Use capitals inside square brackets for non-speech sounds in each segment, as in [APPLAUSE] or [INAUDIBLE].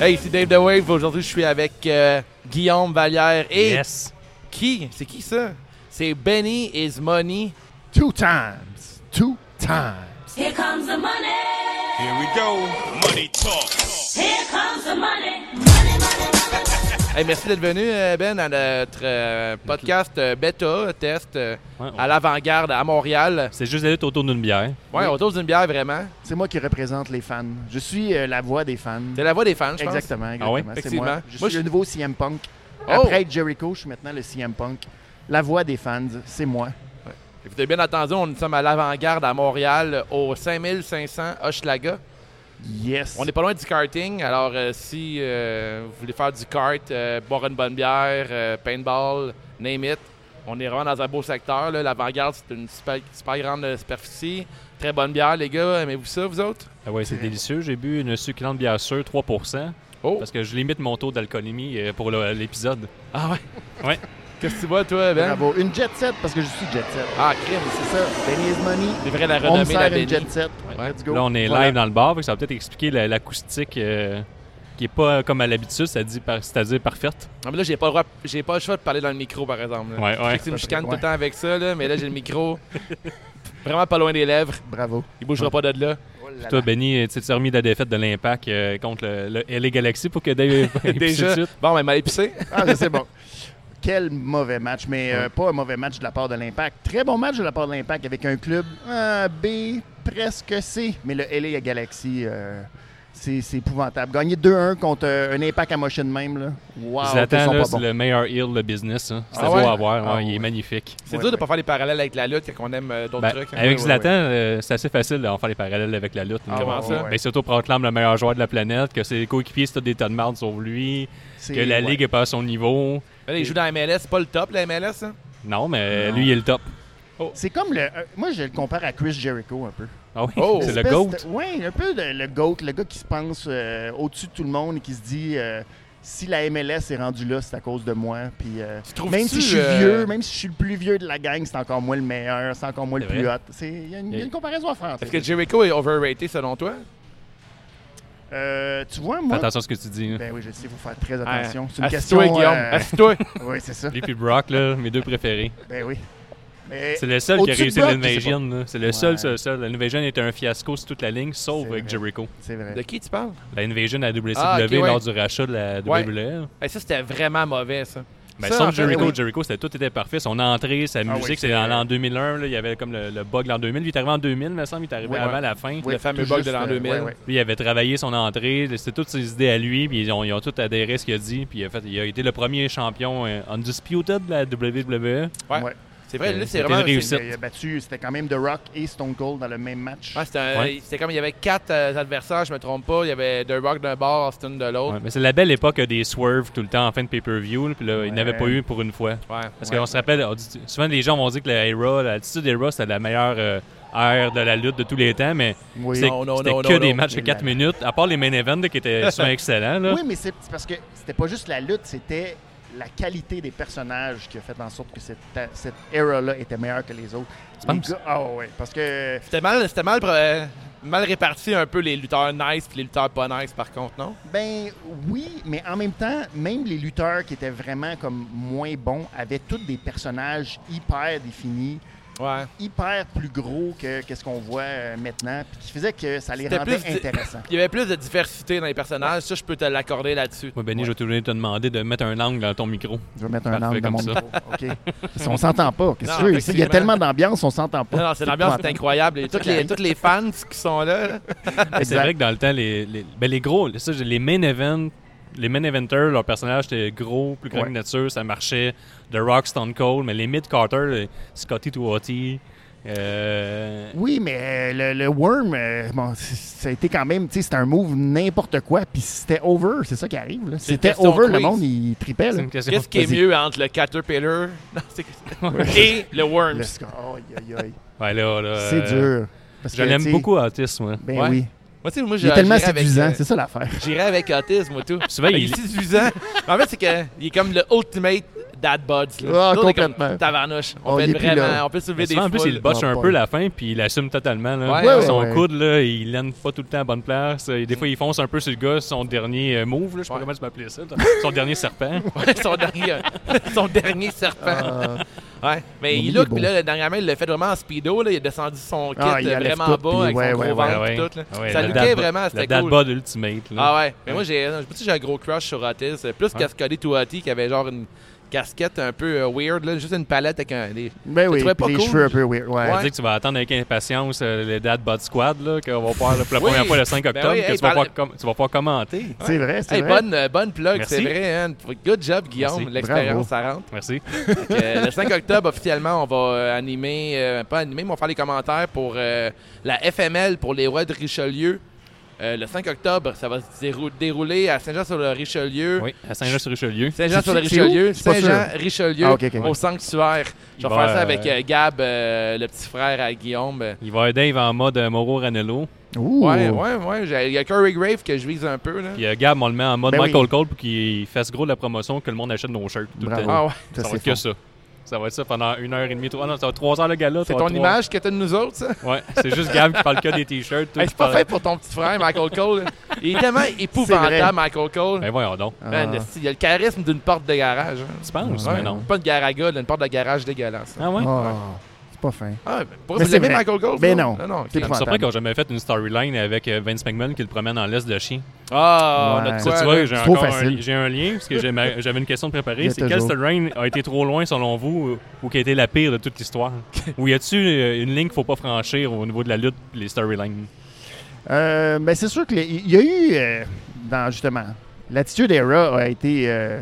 Hey, ici Dave The Wave. Aujourd'hui, je suis avec euh, Guillaume Vallière et Yes. qui C'est qui ça C'est Benny is Money. Two times. Two times. Here comes the money. Here we go. Money talk. Here comes the money. Money, money, money. Hey, merci d'être venu, euh, Ben, à notre euh, podcast euh, bêta, test, euh, Ouais, on- à l'avant-garde à Montréal. C'est juste la lutte autour d'une bière. Ouais, autour d'une bière, vraiment. C'est moi qui représente les fans. Je suis euh, la voix des fans. C'est la voix des fans, je pense. Exactement, Ah exactement. ouais? c'est Effectivement. moi. Je Moi, suis je- le nouveau CM Punk. Oh! Après être Jericho, je suis maintenant le CM Punk. La voix des fans, c'est moi. Vous avez bien entendu, on nous sommes à l'avant-garde à Montréal, au 5500 Hochelaga. Yes. On est pas loin du karting, alors euh, si euh, vous voulez faire du kart, euh, boire une bonne bière, euh, paintball, name it, on est vraiment dans un beau secteur. là. L'avant-garde, c'est une super, super grande euh, superficie. Très bonne bière, les gars. Aimez-vous ça, vous autres? Ah ouais, c'est délicieux. J'ai bu une succulente bière sûre 3 parce Oh! que je limite mon taux d'alcoolémie euh, pour le- l'épisode. Ah ouais? Ouais. Qu'est-ce que tu vois, toi, Ben? Bravo. Une jet set, parce que je suis jet set. Ah, crime, c'est- C'est ça. Benny is money. c'est vrai la On me renommée, la sert Benny. une jet set. Ouais. Let's go. Là, on est Voilà. live dans le bar, fait que ça va peut-être expliquer la- l'acoustique euh, qui est pas comme à l'habitude, ça dit par- c'est-à-dire parfaite. Non, Ah, mais là, j'ai pas, le droit- j'ai pas le choix de parler dans le micro, par exemple. là. Ouais, Je ouais. sais que tu me chicanes Ouais. tout le temps avec ça, là, mais là, j'ai le micro vraiment pas loin des lèvres. Bravo. Il bougera pas de là. [LAUGHS] Oh là Toi, là. Benny, tu t'es remis de la défaite de l'Impact euh, contre le, le LA Galaxy pour que [LAUGHS] Dave puisse Déjà. tout de suite. Bon, ben, mal épicé. Ah, mais c'est bon. Quel mauvais match, mais euh, pas un mauvais match de la part de l'Impact. Très bon match de la part de l'Impact avec un club euh, B, presque C. Mais le LA Galaxy, euh, c'est c'est épouvantable. Gagner 2-1 contre euh, un Impact à motion de même, là. Wow, Ah, ils Zlatan, sont là, pas c'est bons. le meilleur heel de business. hein. C'était Ah beau ouais? à voir. Ah ouais, Il est ouais. magnifique. C'est Ouais, dur de ouais. pas faire les parallèles avec la lutte quand on aime euh, d'autres Ben, trucs. hein. avec ouais, Zlatan, euh, c'est assez facile d'en faire les parallèles avec la lutte. là. Ah, Comment ouais, ça? ouais. Ben, surtout pour Outlam, le meilleur joueur de la planète, que ses coéquipiers, c'est tous des tas de marde sur lui, C'est- que la ouais. ligue est pas à son niveau. Ben, là, il joue dans la MLS, c'est pas le top, la MLS. Hein? Non, mais Non. lui, il est le top. C'est comme le. euh, moi, je le compare à Chris Jericho un peu. Ah oui, Oh! c'est le Espèce GOAT. de- ouais, un peu le, le GOAT, le gars qui se pense euh, au-dessus de tout le monde et qui se dit euh, si la MLS est rendue là, c'est à cause de moi. Puis, euh, Tu trouves-tu, même si je suis euh, vieux, même si je suis le plus vieux de la gang, c'est encore moi le meilleur, c'est encore moi le C'est plus vrai. hot. C'est- Il y, a une- il y a une comparaison à faire. en Est-ce fait. que Jericho est overrated selon toi? Euh, tu vois, Fais moi. attention à ce que tu dis. là. Ben oui, je sais, il faut faire très attention. c'est une question. Ah, Assis-toi, Guillaume. [LAUGHS] euh, Assis-toi. oui, c'est ça. Lui puis Brock, là, mes deux préférés. Ben oui. Mais- C'est le seul qui a Au-dessus de réussi Brock, l'Invasion. là. C'est le seul, Ouais. seul, seul. L'Invasion était un fiasco sur toute la ligne, sauf C'est avec vrai. Jericho. C'est vrai. De qui tu parles? L'Invasion à WCW Ah, ok, ouais. lors du rachat de la E. Ouais. WWE. Hey, ça, c'était vraiment mauvais, ça. Ben, Ça, en sauf fait, Jericho, oui. Jericho, c'était tout était parfait. Son entrée, sa Ah oui, musique, c'est c'est dans vrai. l'an 2001. là, il y avait comme le, le bug de l'an 2000. Lui, il est arrivé en 2000, me semble. Il est arrivé Ouais. avant la fin. Oui, le fameux tout bug juste, de l'an euh, 2000. ouais, ouais. Lui, il avait travaillé son entrée, c'était toutes ses idées à lui, puis ils ont, ils ont tout adhéré à ce qu'il a dit, puis il a, fait, il a été le premier champion euh, undisputed de la E. WWE. Ouais. Ouais. C'est vrai, Euh, là, c'est c'était vraiment. une réussite. c'est- Il a battu, c'était quand même The Rock et Stone Cold dans le même match. Ouais, c'était un- Ouais. c'était comme il y avait quatre euh, adversaires, je me trompe pas. Il y avait The Rock d'un bord, Austin de Ouais, Oh. l'autre. mais c'est la belle époque des swerves tout le temps en fin de pay-per-view, là, puis là, il n'avait pas eu pour une fois. Ouais. Parce qu'on se rappelle, on dit- souvent les gens vont dire que la era, l'attitude era, c'était la meilleure euh, ère de la lutte de tous les temps, mais Oui. c'était Non, non, c'était non, que non, des non. matchs de Et 4 la- minutes, à part les main events là, [LAUGHS] qui étaient souvent excellents. Là. Oui, mais c'est c'est parce que c'était pas juste la lutte, c'était la qualité des personnages qui a fait en sorte que cette, cette era-là était meilleure que les autres. Les penses? gars- Ah ouais, parce que C'était mal, c'était mal, euh, mal réparti un peu les lutteurs nice et les lutteurs pas nice, par contre, non? ben oui, mais en même temps, même les lutteurs qui étaient vraiment comme moins bons avaient tous des personnages hyper définis, Ouais. hyper plus gros que qu'est-ce qu'on voit euh, maintenant, puis qui faisait que ça les C'était rendait plus di- intéressants. [LAUGHS] Il y avait plus de diversité dans les personnages, ça, je peux te l'accorder là-dessus. Moi, Benny, je vais toujours te demander de mettre un angle dans ton micro. Je vais mettre un Parfait, angle dans comme mon ça. micro, [LAUGHS] OK. Parce qu'on s'entend pas. Qu'est-ce que Non, tu veux? Il y a effectivement. tellement d'ambiance, on s'entend pas. Non, non, c'est l'ambiance, c'est incroyable. Et toutes les, toutes les fans qui sont là. [LAUGHS] là. Mais C'est Exact. vrai que dans le temps, les, les, ben, les gros, ça, j'ai- les main events, les main eventers, leurs personnages étaient gros, plus grands Ouais. que nature, ça marchait. The Rock, Stone Cold, mais les mid-carter, les Scotty Tuati, euh, Oui, mais euh, le, le Worm, euh, bon, c- ça a été quand même, tu sais, c'était un move n'importe quoi, puis c'était over, c'est ça qui arrive. là. C'était question over, le quiz. monde, il tripait. c'est là. une question. Qu'est-ce qui est Vas-y. mieux entre le Caterpillar [LAUGHS] non, c'est- et le Worms? Le score, aïe, aïe, aïe. Ouais, là, là, C'est euh, dur. Parce Je que, tu l'aime sais, beaucoup, Otis, moi. Ben Ouais. oui. Moi, tu sais, moi, Il est j'irais- tellement j'irais avec, séduisant, euh, c'est ça l'affaire. J'irais avec autisme ou tout. Ah, Souvent, il il- est séduisant. Mais en fait, c'est qu'il est comme le ultimate dad buds. Là. Ah, Nous autres, on est comme, complètement. Tabarnouche. On, On peut y est être plus vraiment, là. on peut soulever Mais Ben, des souvent, en plus, foules. il botche un Ah, peu ouais. la fin, puis il l'assume totalement. Là. Ouais, ouais, son ouais. coude, là, il lance pas tout le temps à bonne place. Euh, Des fois, il fonce un peu sur le gars, son dernier euh, move, là, je sais pas Ouais. comment tu m'appelais ça, son [LAUGHS] dernier serpent. Ouais, son, dernier, euh, son dernier serpent. Ouais. Mais Ah. Mon il Billy look, est beau. puis là, le dernier mail, il l'a fait vraiment en speedo. Là. Il a descendu son kit Ah, euh, il enlève vraiment tout, bas puis avec ouais, son ouais, gros ouais, ventre ouais. et tout. là. Ah ouais, ça le lookait dad- vraiment, Le c'était dad cool. bod ultimate. Là. Ah ouais. Mais moi, j'ai je sais pas si j'ai un gros crush sur Otis. euh, Plus Ouais. Cascadé Touati qui avait genre une casquette un peu euh, weird, là, juste une palette avec un. Des... Ben Tu oui, trouvais pas puis les cool? cheveux un peu weird. Ouais. Ouais. Tu dis que tu vas attendre avec impatience euh, le dad bod squad, là, qu'on va faire là, pour la Oui. première fois le 5 Ben octobre, oui, que hey, tu, vas parle- pouvoir com- tu vas pouvoir commenter. C'est vrai, c'est Hey, vrai. bonne, euh, bonne plug, Merci. c'est vrai. hein. Good job, Guillaume. Merci. L'expérience, ça rentre. [LAUGHS] Merci. Donc, euh, le 5 octobre, officiellement, on va euh, animer, euh, pas animer, mais on va faire les commentaires pour euh, la FML pour les rois de Richelieu. Euh, le 5 octobre, ça va se dérou- dérouler à Saint-Jean-sur-le-Richelieu. Oui, à Saint-Jean-sur-Richelieu. Saint-Jean-sur-le-Richelieu, C'est- c'est où? Je suis pas sûr. Saint-Jean-Richelieu, Ah, ok, ok. au sanctuaire. Je vais Il va, faire ça avec euh, euh, Gab, euh, le petit frère à Guillaume. Euh, Il va aider Dave en mode euh, Mauro Ranello. Ouh. Ouais, ouais, ouais. j'ai- Il y a Curry Grave que je vise un peu. Là. Puis euh, Gab, on le met en mode Ben Michael oui. Cole pour qu'il fasse gros de la promotion que le monde achète nos shirts tout le Bravo. temps. Ah ouais. Ça, Ça va c'est être que fort. ça. Ça va être ça pendant une heure et demie, trois. Non, ça va être trois heures le gala. C'est ça va ton être trois- image que t'as de nous autres, ça? Ouais, c'est juste Gab qui parle que des t-shirts. toi, Hey, tu c'est pas parles- fait pour ton petit frère, Michael Cole. là. Il est tellement [LAUGHS] C'est épouvantable, vrai. Michael Cole. Ben voyons donc. Ah. Man, esti, il a le charisme d'une porte de garage. hein. Tu penses? Ouais, mais non. Pas de garaga, une porte de garage dégueulasse. Ah ouais? Ah, C'est pas fin. Ah, ben, pourquoi Mais vous c'est aimez vrai. Michael Gold? Ben vous non. autres? non, ok. T'es Ça me surprend qu'on n'a jamais fait une storyline avec euh, Vince McMahon qui le promène en l'est de chien. Ah, on a de Ouais. Ça, quoi, tu là? vois, j'ai C'est trop encore un, facile. li- j'ai un lien parce que j'ai ma- j'avais une question de Il y préparée. a C'est quelle toujours. storyline a été trop loin selon vous ou- ou qui a été la pire de toute [LAUGHS] l'histoire? ou y a-tu euh, une ligne qu'il faut pas franchir au niveau de la lutte pis les storylines? Euh, ben, c'est sûr qu'il y a eu, euh, dans, justement, l'attitude era a été euh,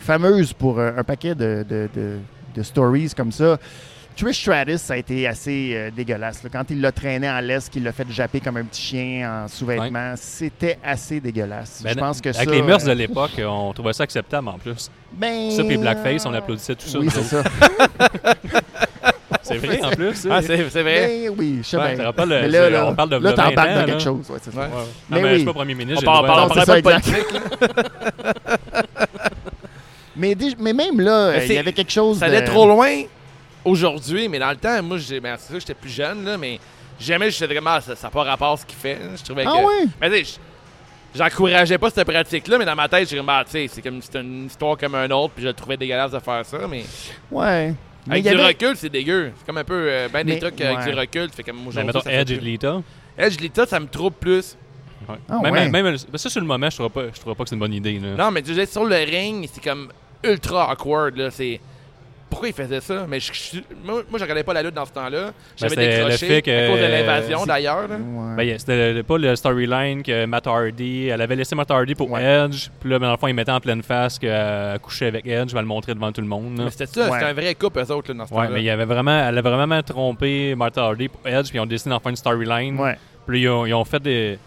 fameuse pour euh, un paquet de, de- de- de stories comme ça. Trish Stratus, ça a été assez euh, dégueulasse. là. Quand il l'a traîné en l'Est, qu'il l'a fait japper comme un petit chien en sous-vêtements, c'était assez dégueulasse. Ben, Je pense que avec ça, les mœurs de euh, l'époque, on trouvait ça acceptable en plus. ben, Ça, puis Blackface, euh, on applaudissait tout ça. Oui, nous c'est autres. ça. [LAUGHS] C'est vrai en plus. ça. Ah, c'est c'est vrai. Ben oui, je sais Ouais, bien. te rappelles, Mais c'est- là, là, on parle de v'là là, t'embarques 20 ans, dans là. quelque chose. ouais, c'est ça. Ouais. Ouais. Non, Mais mais je suis oui. pas premier ministre. On j'ai parle le droit on d'en non, parle c'est pas ça, de exact. politique. là. Mais, dé- mais même là, Mais euh, il c'est- y avait quelque chose. Ça allait de- trop loin aujourd'hui, mais dans le temps, moi, j'ai- ben, c'est sûr que j'étais plus jeune, là, mais jamais je vraiment, ah, ça n'a pas rapport à ce qu'il fait. hein. Je trouvais Ah que. ouais? Ben, tu sais, je- j'encourageais pas cette pratique-là, mais dans ma tête, j'ai comme, ah, tu sais, c'est comme c'est une histoire comme un autre, puis je le trouvais dégueulasse de faire ça, mais. Ouais. Mais avec il y du avait- recul, c'est dégueu. C'est comme un peu. euh, ben, des Mais- trucs euh, avec ouais. du recul, fait comme Mais aujourd'hui. mettons ça fait Edge et plus. Lita. Edge Lita, ça me trouble plus. Ouais. Ah même, ouais. même le- ben ça, sur le moment, je trouve pas, je trouve pas que c'est une bonne idée. là. Non, mais tu sais, sur le ring, c'est comme ultra awkward. Là. C'est... Pourquoi il faisait ça? Mais je, je- moi, moi, je regardais pas la lutte dans ce temps-là. J'avais Ben, c'était le décroché fait que- à cause de l'invasion, c'est- d'ailleurs. là. Ouais. Ben, yeah, c'était le- pas le storyline que Matt Hardy. Elle avait laissé Matt Hardy pour Ouais. Edge. Puis là, ben, dans le fond, il mettait en pleine face qu'elle couchait avec Edge. va le montrer devant tout le monde. là. Mais c'était ça, Ouais. c'était un vrai couple, eux autres, là, dans ce Ouais, temps-là. mais il y avait vraiment, elle avait vraiment trompé Matt Hardy pour Edge. Puis ils ont décidé d'en faire une storyline. Ouais. Ben, Puis ils ont, ils ont fait des.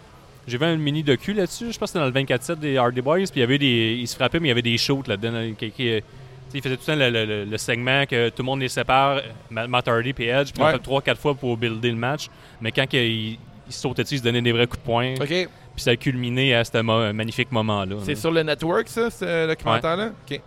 J'ai vu un mini docu là-dessus, je pense que c'était dans le 24-7 des Hardy Boys. Puis il y avait des. Ils se frappaient, mais il y avait des shoots là-dedans. là, qui- qui, euh, tu sais, ils faisaient tout le temps le, le- le- le segment que tout le monde les sépare, euh, Ma- Matt Hardy et Edge. Puis Ouais. ils ont fait 3-4 fois pour builder le match. Mais quand que ils, ils se sautaient dessus, ils se donnaient des vrais coups de poing. OK. Puis ça a culminé à ce mo- magnifique moment-là. C'est là. sur le network, ça, ce documentaire-là? OK.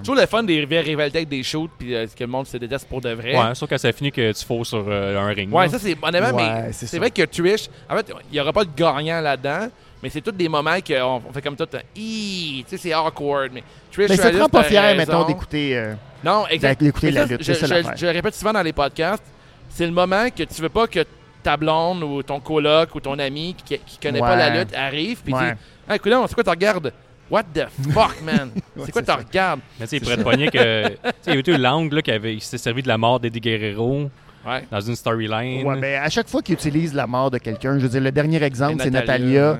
Toujours le fun des vraies rivalités avec des shoots, puis euh, que le monde se déteste pour de vrai. Ouais, sauf quand ça finit que tu faux sur euh, un ring. Ouais, là. ça c'est honnêtement, Ouais, mais c'est c'est ça. vrai que Trish, en fait, il n'y aura pas de gagnant là-dedans, mais c'est tous des moments qu'on on fait comme tout, un Hi tu sais, c'est awkward. Mais Trish, Mais ça te Stratus, rend pas t'as fier, raison. mettons, d'écouter. euh, Non, exact. d'écouter Mais ça, la lutte, Je, c'est ça je- l'affaire. je le répète souvent dans les podcasts, c'est le moment que tu veux pas que ta blonde ou ton coloc ou ton ami qui, qui connaît pas Ouais. la lutte arrive puis Ouais. dit, ah, écoute, c'est quoi tu regardes? What the fuck, [LAUGHS] man? Ouais, c'est quoi c'est tu ça. regardes? Mais tu sais, il pourrait te pogner [LAUGHS] que. Tu sais, il y avait eu l'angle là, qui avait- il s'est servi de la mort d'Eddie Guerrero [LAUGHS] Ouais. dans une storyline. ouais, ben, à chaque fois qu'ils utilisent la mort de quelqu'un, je veux dire, le dernier exemple, Et c'est Natalia, Natalia.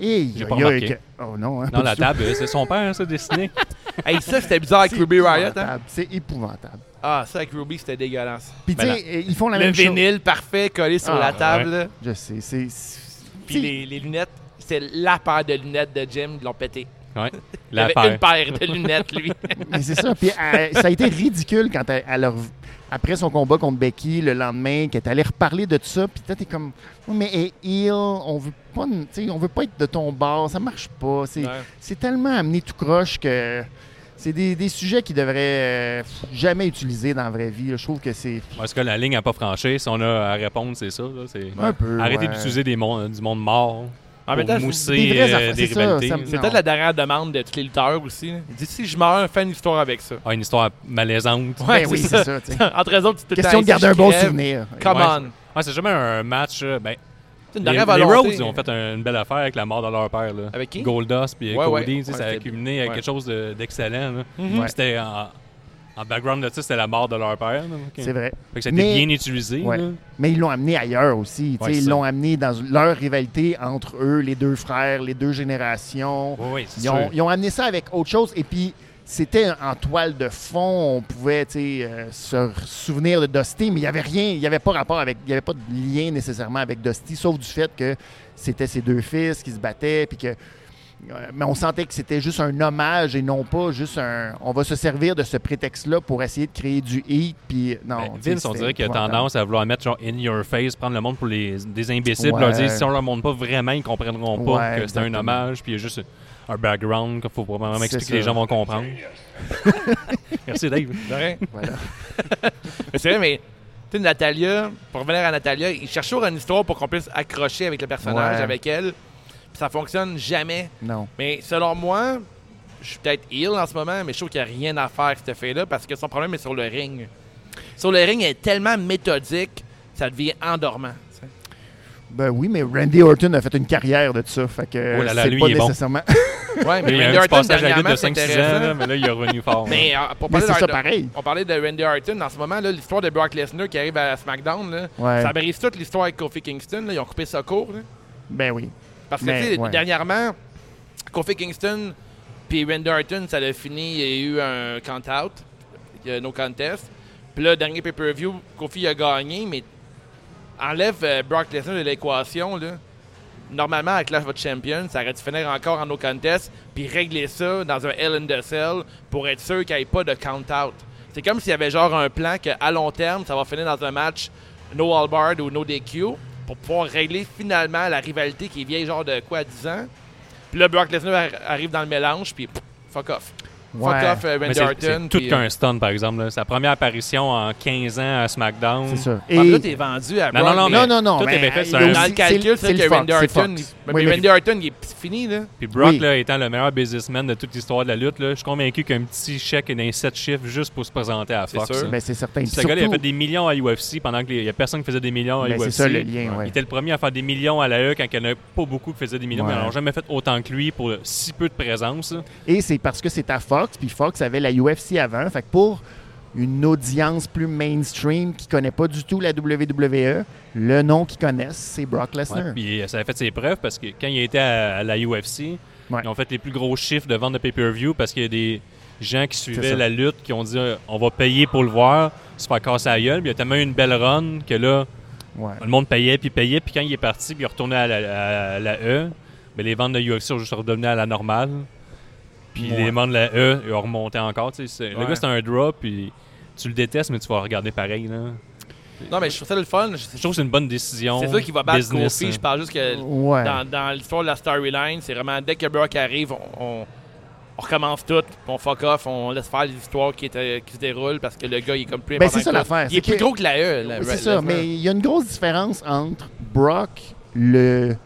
Et J'ai pas remarqué. Oh non, hein, Non, pas la du tout. table, euh, c'est son père, ça, [LAUGHS] dessiné. hey, ça, c'était bizarre avec C'est Ruby Riot, hein? épouvantable, C'est épouvantable. Ah, ça avec Ruby, c'était dégueulasse. Puis, tu Ben sais, ils font la Le même chose. vinyle parfait collé sur Ah, la table. là. Je sais, c'est. c'est- Puis les, les lunettes, c'est la paire de lunettes de Jim, ils l'ont pété. Ouais. Il La avait paire. une paire de lunettes, [LAUGHS] lui. Mais c'est ça. Puis elle- ça a été ridicule quand elle, elle a rev- après son combat contre Becky le lendemain, qu'elle est allée reparler de tout ça. Puis toi, t'es comme, Oui, mais elle est ill, on veut pas, n- tu sais, on veut pas être de ton bord, ça marche pas. C'est Ouais. c'est tellement amené tout croche que C'est des, des sujets qu'ils devraient euh, jamais utiliser dans la vraie vie. là. Je trouve que c'est Parce que la ligne n'a pas franchi. Si on a à répondre, c'est ça. là, c'est- un peu. Arrêtez ouais. d'utiliser des mon- du monde mort En Ah, pour même temps, je- mousser des vraies euh, affaires, des c'est ça, rivalités. ça me- c'est Non. peut-être la dernière demande de tous les lutteurs aussi. là. Il dit si je meurs, fais une histoire avec ça. Ah, une histoire malaisante. Ben oui, c'est [LAUGHS] ça. tu sais. Entre eux autres, c'est tout le temps, Question de si garder je un bon crève, souvenir. Come Ouais, on. Ouais, Ah, c'est jamais un match. euh, Ben, C'est une les, dernière les Rhodes volonté. ils ont fait un- une belle affaire avec la mort de leur père. Là. Avec qui? Goldust puis Ouais, Cody. ouais. tu sais, Ouais, ça a c'était- culminé avec ouais. quelque chose de- d'excellent. là. Mhm. Mm-hmm. Ouais. C'était en, en background de ça, c'était la mort de leur père. là. Ok. C'est vrai. Fait que ça a été Mais- bien utilisé. Ouais. là. Mais ils l'ont amené ailleurs aussi. tu sais, Ouais, ils ça. l'ont amené dans leur rivalité entre eux, les deux frères, les deux générations. Oui, oui, c'est Ils sûr. ont, ils ont amené ça avec autre chose. Et puis, c'était en toile de fond. On pouvait tu sais, euh, se souvenir de Dusty, mais il n'y avait rien. Il n'y avait pas rapport avec. Il n'y avait pas de lien nécessairement avec Dusty, sauf du fait que c'était ses deux fils qui se battaient. Puis que. euh, Mais on sentait que c'était juste un hommage et non pas juste un. On va se servir de ce prétexte-là pour essayer de créer du hit. Puis non. Ben, tu sais, Vince, on c'était dirait qu'il a épouvantable. tendance à vouloir mettre genre in your face, prendre le monde pour les, des imbéciles, Ouais. leur dire si on leur montre pas vraiment, ils comprendront pas Ouais, que c'est un exactement. hommage, puis il y a juste un background qu'il faut probablement C'est expliquer ça. que les gens vont [LAUGHS] comprendre. Merci Dave. De rien. Voilà. [LAUGHS] Mais c'est vrai, mais tu sais, Natalia, pour revenir à Natalia, il cherche toujours une histoire pour qu'on puisse accrocher avec le personnage, Ouais. avec elle. Puis ça fonctionne jamais. Non. Mais selon moi, je suis peut-être ill en ce moment, mais je trouve qu'il n'y a rien à faire avec cette fille-là parce que son problème est sur le ring. Sur le ring, elle est tellement méthodique, ça devient endormant. tu sais. Ben oui, mais Randy Orton a fait une carrière de ça. Fait que Oh là là, c'est lui, pas il est bon. nécessairement. [LAUGHS] Ouais, Il y mais Randy a un petit Orton, passage à la lutte dernièrement, de c'est 5-6 ans, là, intéressant. mais là, il est revenu fort. Mais euh, pour mais parler c'est ça d'Orton- pareil. On parlait de Randy Orton en ce moment, là, l'histoire de Brock Lesnar qui arrive à SmackDown. là, Ouais. Ça brise toute l'histoire avec Kofi Kingston. là, ils ont coupé ça court. là. Ben oui. Parce que Mais, tu sais, ouais. dernièrement, Kofi Kingston puis Randy Orton, ça l'a fini. Il y a eu un count-out, il y a no contest. Puis là, dernier pay-per-view, Kofi a gagné, mais enlève euh, Brock Lesnar de l'équation. là. Normalement, à Clash of Champions, ça aurait dû finir encore en no contest, puis régler ça dans un Hell in the Cell pour être sûr qu'il n'y ait pas de count-out. C'est comme s'il y avait genre un plan qu'à long terme, ça va finir dans un match no all barred ou no DQ pour pouvoir régler finalement la rivalité qui est vieille genre de quoi, 10 ans. Puis là, Brock Lesnar ar- arrive dans le mélange, puis pff, fuck off. Fuck Ouais. off, euh, Mais Randy c'est- Orton. c'est tout puis, euh, qu'un stun, par exemple. là. Sa première apparition en 15 ans à SmackDown. C'est ça. ah, mais là, Et- t'es vendu à Non, Brock, non, non, mais non, non, non. Tout mais est bien fait, c'est il y a un- Dans aussi- le calcul, Euh, c'est c'est le que Fox, Randy c'est Orton, Fox. il- mais Oui, mais- Randy Orton, il est fini, là. Puis Brock, Oui. là, étant le meilleur businessman de toute l'histoire de la lutte, là, je suis convaincu qu'un petit chèque est d'un 7 chiffres juste pour se présenter à C'est Fox. sûr. là. Ben c'est certain. Ce Puis gars-là, il a surtout- fait des millions à UFC pendant qu'il n'y a personne qui faisait des millions à Ben, UFC. c'est ça le lien, ouais. Il était le premier à faire des millions à la E quand il n'y en a pas beaucoup qui faisaient des millions, mais Ouais. ils n'ont jamais fait autant que lui pour si peu de présence. là. Et c'est parce que c'est à Fox, puis Fox avait la UFC avant. Fait que pour une audience plus mainstream qui connaît pas du tout la WWE, le nom qu'ils connaissent, c'est Brock Lesnar. Puis euh, ça a fait ses preuves parce que quand il était à, à la UFC, Ouais. ils ont fait les plus gros chiffres de vente de pay-per-view parce qu'il y a des gens qui C'est ça. suivaient la lutte qui ont dit euh, on va payer pour le voir, se faire casser la gueule. Puis il a tellement eu une belle run que là, Ouais. Le monde payait, puis payait, puis quand il est parti, puis il est retourné à la, à la E, mais les ventes de UFC sont juste redevenues à la normale. Puis Ouais. les ventes de la E ils ont remonté encore. tu sais, c'est- Le Ouais. gars, c'est un drop, puis tu le détestes, mais tu vas regarder pareil. là. Non, mais je trouve ça le fun. Je- Je trouve que c'est une bonne décision. C'est sûr qu'il va battre business, Kofi. hein. Je parle juste que Ouais. dans, dans l'histoire de la storyline, c'est vraiment dès que Brock arrive, on, on- on recommence tout, puis on fuck off, on laisse faire les histoires qui, étaient- qui se déroulent parce que le gars, il est comme plus Ben, important c'est ça que l'affaire, Il est, plus c'est que- gros que la E. la- Oui, c'est la- ça, la- mais il y a une grosse différence entre Brock, le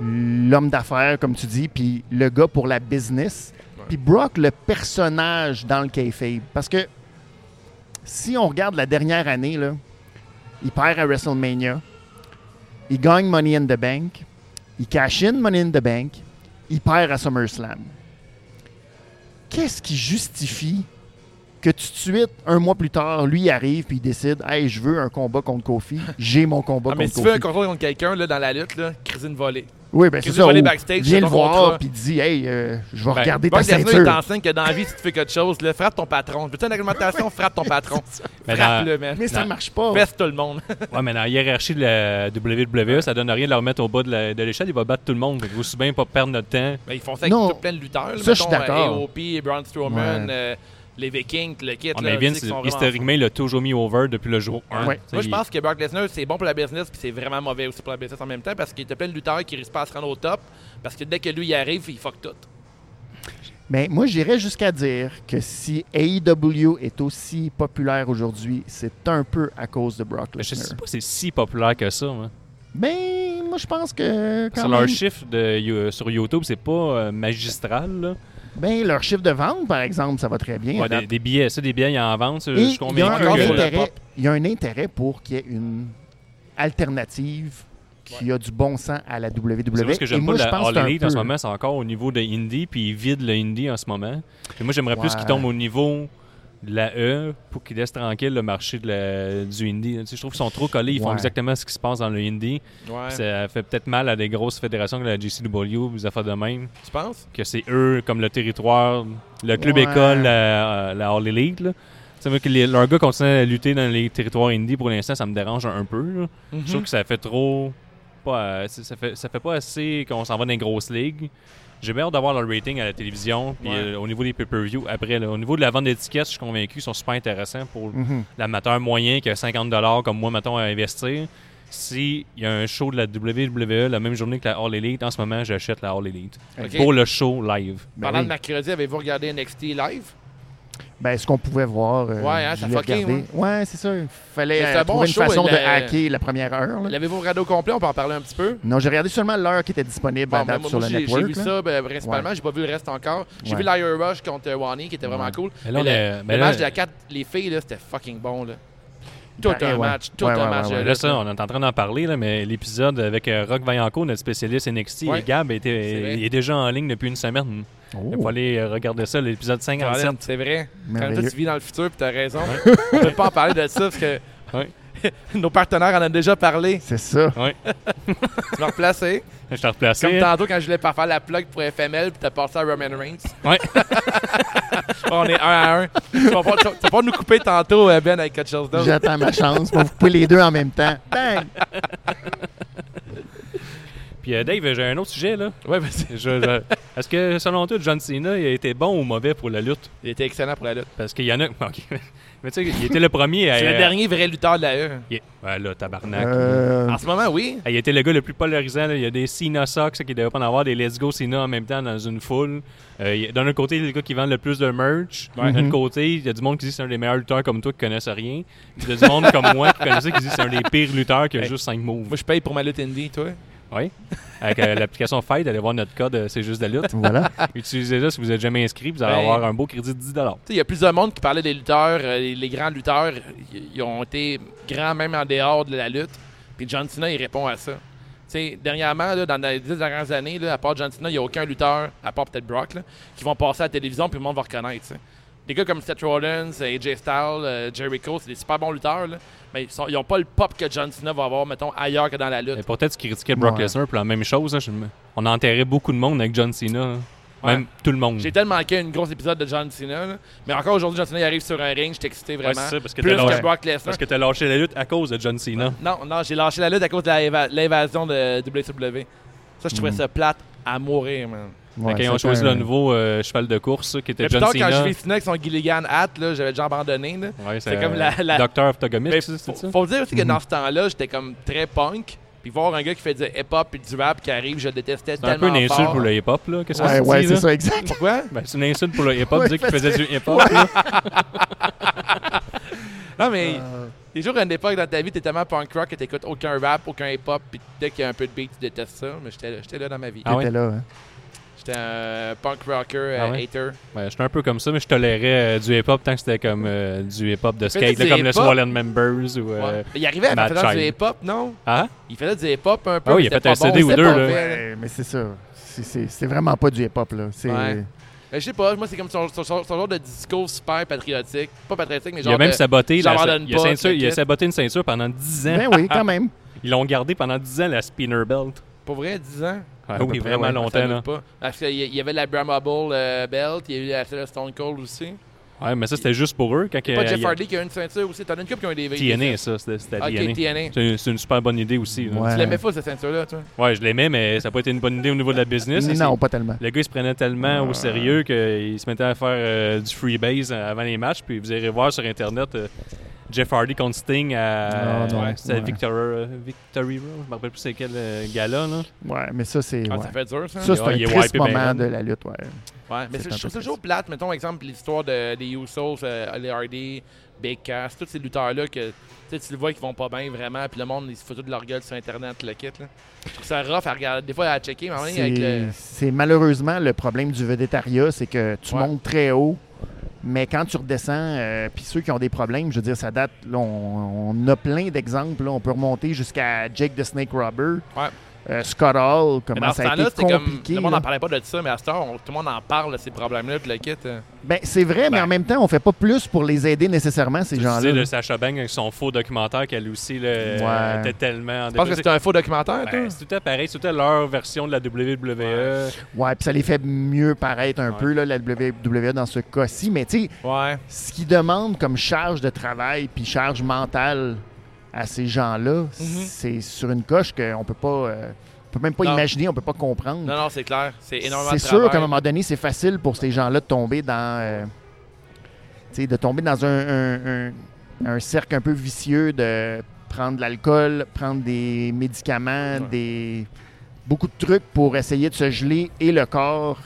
l'homme d'affaires, comme tu dis, puis le gars pour la business, puis Brock, le personnage dans le kayfabe. Parce que si on regarde la dernière année, là, il perd à WrestleMania, il gagne Money in the Bank, il cash in Money in the Bank, il perd à SummerSlam. Qu'est-ce qui justifie que tout de suite, un mois plus tard, lui il arrive puis il décide Hey, je veux un combat contre Kofi, j'ai mon combat Ah, mais contre si tu Kofi. veux un contrôle contre quelqu'un là, dans la lutte, là, crise une volée. Oui, ben c'est Chris ça. Volley ou backstage, viens c'est le ton voir contrat. puis dis Hey, euh, je vais Ben, regarder ta Brock Lesnar est ceinture. enseigne que dans la vie, si tu fais quelque chose, là, frappe ton patron. Veux-tu une augmentation, frappe ton [LAUGHS] patron. Mais dans- Frappe-le, man. Mais ça Non. marche pas. Peste tout le monde. Ouais, mais dans la hiérarchie de la WWE, ça donne rien de le remettre au bas de la- de l'échelle. Il va battre tout le monde. Fait que vous aussi bien pas perdre notre temps. Ben, ils font ça avec Non. tout plein de lutteurs. là, Ça, je suis mettons, euh, d'accord. AOP, Braun Strowman, Ouais. euh, les Vikings, le kit. On là, mais tu sais Vince, qu'ils sont vraiment historiquement, il a toujours mis over depuis le jour 1. Ouais. Moi, je pense que Brock Lesnar, c'est bon pour la business, puis c'est vraiment mauvais aussi pour la business en même temps, parce qu'il était plein de lutteurs qui risquent pas à se rendre au top, parce que dès que lui, il arrive, il fuck tout. Mais moi, j'irais jusqu'à dire que si AEW est aussi populaire aujourd'hui, c'est un peu à cause de Brock Mais Je Lesnar. sais pas si c'est si populaire que ça. hein. moi. Mais moi, je pense que quand Sur leur même- chiffre de, you- sur YouTube, c'est pas euh, magistral. là. ben, leur chiffre de vente, par exemple, ça va très bien. à Ouais, date. des, des billets, ça, des billets, ils en vendent. ça, Et Je suis il y a convaincu un encore que- des- intérêt- il y a un intérêt pour qu'il y ait une alternative qui a du bon sens à la WWE. C'est moi ce que Et j'aime pas moi, de je la pense All que c'est un Elite en ce peu- moment, c'est encore au niveau de Indie, puis ils vident le Indie en ce moment. Et moi, j'aimerais plus Ouais. qu'ils tombent au niveau de la E pour qu'ils laissent tranquille le marché de la- du Indie. Tu sais, je trouve qu'ils sont trop collés, ils font Ouais. exactement ce qui se passe dans le Indie. Ouais. Ça fait peut-être mal à des grosses fédérations comme la GCW, des affaires de même, Tu penses? que c'est eux, comme le territoire, le club Ouais. école, la, euh, la All Elite. Là. Ça veut dire que les- leurs gars continuent à lutter dans les territoires indie pour l'instant, ça me dérange un peu. là. Je Mhm. trouve que ça fait trop. Pas, euh, ça, ça fait, ça fait pas assez qu'on s'en va dans les grosses ligues. J'ai bien hâte d'avoir le rating à la télévision, puis Ouais. euh, au niveau des pay-per-view après. là. au niveau de la vente d'étiquettes, je suis convaincu qu'ils sont super intéressants pour Mhm. l'amateur moyen qui a 50 comme moi, mettons, à investir. S'il y a un show de la WWE la même journée que la All Elite, en ce moment, j'achète la All Elite. Ok. Pour le show live. Ben Parlant oui. de mercredi, avez-vous regardé NXT live? Ben, ce qu'on pouvait voir, euh, Ouais, hein, ça je l'ai fucké, regardé. Ouais, c'est ça. Il fallait Mais c'est euh, un bon trouver une show, façon il de a- hacker la première heure. là. L'avez-vous regardé au complet? On peut en parler un petit peu. Non, j'ai regardé seulement l'heure qui était disponible à Bon, ben, date moi, sur moi, le j'ai j'ai network. vu là. ça ben, principalement. J'ai pas vu le reste encore. J'ai Ouais. vu l'Ire Rush contre Wani qui était vraiment Ouais. cool. Mais là, on Mais est- le, mais le là- match de la 4, les filles, là, c'était fucking bon. Là. Tout Ben, un ouais. match, tout Ouais, un ouais, match. ouais, là, ouais. Euh, Là, ça, on est en train d'en parler, là, mais l'épisode avec euh, Rock Vaillancourt, notre spécialiste NXT, Ouais. et Gab, était- C'est vrai. il est déjà en ligne depuis une semaine. Oh. Il faut aller euh, regarder ça, l'épisode 57. Colin, C'est vrai. Quand Merveilleux. toi, tu vis dans le futur, puis t'as raison. On peut pas en parler de ça parce que Ouais. [LAUGHS] nos partenaires en ont déjà parlé. C'est ça. Tu m'as [LAUGHS] replacé. [LAUGHS] Je t'ai replacé. Comme tantôt quand je voulais pas faire la plug pour FML, puis t'as passé à Roman Reigns. [LAUGHS] Ouais. On est un à un. tu vas pas, tu vas- tu vas pas nous couper tantôt, euh, Ben, avec quelque chose d'autre. J'attends [LAUGHS] ma chance. Bon, vous pouvez les deux en même temps. Bang! Puis euh, Dave, j'ai un autre sujet là. Ouais, vas-y. Je- je- Est-ce que selon toi, John Cena il a été bon ou mauvais pour la lutte Il était excellent pour la lutte. Parce qu'il y en a. [LAUGHS] Ok. Mais tu sais, il était le premier à. C'est le dernier vrai lutteur de la E. Il- Ouais, là, tabarnak. Euh, En ce moment, oui. Ah, Il était le gars le plus polarisant. là. Il y a des Cena Sox qui devaient pas en avoir, des Let's Go Cena en même temps dans une foule. Euh, il y a- D'un autre côté, il y a le gars qui vend le plus de merch. D'un autre côté, il y a du monde qui dit que c'est un des meilleurs lutteurs comme toi qui connaissent rien. Puis Il y a du monde comme moi qui connaissait qui dit que c'est un des pires lutteurs qui a Hey. juste 5 moves. Moi, je paye pour ma lutte indie, toi. Oui. Avec euh, l'application Fight, allez voir notre code, euh, c'est juste de [LAUGHS] la lutte. voilà. Utilisez-le si vous n'êtes jamais inscrit, vous allez Ben. avoir un beau crédit de 10 Tu sais, Il y a plusieurs monde qui parlaient des lutteurs. euh, les, les grands lutteurs, ils ils ont été grands même en dehors de la lutte. Puis John Cena, il répond à ça. Tu sais, dernièrement, là, dans les dix dernières années, là, à part John Cena, il n'y a aucun lutteur, à part peut-être Brock, là, qui vont passer à la télévision puis le monde va reconnaître. tu sais. Des gars comme Seth Rollins, euh, AJ Styles, euh, Jericho, c'est des super bons lutteurs, là, mais ils n'ont pas le pop que John Cena va avoir, mettons, ailleurs que dans la Et lutte. pourtant, tu critiquais Brock Ouais. Lesnar pour la même chose. hein. Je me- on a enterré beaucoup de monde avec John Cena. hein. Même Ouais. tout le monde. J'ai tellement manqué un gros épisode de John Cena, là, mais encore aujourd'hui, John Cena, il arrive sur un ring, je suis excité vraiment. c'est ça, parce que plus t'as lâché- que Brock Lesnar. Parce que t'as lâché la lutte à cause de John Cena. Non, non, j'ai lâché la lutte à cause de la éva- l'invasion de WCW. Ça, je trouvais Hmm. ça plate à mourir, man. Ouais, Quand ils ont c'est choisi un- le nouveau euh, cheval de course ça, qui était Mais plus John tard, Cena. quand je vis Cena avec son Gilligan hat, là, j'avais déjà abandonné. là. Ouais, c'est comme la- la- Docteur Optogamist, Mais c'est faut, ça? Hmm. faut dire aussi que dans ce temps-là, j'étais comme très punk. Puis voir un gars qui fait du hip-hop et du rap qui arrive, je le détestais C'est un tellement peu une insulte fort. pour le hip-hop, là. Qu'est-ce Ouais, que tu ouais, dis, c'est là? ça, [LAUGHS] exact. Pourquoi? Ben, c'est une insulte pour le hip-hop, dire qu'il parce faisait du hip-hop. là. Non, mais Ah. Euh, il y a toujours une époque dans ta vie, t'es tellement punk rock que t'écoutes aucun rap, aucun hip-hop. Puis dès qu'il y a un peu de beat, tu détestes ça. Mais j'étais là, j'étais là dans ma vie. Ah ouais? T'étais là. hein. J'étais un punk rocker, Ah euh, ouais? hater. Ouais, J'étais un peu comme ça, mais je tolérais euh, du hip-hop tant que c'était comme euh, du hip-hop de Fais-tu skate, là, du comme le hip-hop? Swollen Members ou. euh, Ouais. Il arrivait à Mad faire du Child. hip-hop, non? Hein? Il faisait du hip-hop un peu. Ah mais oui, il a c'était fait un pas CD ou c'était deux, pas là. fait, Ouais, mais c'est ça. C'est- C'est c'est vraiment pas du hip-hop, là. C'est Ouais. Euh, Je sais pas, moi c'est comme son, son- son- son genre de discours super patriotique. Pas patriotique, mais Il genre. a même de- saboté, la- j'abandonne il, a pas, ceinture- il a t'inquiète. saboté une ceinture pendant 10 ans. Ben oui, [LAUGHS] quand même. Ils l'ont gardé pendant 10 ans, la spinner belt. Pour vrai, 10 ans. Ah peu oui, près, vraiment ben ouais. ça longtemps. doute Là. pas. Parce qu'il y il y avait la Brahma Bull euh, Belt, il y a eu la celle de Stone Cold aussi. Ouais, mais ça, c'était juste pour eux. Quand Pas euh, Jeff il y a- Hardy qui a une ceinture aussi. T'en as une coupe qui a des TNA, ça, c'était c'était Ok, TNA. TNA. Tu C'est une- c'est une super bonne idée aussi. là. Ouais. l'aimais pas cette ceinture-là, toi? Ouais, je l'aimais, mais ça n'a pas été une bonne idée au niveau de la hein, business. Et Non, pas tellement. c'est- Le gars, il se prenait tellement au sérieux qu'il se mettait à faire euh, du freebase avant les matchs. Puis vous irez voir sur Internet, euh, Jeff Hardy contre Sting à Ah, non, c'était ouais. Victor- euh, Victory Road. Je me rappelle plus c'est quel euh, gala. Là. Ouais, mais ça, c'est. Ah, ouais. Ça fait dur, ça. Ça, c'est Ouais, il est un triste wipé ben hein. moment raide. de la lutte, ouais. Ouais, mais C'est c'est- un je trouve peu ça toujours plate. Mettons, exemple, l'histoire de, des Usos, euh, les Hardy, Big Cass, tous ces lutteurs-là que tu sais, tu le vois qu'ils vont pas bien vraiment, puis le monde, ils se foutent de leur gueule sur Internet, le kit. Là. Je trouve ça rough à regarder. Des fois, à checker, mais en même temps, avec C'est- le. C'est malheureusement le problème du vedettariat, c'est que tu Ouais. montes très haut, mais quand tu redescends, euh, puis ceux qui ont des problèmes, je veux dire, ça date, là, on, on a plein d'exemples. là. On peut remonter jusqu'à Jake the Snake Robber, Ouais. euh, Scott Hall, Mais comment dans ce ça a temps-là, été c'était comme. compliqué. Le monde n'en là. parlait pas de ça, mais à cette heure, on- tout le monde en parle de ces problèmes-là, puis le kit. euh. Ben, c'est vrai, mais Ben. en même temps, on fait pas plus pour les aider nécessairement, ces Tu sais, gens-là. le Sacha Bang avec son faux documentaire qu'elle aussi là, Ouais. était tellement en Je pense que c'est un faux documentaire, toi. Ben, c'est euh, tout à pareil, c'est tout à leur version de la E. WWE. Ouais, puis ça les fait mieux paraître un Ouais. peu, là, la WWE dans ce cas-ci. Mais tu sais, Ouais. ce qu'ils demandent comme charge de travail puis charge mentale à ces gens-là, Mhm. c'est sur une coche qu'on peut pas. euh, on peut même pas Non. imaginer, on peut pas comprendre. Non, non, c'est clair. C'est énormément c'est de sûr qu'à un travail. moment donné, c'est facile pour ces gens-là de tomber dans. euh, tu sais, de tomber dans un, un- un- un cercle un peu vicieux de prendre de l'alcool, prendre des médicaments, Ouais. des. beaucoup de trucs pour essayer de se geler et le corps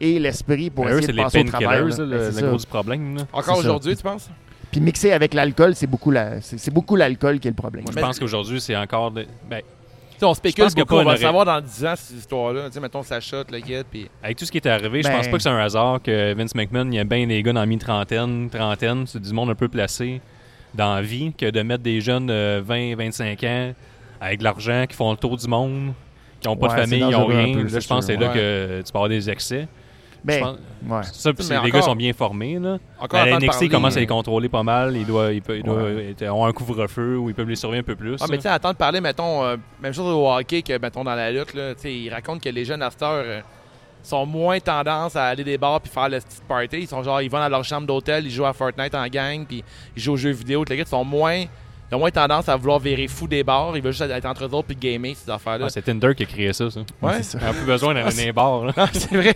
et l'esprit pour Ben, eux, essayer c'est de les passer au travers. painkillers, là, là. Ben, le, le c'est ça. gros du problème. là. Encore c'est ça. aujourd'hui, tu penses? Puis mixé avec l'alcool, c'est beaucoup la, c'est, c'est beaucoup l'alcool qui est le problème. Je Mais- pense qu'aujourd'hui, c'est encore. de- ben, Tu sais, on spécule qu'il y a beaucoup. pas On va une le savoir dans 10 ans, cette histoire-là. Tu sais, mettons, ça shot, le kit, puis. avec tout ce qui est arrivé, je Ben- pense pas que c'est un hasard que Vince McMahon, il y a bien des gars dans la mi-trentaine, trentaine, c'est du monde un peu placé dans la vie, que de mettre des jeunes de 20, 25 ans avec de l'argent, qui font le tour du monde, qui n'ont pas Ouais, de c'est famille, ils ont dangereux un rien. peu, Là, c'est je pense que c'est sûr, là ouais. que tu peux avoir des excès. Ben, Je pense- ouais. c'est ça, puis Mais c'est- les encore- gars sont bien formés. Là. Encore À la en NXT, parler, ils commencent à les euh, contrôler pas mal. Ils, doivent, ils, peuvent- ils doivent- Ouais. ils ont un couvre-feu où ils peuvent les surveiller un peu plus. Ah, mais tu sais, attends de parler, mettons, euh, même chose au hockey que, mettons, dans la lutte, là, tu sais, ils racontent que les jeunes à cette heure, euh, sont moins tendance à aller des bars puis faire le petit party. Ils sont genre, ils vont dans leur chambre d'hôtel, ils jouent à Fortnite en gang, puis ils jouent aux jeux vidéo. Les gars, ils sont moins, ils ont moins tendance à vouloir virer fou des bars. Ils veulent juste être entre eux autres puis gamer, ces affaires-là. Ah, c'est Tinder qui a créé ça. ça. ouais, c'est ça. On a plus besoin d'un d'un bar. là. Ah, [LAUGHS] c'est vrai.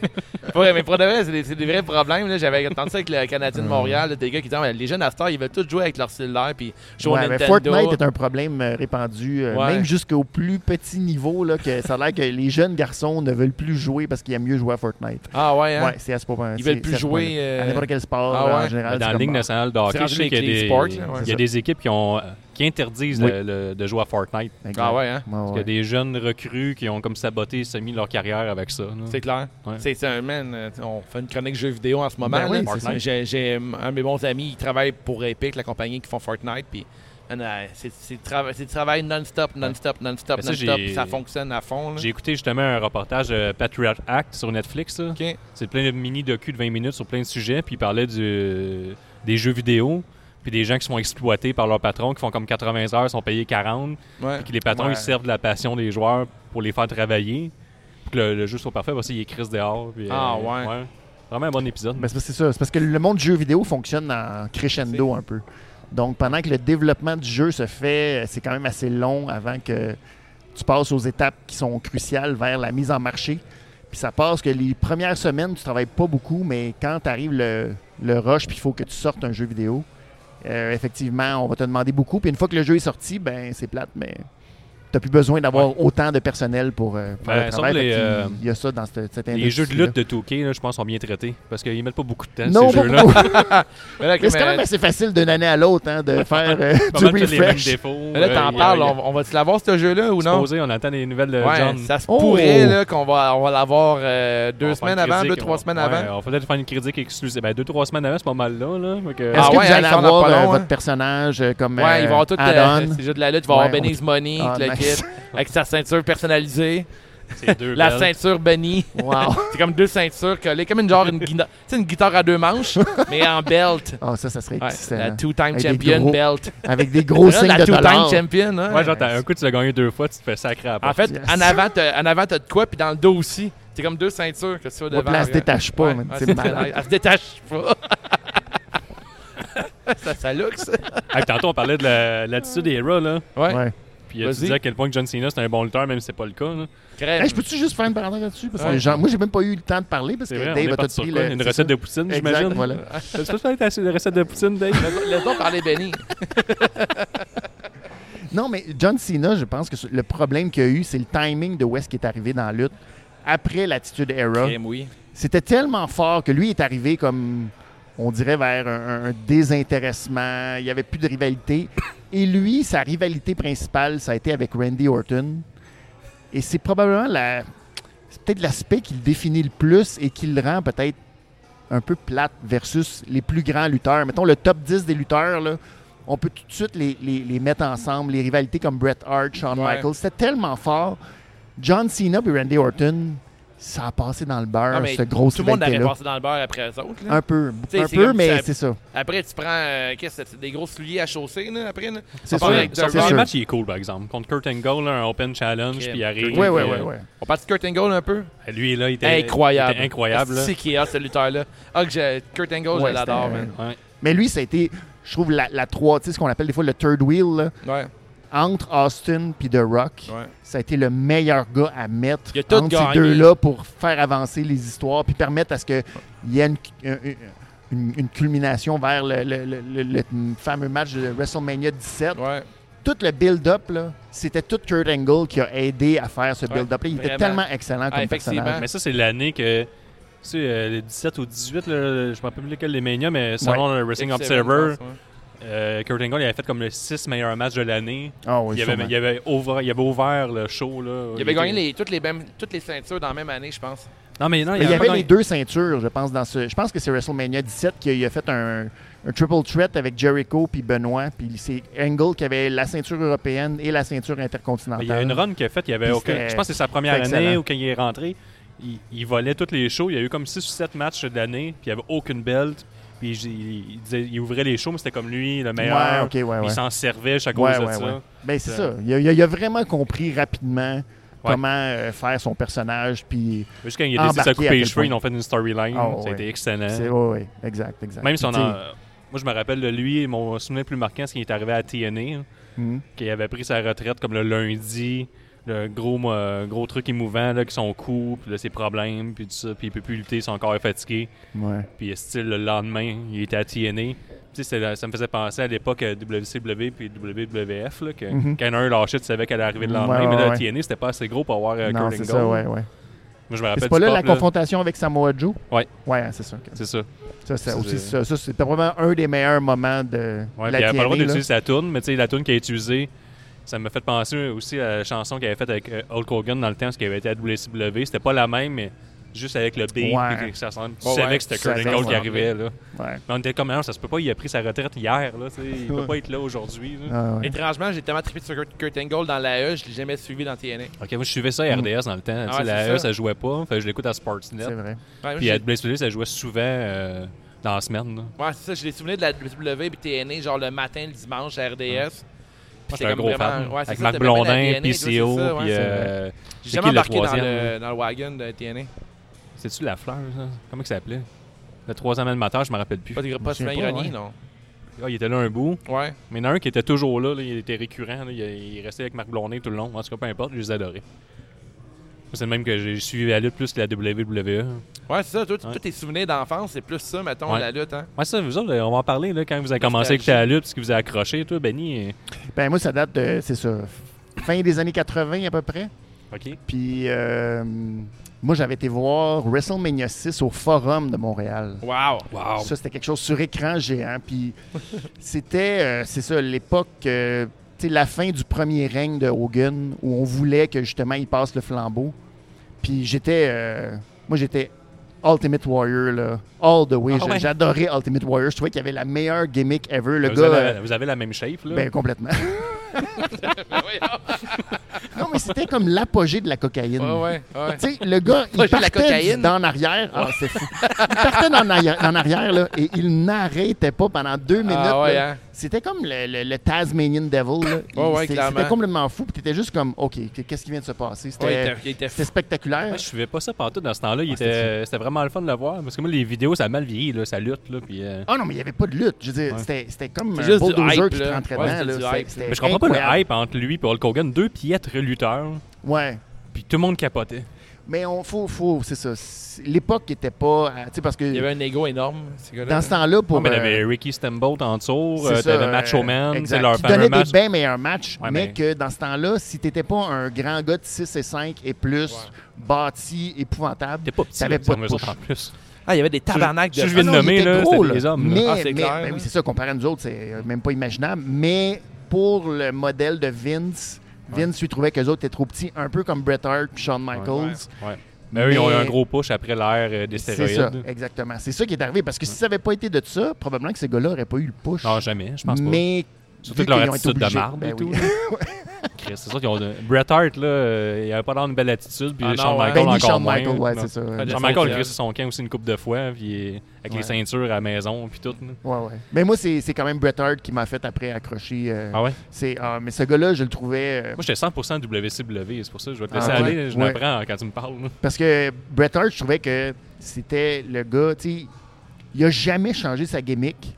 Pour- mais pour de vrai, c'est des, c'est des vrais problèmes. là. J'avais entendu ça avec le Canadien de Mm. Montréal, là, des gars qui disaient les jeunes à cette heure, ils veulent tous jouer avec leur cellulaire puis jouer Ouais, au mais Nintendo. Fortnite est un problème euh, répandu, euh, Ouais. même jusqu'au plus petit niveau, là, que ça a l'air que les jeunes garçons ne veulent plus jouer parce qu'il y a mieux jouer à Fortnite. Ah ouais, hein? Ouais, c'est à ce point. Ils c'est- veulent plus c'est à ce jouer, point-là. euh, À n'importe quel sport, ah là, en ouais. général. dans c'est la Ligue comme- nationale de hockey, rendu je sais qu'il y a, les des, clean sports, là, ouais, il y c'est a ça. des équipes qui, ont, euh, qui interdisent Oui. le- le- de jouer à Fortnite. Exact. Ah ouais, hein? Ouais, Parce ouais. qu'il y a des jeunes recrues qui ont comme saboté, semi leur carrière avec ça. là. C'est clair. Ouais. C'est c'est un man. euh, On fait une chronique jeux vidéo en ce moment. Ben là. oui, c'est Fortnite. J'ai j'ai un de mes bons amis, il travaille pour Epic, la compagnie qui font Fortnite. Puis man, euh, c'est- c'est trava- c'est du travail non-stop, non-stop, non-stop, Ben ça, non-stop. j'ai- puis Ça fonctionne à fond. là. J'ai écouté justement un reportage de Patriot Act sur Netflix. là. Ok. C'est plein de mini docu de 20 minutes sur plein de sujets, puis il parlait du- des jeux vidéo, puis des gens qui sont exploités par leur patron, qui font comme 80 heures, sont payés 40, Ouais. puis que les patrons Ouais. ils servent de la passion des joueurs pour les faire travailler, puis que le, le jeu soit parfait, parce qu'ils crissent dehors. puis, euh, Ah, ouais. Vraiment un bon épisode. Ben, c'est parce que c'est ça. C'est parce que le monde du jeu vidéo fonctionne en crescendo un peu. Donc, pendant que le développement du jeu se fait, euh, c'est quand même assez long avant que tu passes aux étapes qui sont cruciales vers la mise en marché. Puis ça passe que les premières semaines, tu travailles pas beaucoup, mais quand arrive le, le rush, puis il faut que tu sortes un jeu vidéo, euh, effectivement, on va te demander beaucoup. Puis une fois que le jeu est sorti, ben c'est plate, mais t'as plus besoin d'avoir autant de personnel pour euh, faire Ben, sauf le travail. les, Fait qu'il- euh, il y a ça dans cette, cette Les jeux de industrie-là. lutte de 2K, là, je pense, sont bien traités. Parce qu'ils mettent pas beaucoup de temps, Non, ces pas jeux-là. beaucoup. Mais là, Mais c'est mais- quand même assez facile d'une année à l'autre hein, [LAUGHS] de faire euh, Pas du mal tous les mêmes refresh. défauts. mais là, t'en Euh, parles. il y a- On, on va-tu l'avoir, ce jeu-là, ou non? Supposé, on attend les nouvelles de Ouais, John. ça se Oh! pourrait là, qu'on va, on va l'avoir euh, On deux va faire semaines une avant, critique, deux, trois on- semaines ouais, avant. On va peut-être faire une critique exclusive. Ben, deux, trois semaines avant, c'est pas mal là. là. Fait que- Est-ce Ah que ouais, vous allez hein, ils sont avoir dans pas euh, long, hein. votre personnage euh, comme Ouais, ils vont euh, tout euh, add-on? c'est juste de la lutte, ils vont avoir Ouais, on- Benny's Money, Ah, le nice. kit, avec sa ceinture personnalisée, C'est deux la belles. ceinture Benny. Wow. [LAUGHS] C'est comme deux ceintures collées, comme une genre une, guina- tu sais, une guitare à deux [LAUGHS] manches, mais en belt. Ah, ça, ça serait Ouais, excellent. la two-time Avec des champion gros- belt. Avec [LAUGHS] des gros Là, signes la de two-time dollars. champion. Hein? Ouais, genre, t'as- un coup, tu l'as gagné deux fois, tu te fais sacrer à la en porte. fait, Yes. en avant, t'as en avant, t'as de quoi, puis dans le dos aussi. C'est comme deux ceintures que tu vas Moi, devant. puis là, elle se regarde. détache pas. Ouais, man. ouais, c'est c'est très malade. nice. Elle se détache pas. [LAUGHS] ça, ça look, ça. Ah, tantôt, on parlait de la- l'attitude des Raw, là. Ouais. Ouais. Puis euh, tu Vas-y. disais à quel point que John Cena c'était un bon lutteur, même si c'est pas le cas. là. Crème. Hey, je peux-tu juste faire une parenthèse là-dessus? Parce que Ouais. les gens- moi, j'ai même pas eu le temps de parler parce que C'est vrai, on Dave est a tout parti sur pris quoi? le- Une c'est recette ça. de poutine, Exact, j'imagine. voilà. Tu peux peut-être acheter une recette de poutine, Dave? Laisse-donc parler Benny. Non, mais John Cena, je pense que le problème qu'il y a eu, c'est le timing de où est-ce qu'il est arrivé dans la lutte après l'attitude era. Crème, oui. C'était tellement fort que lui est arrivé comme, on dirait, vers un, un désintéressement. Il n'y avait plus de rivalité. Et lui, sa rivalité principale, ça a été avec Randy Orton. Et c'est probablement la. C'est peut-être l'aspect qui le définit le plus et qui le rend peut-être un peu plate versus les plus grands lutteurs. Mettons le top 10 des lutteurs, là, on peut tout de suite les, les- les mettre ensemble. Les rivalités comme Bret Hart, Shawn Ouais. Michaels, c'était tellement fort. John Cena et Randy Orton, ça a passé dans le beurre, Non, mais Ah, cette grosse tout le monde aurait rivalité-là. passé dans le beurre après les autres. là. Un peu, sais, un c'est peu, comme mais ça- c'est ça. Après, tu prends euh, qu'est-ce que c'est, des gros souliers à chausser là, après. là. C'est On sûr, parle avec Son The Rock. c'est premier sûr. match, il est cool, par exemple. Contre Kurt Angle, là, un open challenge, Ok. puis il arrive. Oui, oui, puis, oui. euh, Ouais. On parle de Kurt Angle un peu. Lui, là, il était Incroyable. il était incroyable. là. C'est qui est hot, ce lutteur-là. Ah, que j'ai- Kurt Angle, Ouais, je l'adore, c'était- man. Ouais. Mais lui, ça a été, je trouve, la, la 3, tu sais, ce qu'on appelle des fois le third wheel, là, Ouais. entre Austin puis The Rock. Ouais. Ça a été le meilleur gars à mettre Il a tout entre gagné. ces deux-là pour faire avancer les histoires puis permettre à ce qu'il y ait une, une- une- une culmination vers le, le- le- le- le fameux match de WrestleMania 17. Ouais. Tout le build-up, là, c'était tout Kurt Angle qui a aidé à faire ce Ouais, build-up-là. Il était vraiment. tellement excellent comme Ah, effectivement. personnage. Mais ça, c'est l'année que. Tu sais, euh, le 17 ou 18, là, je ne me rappelle plus lequel les Mania, mais selon le Wrestling Excellent, Observer, je pense, ouais. euh, Kurt Angle il avait fait comme le 6 meilleurs matchs de l'année. Ah oui, il, avait, sûrement. il, avait ouvert, il avait ouvert le show. Là. Il avait gagné était- les- toutes, les mêmes- toutes les ceintures dans la même année, je pense. Non, mais non, Mais il y avait avait pas gagné- les deux ceintures, je pense, dans ce. Je pense que c'est WrestleMania 17 qu'il a fait un, un triple threat avec Jericho puis Benoit. Puis c'est Angle qui avait la ceinture européenne et la ceinture intercontinentale. Mais Il y a une run qu'il a faite, il y avait Puis aucun- c'était- Je pense que c'est sa première c'était année excellent. ou quand il est rentré, il, il volait toutes les shows. Il y a eu comme 6 ou 7 matchs de l'année, puis il n'y avait aucune belt. Puis j- il, il disait- il ouvrait les shows, mais c'était comme lui, le meilleur. Ouais, ok, ouais, Puis ouais. Il s'en servait chaque Ouais, cause de ouais, ça. ouais. Ben, c'est Ça- ça. Il a, il a- il a vraiment compris rapidement comment euh, faire son personnage. Puis. Juste quand il a décidé de se Embarqué à couper les quel cheveux, point. ils ont fait une storyline. Ah, ça a ouais. été excellent. c'est- ouais, ouais, exact, exact. Même si on Puis, en- Moi, je me rappelle de lui, mon souvenir le plus marquant, c'est qu'il est arrivé à TNA, hein, tu sais, hum. qu'il avait pris sa retraite comme le lundi, le gros, euh, gros truc émouvant, là, qui son coup, puis là, ses problèmes, puis tout ça, puis il peut plus lutter, son corps est fatigué. Ouais. Puis style, le lendemain, il était à TNA. Tu sais, c'est la- ça me faisait penser à l'époque euh, à WCW puis WWF, là, que Mhm. quand un lâchait, tu savais qu'elle allait arriver le Ouais, lendemain, mais ouais, là, ouais. TNA, c'était pas assez gros pour avoir euh, Non, Kurt c'est Angle. ça, ouais, ouais. Moi, je me rappelle C'est pas du là la pop, là. confrontation avec Samoa Joe? Ouais. Ouais, hein, c'est ça. ok. C'est ça. Ça, c'est Ça, aussi c'est- ça. Ça, c'est probablement un des meilleurs moments de Ouais, la puis elle a pas le droit TNA, là. d'utiliser sa toune, mais tu sais, la toune qu'elle a utilisée, ça m'a fait penser aussi à la chanson qu'elle avait faite avec euh, Hulk Hogan dans le temps, ce qui avait été à WCW. C'était pas la même, mais juste avec le beat, Ouais. puis que ça ressemble. Tu Ouais, savais ouais, que c'était tu Kurt savais, Angle qui ouais. arrivait, là. Ouais. Mais on était comme, Ah, ça se peut pas, il a pris sa retraite hier, là, tu sais, il peut Ouais. pas être là aujourd'hui. là. Ah, ouais. Étrangement, j'ai tellement trippé sur Kurt- Kurt Angle dans la E, je l'ai jamais suivi dans TNA. Ouais, Ok, moi je suivais ça à RDS dans le temps. Tu sais, Mm. ouais, la c'est ça. E, ça jouait pas. Fait que je l'écoute à Sportsnet. C'est vrai. moi, Puis j'ai- à WCW, ça jouait souvent euh, dans la semaine. là. Ouais, c'est ça, j'ai des souvenirs de la WWE et TNA, genre le matin, le dimanche à RDS. Puis Moi, c'était j'étais un comme gros vraiment- fan. ouais, c'est avec ça, Marc t'as bien Blondin, aimé la TNA, toi, PCO, c'est ça, ouais, puis. c'est- euh, J'ai c'est jamais qui le embarqué dans troisième? hein? le, dans le wagon de TNA. C'est-tu la fleur, ça? Comment il s'appelait? Le troisième animateur, je me rappelle plus. Pas de pas Je sais Sylvain pas, Grenier, ouais. non. Ah, il était là un bout. Ouais. Mais il y en a un qui était toujours là. là, il était récurrent. là, il, il restait avec Marc Blondin tout le long. En tout cas, peu importe, je les adorais. Moi, C'est le même que j'ai suivi la lutte plus que la E. WWE. Ouais, c'est ça, toi, tu- Ouais. tous tes souvenirs d'enfance, c'est plus ça, mettons, Ouais. la lutte, hein. Ouais, ça, vous autres, on va en parler là, quand vous avez commencé à écouter la lutte, puis que vous avez accroché, toi, Benny. Ben moi, ça date de, c'est ça, fin des années 80 à peu près. OK. Puis euh, moi, j'avais été voir WrestleMania 6 au Forum de Montréal. Wow! Wow. Ça, c'était quelque chose sur écran géant. Puis c'était, euh, c'est ça, l'époque, euh, tu sais, la fin du premier règne de Hogan, où on voulait que justement il passe le flambeau. Puis j'étais, euh, moi j'étais Ultimate Warrior, là, all the way. Ah ouais. J'adorais Ultimate Warrior. Je trouvais qu'il y avait la meilleure gimmick ever. Le vous, gars. euh, avez, vous avez la même shape, là. [LAUGHS] Ben, complètement. Ben non, mais c'était comme l'apogée de la cocaïne. Ouais, ouais, ouais. Hmm. Tu sais, le gars, il L'apogée de la partait cocaïne. dans arrière. Ah, c'est fou. Il partait dans arrière, en arrière, là, et il n'arrêtait pas pendant deux minutes. Ah, ouais, là. hein. C'était comme le, le- le Tasmanian Devil. là. Ouais, ouais, C'était- clairement. C'était complètement fou. Puis t'étais juste comme, OK, qu'est-ce qui vient de se passer? C'était Ouais, il était- il était c'était fou. spectaculaire. Moi, je suivais pas ça partout dans ce temps-là. Il Ah, était- c'était- C'était vraiment le fun de le voir. Parce que moi, les vidéos, ça a mal vieilli, là, ça lutte. Là, puis, euh, Ah non, mais il n'y avait pas de lutte. Je veux dire, c'était- c'était comme C'est un juste du bulldozer hype, qui te là. rentrait Ouais, dedans. c'était là. du C'était- hype, là. c'était Mais je comprends pas incroyable. le hype entre lui et Hulk Hogan. Deux piètres lutteurs, Ouais. puis tout le monde capotait. Mais on faut, faut c'est ça. C'est- L'époque n'était pas. à- Tu sais, parce que Il y avait un ego énorme, ces gars-là. dans ce temps-là, pour. Ah, mais euh, t'avais Ricky Stambolt en tour, c'est euh, ça, t'avais euh, Macho Man, exact, c'est leur qui donnait fameux match. des bien meilleurs matchs, Ouais, ben. mais, mais- que dans ce temps-là, si t'étais pas un grand gars de 6 et 5 et plus, bâti, épouvantable, T'es pas petit, t'avais là, pas ils de ont eux autres push. en plus. Ah, il y avait des tabarnak Je- de je viens de Ah non, il nommer, était là, gros, c'était des hommes, là. Mais, Ah, c'est mais- clair, mais oui, là. c'est ça, comparé à nous autres, c'est euh, même pas imaginable. Mais pour le modèle de Vince, Vince lui trouvait que les autres étaient trop petits, un peu comme Bret Hart puis Shawn Michaels. Ouais. Mais eux, ils ont eu Mais- un gros push après l'ère euh, des C'est ça, stéroïdes. exactement. C'est ça qui est arrivé. Parce que si ça n'avait pas été de ça, probablement que ces gars-là n'auraient pas eu le push. Non, jamais, je pense pas. Mais. Surtout vu que leur qu'ils ont été attitude de obligés, marde et ben tout, oui. Chris, c'est sûr qu'ils ont. Bret Hart, là, euh, il avait pas l'air d'une belle attitude, puis Ah Shawn non, ouais. Michael Benny encore Ben, Shawn moins. Michael, ouais, Non. c'est ça. Ah, Ouais, de- Shawn Michael a crissé son camp aussi une coupe de fois, puis euh, avec Ouais. les ceintures à la maison, puis tout. là. ouais. Mais moi, c'est c'est quand même Bret Hart qui m'a fait après accrocher. euh, Ah ouais? c'est- ah, mais ce gars-là, je le trouvais. euh, Moi, j'étais 100% WCW, c'est pour ça que je vais te Ah, laisser ouais? aller, je Ouais. l'apprends quand tu me parles. là. Parce que Bret Hart, je trouvais que c'était le gars, tu sais, il a jamais changé sa gimmick,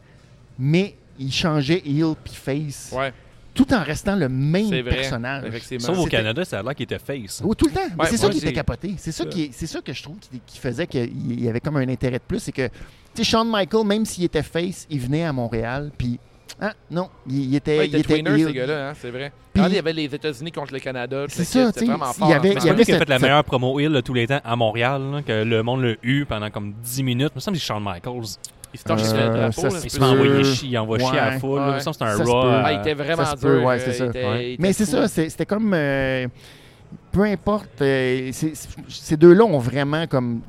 mais il changeait heel puis face, Ouais, tout en restant le c'est même vrai. personnage. Effectivement. Sauf au C'était- Canada, ça a l'air qu'il était face. hein. Oh, tout le temps. Mais Ouais, c'est ça ouais, qui était c'est- capoté. C'est ça, qui, c'est ça que je trouve qui, qui faisait qu'il y avait comme un intérêt de plus. C'est que, tu sais, Shawn Michael, même s'il était face, il venait à Montréal, puis. Ah, non, il, il était. Ouais, il était tweener, heel. ces gars-là, hein, c'est vrai. Puis- Quand il y avait les États-Unis contre le Canada, c'était- C'est ça, c'était tu sais, vraiment il y fort. hein. avait- il y en ce C'est moment. lui qui a cette- fait la cette- meilleure promo Hill de tous les temps à Montréal, là, que le monde l'a eu pendant comme 10 minutes. Il me semble que c'est Shawn Michaels. Il se torche sur le Euh, drapeau, ça là, se un Il peu. se fait envoyer Euh, chier, il envoie ouais, chier à la foule. là. Il ouais. me semble que c'est Ça un se Raw. peut. euh, Ah, il était ça vraiment se peut, dur. ouais, euh, c'est il ça. était- Ouais. il était Mais c'est fou. ça, c'est- c'était comme. euh, peu importe, euh, c'est- c'est- ces deux-là ont vraiment comme.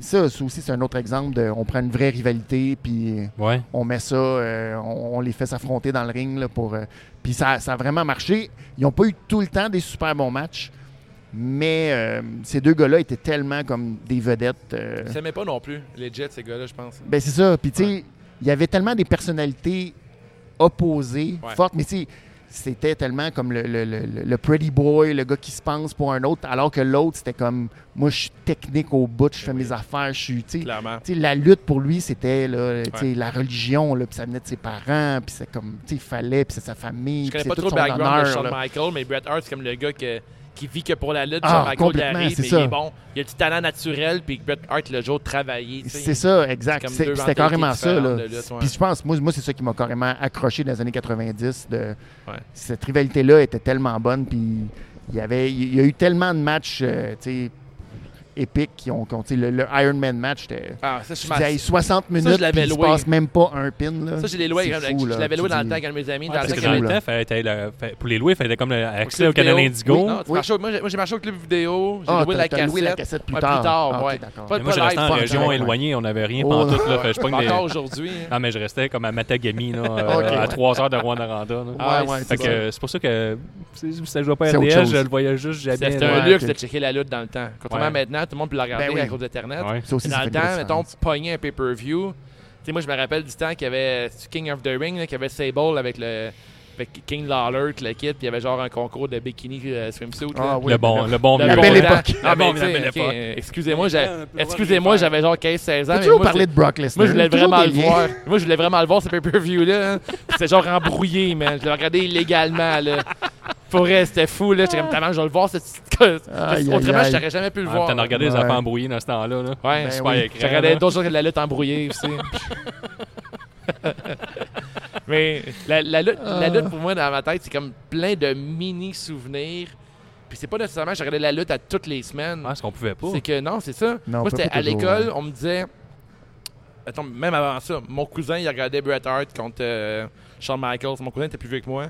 Ça, c'est aussi, c'est un autre exemple de. On prend une vraie rivalité, puis Ouais. on met ça, euh, on, on les fait s'affronter dans le ring. Là, pour, euh, puis ça, ça a vraiment marché. Ils n'ont pas eu tout le temps des super bons matchs, mais euh, ces deux gars-là étaient tellement comme des vedettes. euh, Ils s'aimaient pas non plus, les Jets, ces gars-là, je pense. ben c'est ça. Puis tu sais, il y avait tellement des personnalités opposées, Ouais. fortes, mais tu sais, c'était tellement comme le, le- le- le- le pretty boy, le gars qui se pense pour un autre, alors que l'autre, c'était comme, moi, je suis technique au bout, je fais mes affaires, je suis, tu sais, Clairement. tu sais, la lutte pour lui, c'était là, tu sais, la religion, là, puis ça venait de ses parents, puis c'est comme, tu sais, il fallait, puis c'est sa famille, Je connais puis c'est pas tout trop le son background de honneur. Shawn là. Michaels, mais Bret Hart, c'est comme le gars que- qui vit que pour la lutte. Ah, Shawn Michael, il complètement, arrive, c'est mais il ça. est bon. Il a du talent naturel, puis Bret Hart, le jour, travaillé. tu sais. C'est ça, exact. comme C'est- deux C'était carrément ça. mentalités Là. différentes de lutte, ouais. Puis je pense, moi, moi c'est ça qui m'a carrément accroché dans les années 90. De, Ouais. Cette rivalité-là était tellement bonne. Puis il y, avait, il y a eu tellement de matchs euh, tu sais, épiques qui ont. qui ont- tu sais, le, le Iron Man match, c'était. Ah, ça, je suis tu disais, mal- hey, 60 minutes, je l'avais puis il se loué. passe même pas un pin. Là. Ça, je l'ai loué. C'est avec- fou, Je là. l'avais loué Tu dans le dis- temps avec un de mes amis. Dans Parce le que temps dans qu'il y le avait- temps, fallait être- euh, fait- pour les louer, il fallait comme le- au accès club au canal vidéo. Indigo. Oui, non, tu Oui. marchais au- Moi, j'ai- moi, j'ai marché au club vidéo. J'ai Ah, loué t'as- la t'as cassette. loué la cassette plus Ouais, tard. Plus tard, Ah, ouais. ok, d'accord. Pas Mais moi, je pas restais en live. région ouais. éloignée, on n'avait rien Oh, pantoute. Là, fait, je Pas pogne des- encore aujourd'hui. hein. [LAUGHS] Non, mais je restais comme à [LAUGHS] Matagami, là, Ok, euh, à ouais. 3 heures de Rwanda. Ah, ouais, ouais, c'est Fait c'est que ça. euh, c'est pour ça que c'est- ça jouait pas à C'est autre RDS, chose. je le voyais juste, j'avais C'était un ouais, luxe ok. de checker la lutte dans le temps. Contrairement Ouais. à maintenant, tout le monde peut la regarder Ben oui. à cause d'Internet. Ouais. Ça aussi, Dans ça le fait une grosse temps, mettons, différence. pogner un pay-per-view. Tu sais, moi, je me rappelle du temps qu'il y avait c'est King of the Ring, là, qu'il y avait Sable avec le avec King Lawler, tout le kit, puis il y avait genre un concours de bikini euh, swimsuit. Ah, là. oui, Le bon, le bon Le vieux bon belle temps. temps. époque. Ah, La ben, bonne, tu la sais, belle ok, époque. euh, Excusez-moi, j'ai- Ouais, on a plus le droit de excusez-moi, le faire. j'avais genre 15-16 ans. T'as mais toujours moi, parlé c'est- de Brock Lesnar. moi, je voulais T'as toujours vraiment le des liens. voir. Moi, je voulais vraiment le voir, ce pay-per-view-là. hein. Puis C'était genre embrouillé, man. Je l'ai regardé illégalement, là. Pour vrai, c'était fou, là. J'étais comme, tellement, je vais le voir, cette petite cause. Aïe, Autrement, aïe, je aïe. t'aurais jamais pu le Ah, voir. T'en as regardé les Ouais. affaires embrouillées dans ce temps-là. là. Ouais, Ben super écran. Je oui. Je regardais regardais d'autres choses que de la lutte embrouillée aussi. [LAUGHS] Mais la, la lutte, la lutte, pour moi, dans ma tête, c'est comme plein de mini-souvenirs. Puis c'est pas nécessairement que je regardais la lutte à toutes les semaines. Ah, ce qu'on pouvait pas. C'est que non, c'est ça. Non, on Moi, peut c'était pas à toujours, hein. l'école, ouais. on me disait. Attends, même avant ça, mon cousin, il regardait Bret Hart contre euh, Shawn Michaels. Mon cousin était plus vieux que moi.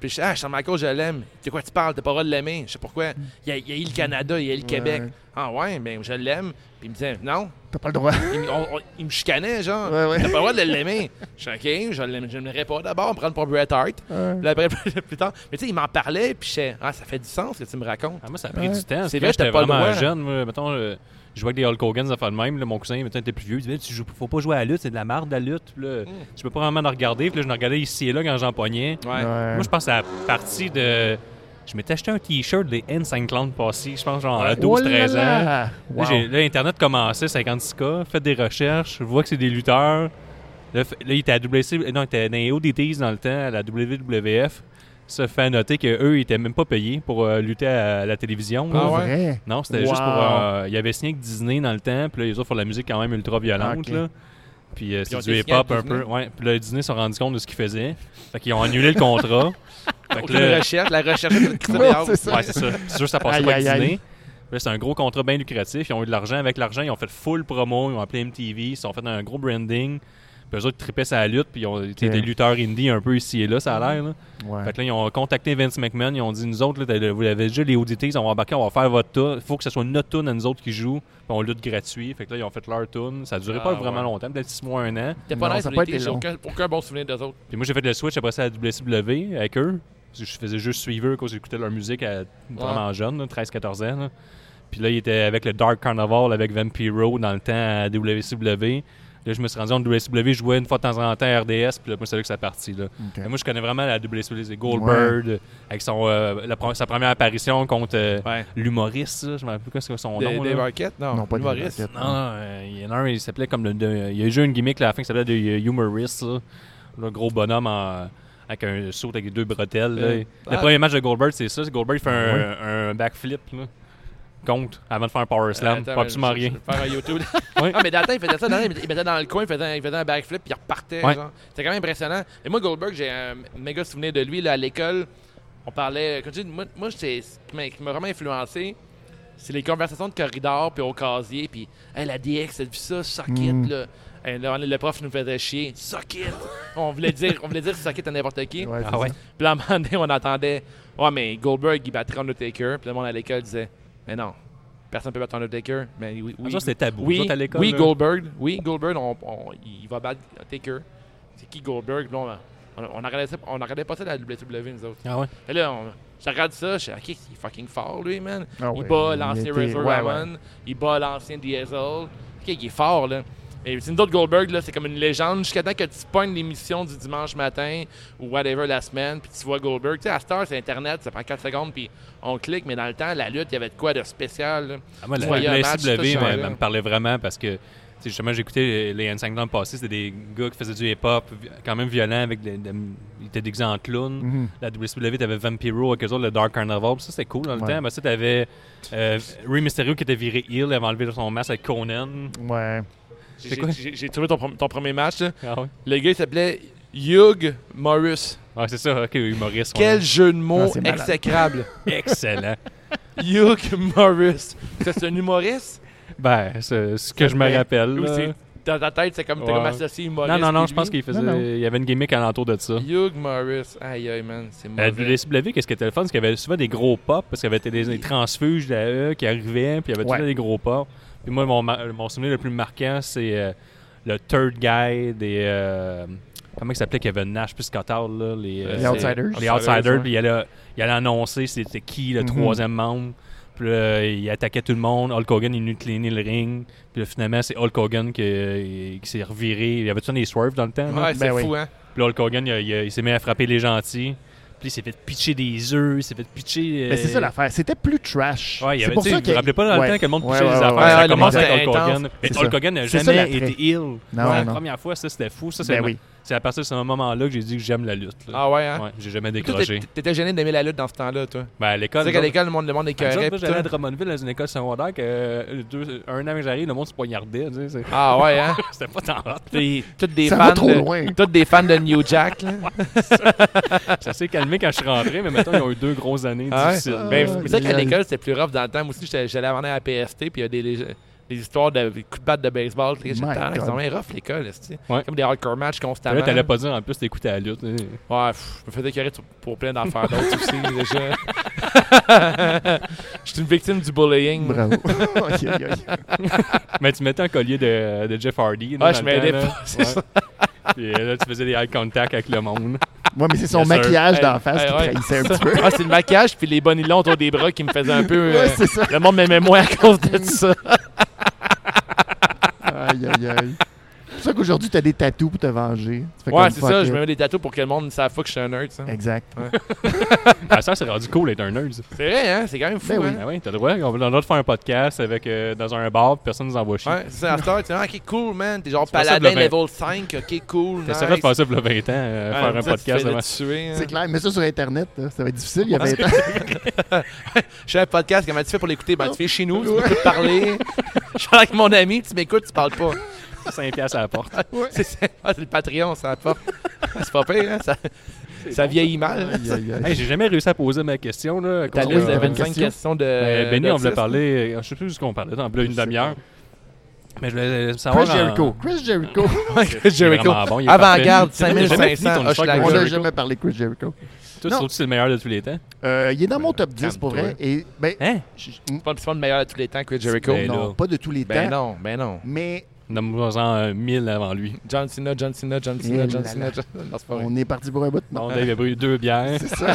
Puis je dis, ah, Shawn Michaels, je l'aime. De quoi tu parles? T'as pas le droit de l'aimer. Je sais pourquoi. Il y a, il y a eu le Canada, il y a eu le Québec. Ah ouais, ben je l'aime. Puis il me disait, non. T'as pas le droit. Il, me- on- on- il me chicanait, genre. Ouais, ouais. T'as pas le droit de l'aimer. Je suis OK, je l'aime- je l'aimerais pas d'abord, me prendre pour Bret Hart. Puis après, [LAUGHS] plus tard. Mais tu sais, il m'en parlait, puis je disais, ah, ça fait du sens ce que tu me racontes. Ah, moi, ça a pris Ouais. du temps. parce C'est que vrai, j'étais t'as pas le vraiment droit. hein. jeune. moi, mettons, euh, Je jouais avec des Hulk Hogan, ça fait de même. là. mon cousin, maintenant, était plus vieux. Il disait Tu joues- Faut pas jouer à la lutte, c'est de la marde, la lutte. Puis Mm. là, Je peux pas vraiment la regarder. Puis là, je la regardais ici et là quand j'empoignais. Ouais. Ouais. Moi, je pense à la partie de. Je m'étais acheté un t-shirt des N5 Clowns passés, je pense, genre à 12-13 ans. Oh là là! Là, Wow. j'ai- là, Internet commençait, 56K, faites des recherches, je vois que c'est des lutteurs. Là, f- là, il était à WC, non, il était dans les ODTs dans le temps, à la WWF. Se fait noter qu'eux, ils étaient même pas payés pour euh, lutter à la télévision. là. Ah ouais? Vrai? Non, c'était Wow. juste pour. euh, il avait signé avec Disney dans le temps, puis là, les autres font de la musique quand même ultra violente. Ok. Là. Puis euh, c'est ont du été signés hip-hop avec un peu. Disney? Ouais. Puis là, Disney se sont rendus compte de ce qu'ils faisaient. Fait qu'ils ont annulé [LAUGHS] le contrat. fait que Aucune là, recherche, la recherche de Christophe Ouais, Béard. c'est [LAUGHS] ça. Ouais, c'est ça. C'est sûr que ça passait Aïe, pas avec aïe, aïe. Disney. Là, c'est un gros contrat bien lucratif. Ils ont eu de l'argent. Avec l'argent, ils ont fait full promo. Ils ont appelé MTV. Ils ont fait un gros branding. Puis eux autres tripaient sur la lutte. Puis ils ont été Ok. des lutteurs indie un peu ici et là, ça a l'air. là. Ouais. Fait que là, ils ont contacté Vince McMahon. Ils ont dit Nous autres, là, t'as- vous l'avez déjà, les ODT, ils ont embarqué, on va faire votre tour. Il faut que ce soit notre tune à nous autres qui joue. Puis on lutte gratuit. Fait que là, ils ont fait leur tune. Ça a duré Ah, pas vraiment ouais. longtemps, peut-être 6 mois, 1 an. T'es pas Non, nice, ça a on pas était- été j'ai long. aucun, aucun bon souvenir d'eux autres. Puis moi, j'ai fait le switch après ça à la WCW avec eux. Parce que Je faisais juste suivre eux, cause j'écoutais leur musique à vraiment jeune, là, 13-14 ans. là. Puis là, ils étaient avec le Dark Carnival, avec Vampiro dans le temps à WCW. Là, je me suis rendu en WCW, je jouais une fois de temps en temps à RDS, puis là, moi, c'est là que ça parti. Là. Mais moi, je connais vraiment la WCW, c'est Goldberg, euh, avec son, euh, la pre- sa première apparition contre euh, Ouais. l'humoriste, là, je me rappelle plus quoi, c'est son nom. Des, là. des Marquettes? Non, Non, pas de humoriste. raquette. Non, non, euh, il y en a un, il s'appelait comme le. de- il y a eu une gimmick là, à la fin qui s'appelait The Humorist, là. Le gros bonhomme en- avec un saut avec deux bretelles. là. Euh, le ah. premier match de Goldberg, c'est ça. c'est Goldberg fait un, un backflip, là. Contre, avant de faire un power slam. Attends, pas absolument je- je- rien. je vais Faire un YouTube. [LAUGHS] Oui. Ah, mais dans le temps, il faisait ça. dans le temps, il mettait dans le coin, il faisait, il faisait un backflip, puis il repartait. Ouais. genre. C'était quand même impressionnant. Et moi, Goldberg, j'ai un méga souvenir de lui là, à l'école. On parlait. Quand je dis, moi, moi c'est- ce qui m'a- qui m'a vraiment influencé, c'est les conversations de corridor, puis au casier, puis hey, la DX, t'as vu ça, socket, Mm. là. Hey, là, on- le prof nous faisait chier. Socket! On voulait dire, on voulait dire socket à n'importe qui. Ouais, c'est Ah ouais. ça. Puis là, à [LAUGHS] un moment donné, on entendait Ouais, mais Goldberg, il battrait Undertaker. Puis le monde à l'école disait Mais non, personne peut battre Undertaker. Mais oui, oui. Ah, ça, c'était tabou. Nous Oui, autres, à l'école, oui là. Goldberg. Oui, Goldberg, on- on- il va battre Undertaker. C'est qui Goldberg Puis là, on, on, on regardait ça- on regardait pas ça à la WWE, nous autres. Ah ouais. Et là, on, je regarde ça, je dis Ok, il est fucking fort, lui, man. Ah il ouais, bat il l'ancien était- Razor ouais, Ramon, il bat l'ancien Diesel. Ok, il est fort, là. Et c'est une autre Goldberg, là, c'est comme une légende. Jusqu'à temps que tu pognes l'émission du dimanche matin ou whatever la semaine, puis tu vois Goldberg. Tu sais, à cette heure, c'est Internet, ça prend 4 secondes, puis on clique, mais dans le temps, la lutte, il y avait de quoi de spécial. là. Ah, moi, Tu la voyais un match, WCW, tout ça, elle, là. elle me parlait vraiment parce que tu sais, justement, j'écoutais les N5 ans passés. C'était des gars qui faisaient du hip-hop, vi- quand même violent, avec des, des- ils étaient déguisés en clown. Mm-hmm. La WCW, t'avais Vampiro avec eux autres, le Dark Carnival. Ça, c'était cool dans le Ouais. temps. Mais ça, t'avais euh, Rey Mysterio qui était viré heel, avait enlevé son masque avec Conan. Ouais. J'ai- C'est quoi? J'ai j'ai trouvé ton, prom- ton premier match. là. Ah ouais? Le gars, il s'appelait Hugh Morris. Ouais, c'est ça, ok, humoriste. Quel jeu de mots Ah, c'est malade. exécrable. [LAUGHS] ouais. Excellent. Hugh Morris. Ça, C'est un humoriste? [LAUGHS] ben, c'est ce que je me Ouais. rappelle. Ou là. c'est- dans ta tête, c'est comme t'es Ouais. comme associé humoriste. Non, non, non, puis je pense lui. qu'il faisait. Non, non. Il y avait une gimmick alentour de ça. Hugh Morris. Aïe, aïe, man. C'est À La mauvais. WCW, Euh, qu'est-ce qui était le fun? C'est qu'il y avait souvent des gros pop, parce qu'il y avait des, des transfuges de la E qui arrivaient, puis il y avait Ouais. toujours des gros pop. Puis moi, mon, ma- mon souvenir le plus marquant, c'est euh, le third guy des. euh, comment il s'appelait Kevin Nash, plus Cotard, là? Les, euh, Les c'est- Outsiders. Les Outsiders, ouais. Outsiders, puis il allait, il allait annoncer c'était qui le Mhm. troisième membre. Puis là, il attaquait tout le monde. Hulk Hogan, il nous cleanait le ring. Puis là, finalement, c'est Hulk Hogan euh, qui, qui s'est reviré. Il y avait tout des swerves dans le temps. là? Ouais, c'est Ben fou, hein. Puis là, Hulk Hogan, il, a- il a- il s'est mis à frapper les gentils. Puis il s'est fait pitcher des œufs, il s'est fait pitcher. euh, Mais Ben, c'est ça l'affaire. C'était plus trash. Ouais, il y C'est avait, pour tu sais, ça vous vous rappelez pas dans Ouais. le temps que le monde Ouais, pitchait ouais, les ouais, affaires. ouais. ça Ouais, a commencé le monde avec Hulk était Hogan. intense. Mais C'est Hulk ça. Hogan n'a C'est ça jamais l'attrait. été ill. Non, C'est la non. première fois, ça, c'était fou. Ça, c'est Ben le- oui. c'est à partir de ce moment-là que j'ai dit que j'aime la lutte. là. Ah ouais, hein. Ouais, j'ai jamais Toi, décroché. t'é- T'étais gêné d'aimer la lutte dans ce temps-là, toi. Ben, à Tu l'école. sais qu'à nous l'école, le monde, le monde autres- nous écœurait. autres, pis moi, J'allais à tout. Drummondville dans une école secondaire que euh, deux- un an que j'arrive, le monde se poignardait. tu sais, c'est- [LAUGHS] Ah ouais, hein. C'était pas tant hot. Puis, toutes des Ça fans va trop de, loin. toutes des fans de New Jack, là. Ça s'est calmé quand je suis rentré, mais maintenant, ils ont eu deux grosses années Ah ouais? difficiles. Ben, mais Ah, c'est vrai qu'à génial. l'école, c'était plus rough dans le temps. Moi aussi, j'étais- j'allais avant à la PST, puis il y a des, lég- des histoires de coups de batte de baseball. J'étais My ils God. sont bien rough, l'école. esti. Ouais. Comme des hardcore matchs constamment. Là, t'allais pas dire en plus t'écoutais la lutte. hein. Ouais, pff, je me faisais écœurer sur- pour plein d'affaires d'autres aussi, [LAUGHS] déjà. [LAUGHS] Je suis une victime du bullying. moi. Bravo. Aïe, aïe, aïe. Mais tu mettais un collier de, de Jeff Hardy. Ah, là, je dans le m'aidais temps, pas, là. c'est Ouais. ça. Puis euh, là, tu faisais des eye contact avec le monde. Ouais, mais c'est son Yes, sir. maquillage Hey, d'en face hey, qui ouais. trahissait un petit peu. Ah, c'est le maquillage puis les bonnets longs autour des bras qui me faisaient un peu. euh, Ouais, c'est ça. le monde m'aimait moins à cause de ça. Aïe, aïe, aïe. C'est pour ça qu'aujourd'hui, t'as des tatous pour te venger. Tu fais Ouais, comme c'est fuck ça, it. je me mets des tatous pour que le monde ne sache pas que je suis un nerd. ça. Exact. [LAUGHS] Ah, ça, c'est rendu cool d'être un nerd. ça. C'est vrai, hein? C'est quand même fou, Ben oui. hein? Ah ouais, t'as le droit. On va dans le droit de faire un podcast avec, euh, dans un bar, puis personne nous envoie chier. Ouais, c'est ça, After, tu sais, ah, ok, cool, man. T'es genre C'est pas ça, paladin le vingt. level 5, ok, cool. Nice. T'essaierais de faire ça pour le 20 ans, euh, Ouais, faire vous un êtes podcast. fait de devant- tuer, hein. C'est clair, mais ça sur Internet, là, ça va être difficile. Il y avait Je fais un podcast, comment tu fais pour l'écouter? Ben, tu fais chez nous, tu m'écoutes [LAUGHS] parler. Je parle avec mon ami, tu m'écoutes, tu parles pas. 5 piastres à [LAUGHS] la porte. C'est c'est- ah, c'est le Patreon, ça pas. C'est pas pire, hein? Ça, ça vieillit mal. Aïe, aïe, aïe. [LAUGHS] Hey, j'ai jamais réussi à poser ma question. là. T'as concernant- liste de t'avais une 25 question? questions de. Euh, Benny, on voulait d'autisme. parler. euh, Je sais plus de ce qu'on parlait. On voulait une Je sais demi-heure. Mais je voulais savoir. Chris en- Jericho. Chris Jericho. [LAUGHS] Jericho. vraiment bon, il est Avant-garde, parfait. T'as jamais fini 5500. ton histoire avec On Hochelaga. n'a Jericho. jamais parlé de Chris Jericho. Toi, Non. surtout, c'est le meilleur de tous les temps. Euh, il est dans mon top 10 pour calme-toi. vrai. Et, ben, Hein? je- je- C'est pas- C'est pas le meilleur de tous les temps que Jericho. Ben non. là. non, pas de tous les Ben temps. non, ben non. Mais Nomme-en euh, 1000 avant lui. John Cena, John Cena, John Eh Cena, John là Cena. là. John- Non, c'est pas vrai. on est parti pour un bout. Non, Non. Dave a bu deux bières. [LAUGHS] C'est ça.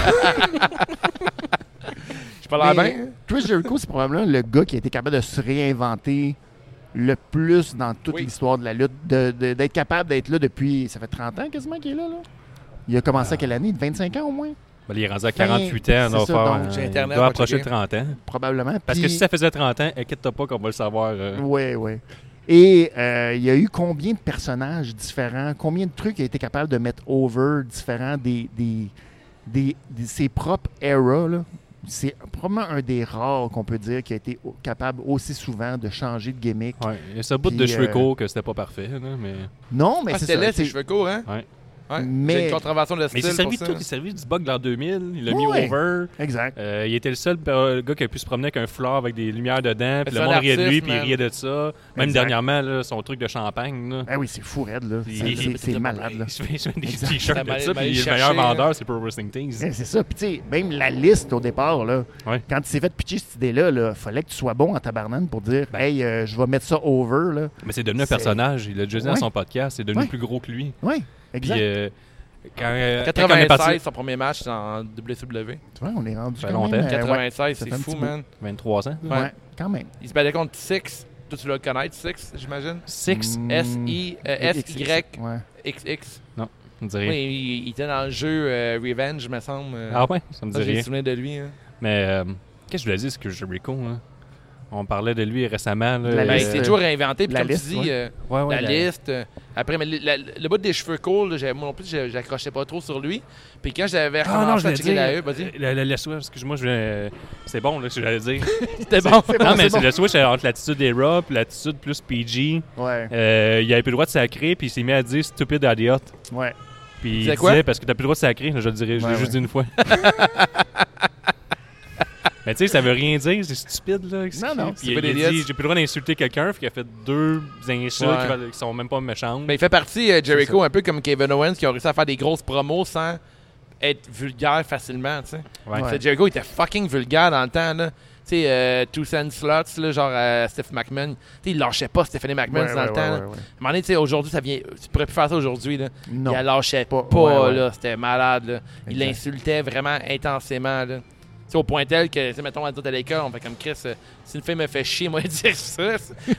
Je parle Mais bien. Chris Jericho, c'est probablement le gars qui a été capable de se réinventer le plus dans toute Oui. l'histoire de la lutte, de- de- d'être capable d'être là depuis, ça fait 30 ans quasiment qu'il est là. là. Il a commencé à quelle année? 25 ans au moins? Ben, il est rendu à 48 ans. c'est doit ça, faire, donc, euh, j'ai il Internet, doit moi, approcher checker. le 30 ans. Probablement. Parce que Puis- si ça faisait 30 ans, inquiète-toi pas qu'on va le savoir. euh, Oui, oui. Et euh, il y a eu combien de personnages différents, combien de trucs il a été capable de mettre over différents des, des, des- des- ses propres eras. là. C'est probablement un des rares qu'on peut dire qui a été au- capable aussi souvent de changer de gimmick. Ouais, il y a ce bout de Puis, cheveux euh, courts que c'était pas parfait, là, mais... Non, mais Ah, c'est C'était ça. laid, c'est- ses cheveux courts, hein? Ouais. Ouais. Mais- J'ai une contravention de Mais style. il s'est servi de pour tout, ça. il s'est servi du bug de l'an 2000, il l'a mis Ouais. over. Exact. Euh, il était le seul euh, le gars qui a pu se promener avec un fleur avec des lumières dedans, puis C'est le un monde riait de lui, artiste, puis il man. riait de ça. Même Exact. dernièrement, là, son truc de champagne, là. Ah oui, c'est fou raide, là. Il- C'est- C'est c'est malade, là. Il se fait, il se fait des Exact. t-shirts de Ben, ça, ben, il puis le meilleur cherchait, vendeur, là. c'est Pro Wrestling Things. Ouais, C'est ça. Puis, tu sais, même la liste au départ, là, Ouais. quand il s'est fait pitcher cette idée-là, il fallait que tu sois bon en tabarnane pour dire Hey, euh, je vais mettre ça over. là. Mais c'est devenu un C'est- personnage, il l'a déjà dit dans Ouais. son podcast, c'est devenu Ouais. plus gros que lui. Oui, Puis, exact. euh, quand, euh, quand on est parti, 96, son premier match en WCW. Tu vois, on est rendu Ça fait quand même, longtemps. euh, 96, ça fait c'est un fou, petit bout. man. 23 ans, ouais. ouais. Ouais, quand même. Il se battait contre Six. Toi, tu dois le connaître, Six, j'imagine. Six, Mm. S-I-S-Y-X-X. Ouais. on dirait. Oui, il, il était dans le jeu euh, Revenge, me semble. euh, Ah ouais, ça me ça, dit j'ai rien. le souvenir de lui. hein. Mais euh, qu'est-ce que je voulais dire, c'est que Jericho, hein? on parlait de lui récemment. Là, La Ben, il liste, s'est euh, toujours réinventé. Puis la comme liste, tu dis, ouais. euh, ouais, ouais, la, liste. euh, après, mais le- la- le bout des cheveux courts, là, j'ai- moi non plus, j'ai- j'accrochais pas trop sur lui. Puis quand j'avais Ah non, recommencé je euh, à l'ai checker dit. la E, vas-y. Le, le- le Switch, excuse-moi, je voulais- c'est bon là, ce que j'allais [LAUGHS] dire. C'était bon. non, mais c'est c'est bon. le Switch entre l'attitude era et l'attitude plus PG. Ouais, Euh, il avait plus le droit de sacrer, puis il s'est mis à dire stupide idiot. ouais. Puis il disais quoi? disait parce que t'as plus le droit de sacrer, je le dirais, je Ouais, l'ai juste ouais. dit une fois. [LAUGHS] Mais tu sais, ça veut rien dire, c'est stupide là. excuse. Non, non, Puis il, stupide il a idiot. dit j'ai plus le droit d'insulter quelqu'un, puis il a fait deux insultes Ouais. qui valent- qui sont même pas méchantes. Mais il fait partie, euh, Jericho, un peu comme Kevin Owens, qui a réussi à faire des grosses promos sans être vulgaire facilement, tu sais. Ouais. Ben, C'est- Jericho était fucking vulgaire dans le temps, là. Tu sais, euh, Two Cent Slots, là, genre euh, Steph McMahon. Tu sais, il lâchait pas Stephanie McMahon Ouais, dans ouais, le ouais, temps. là. À ouais, ouais. un moment donné, tu sais, aujourd'hui, ça vient. Tu pourrais plus faire ça aujourd'hui, là. Non. Il la lâchait pas, ouais, ouais. là. C'était malade, là. Il Exact. l'insultait vraiment intensément, là. Tu sais, au point tel que, tu sais, mettons, à dire à l'école, on fait comme Chris, euh, si une fille me fait chier, moi, [LAUGHS] dire ça.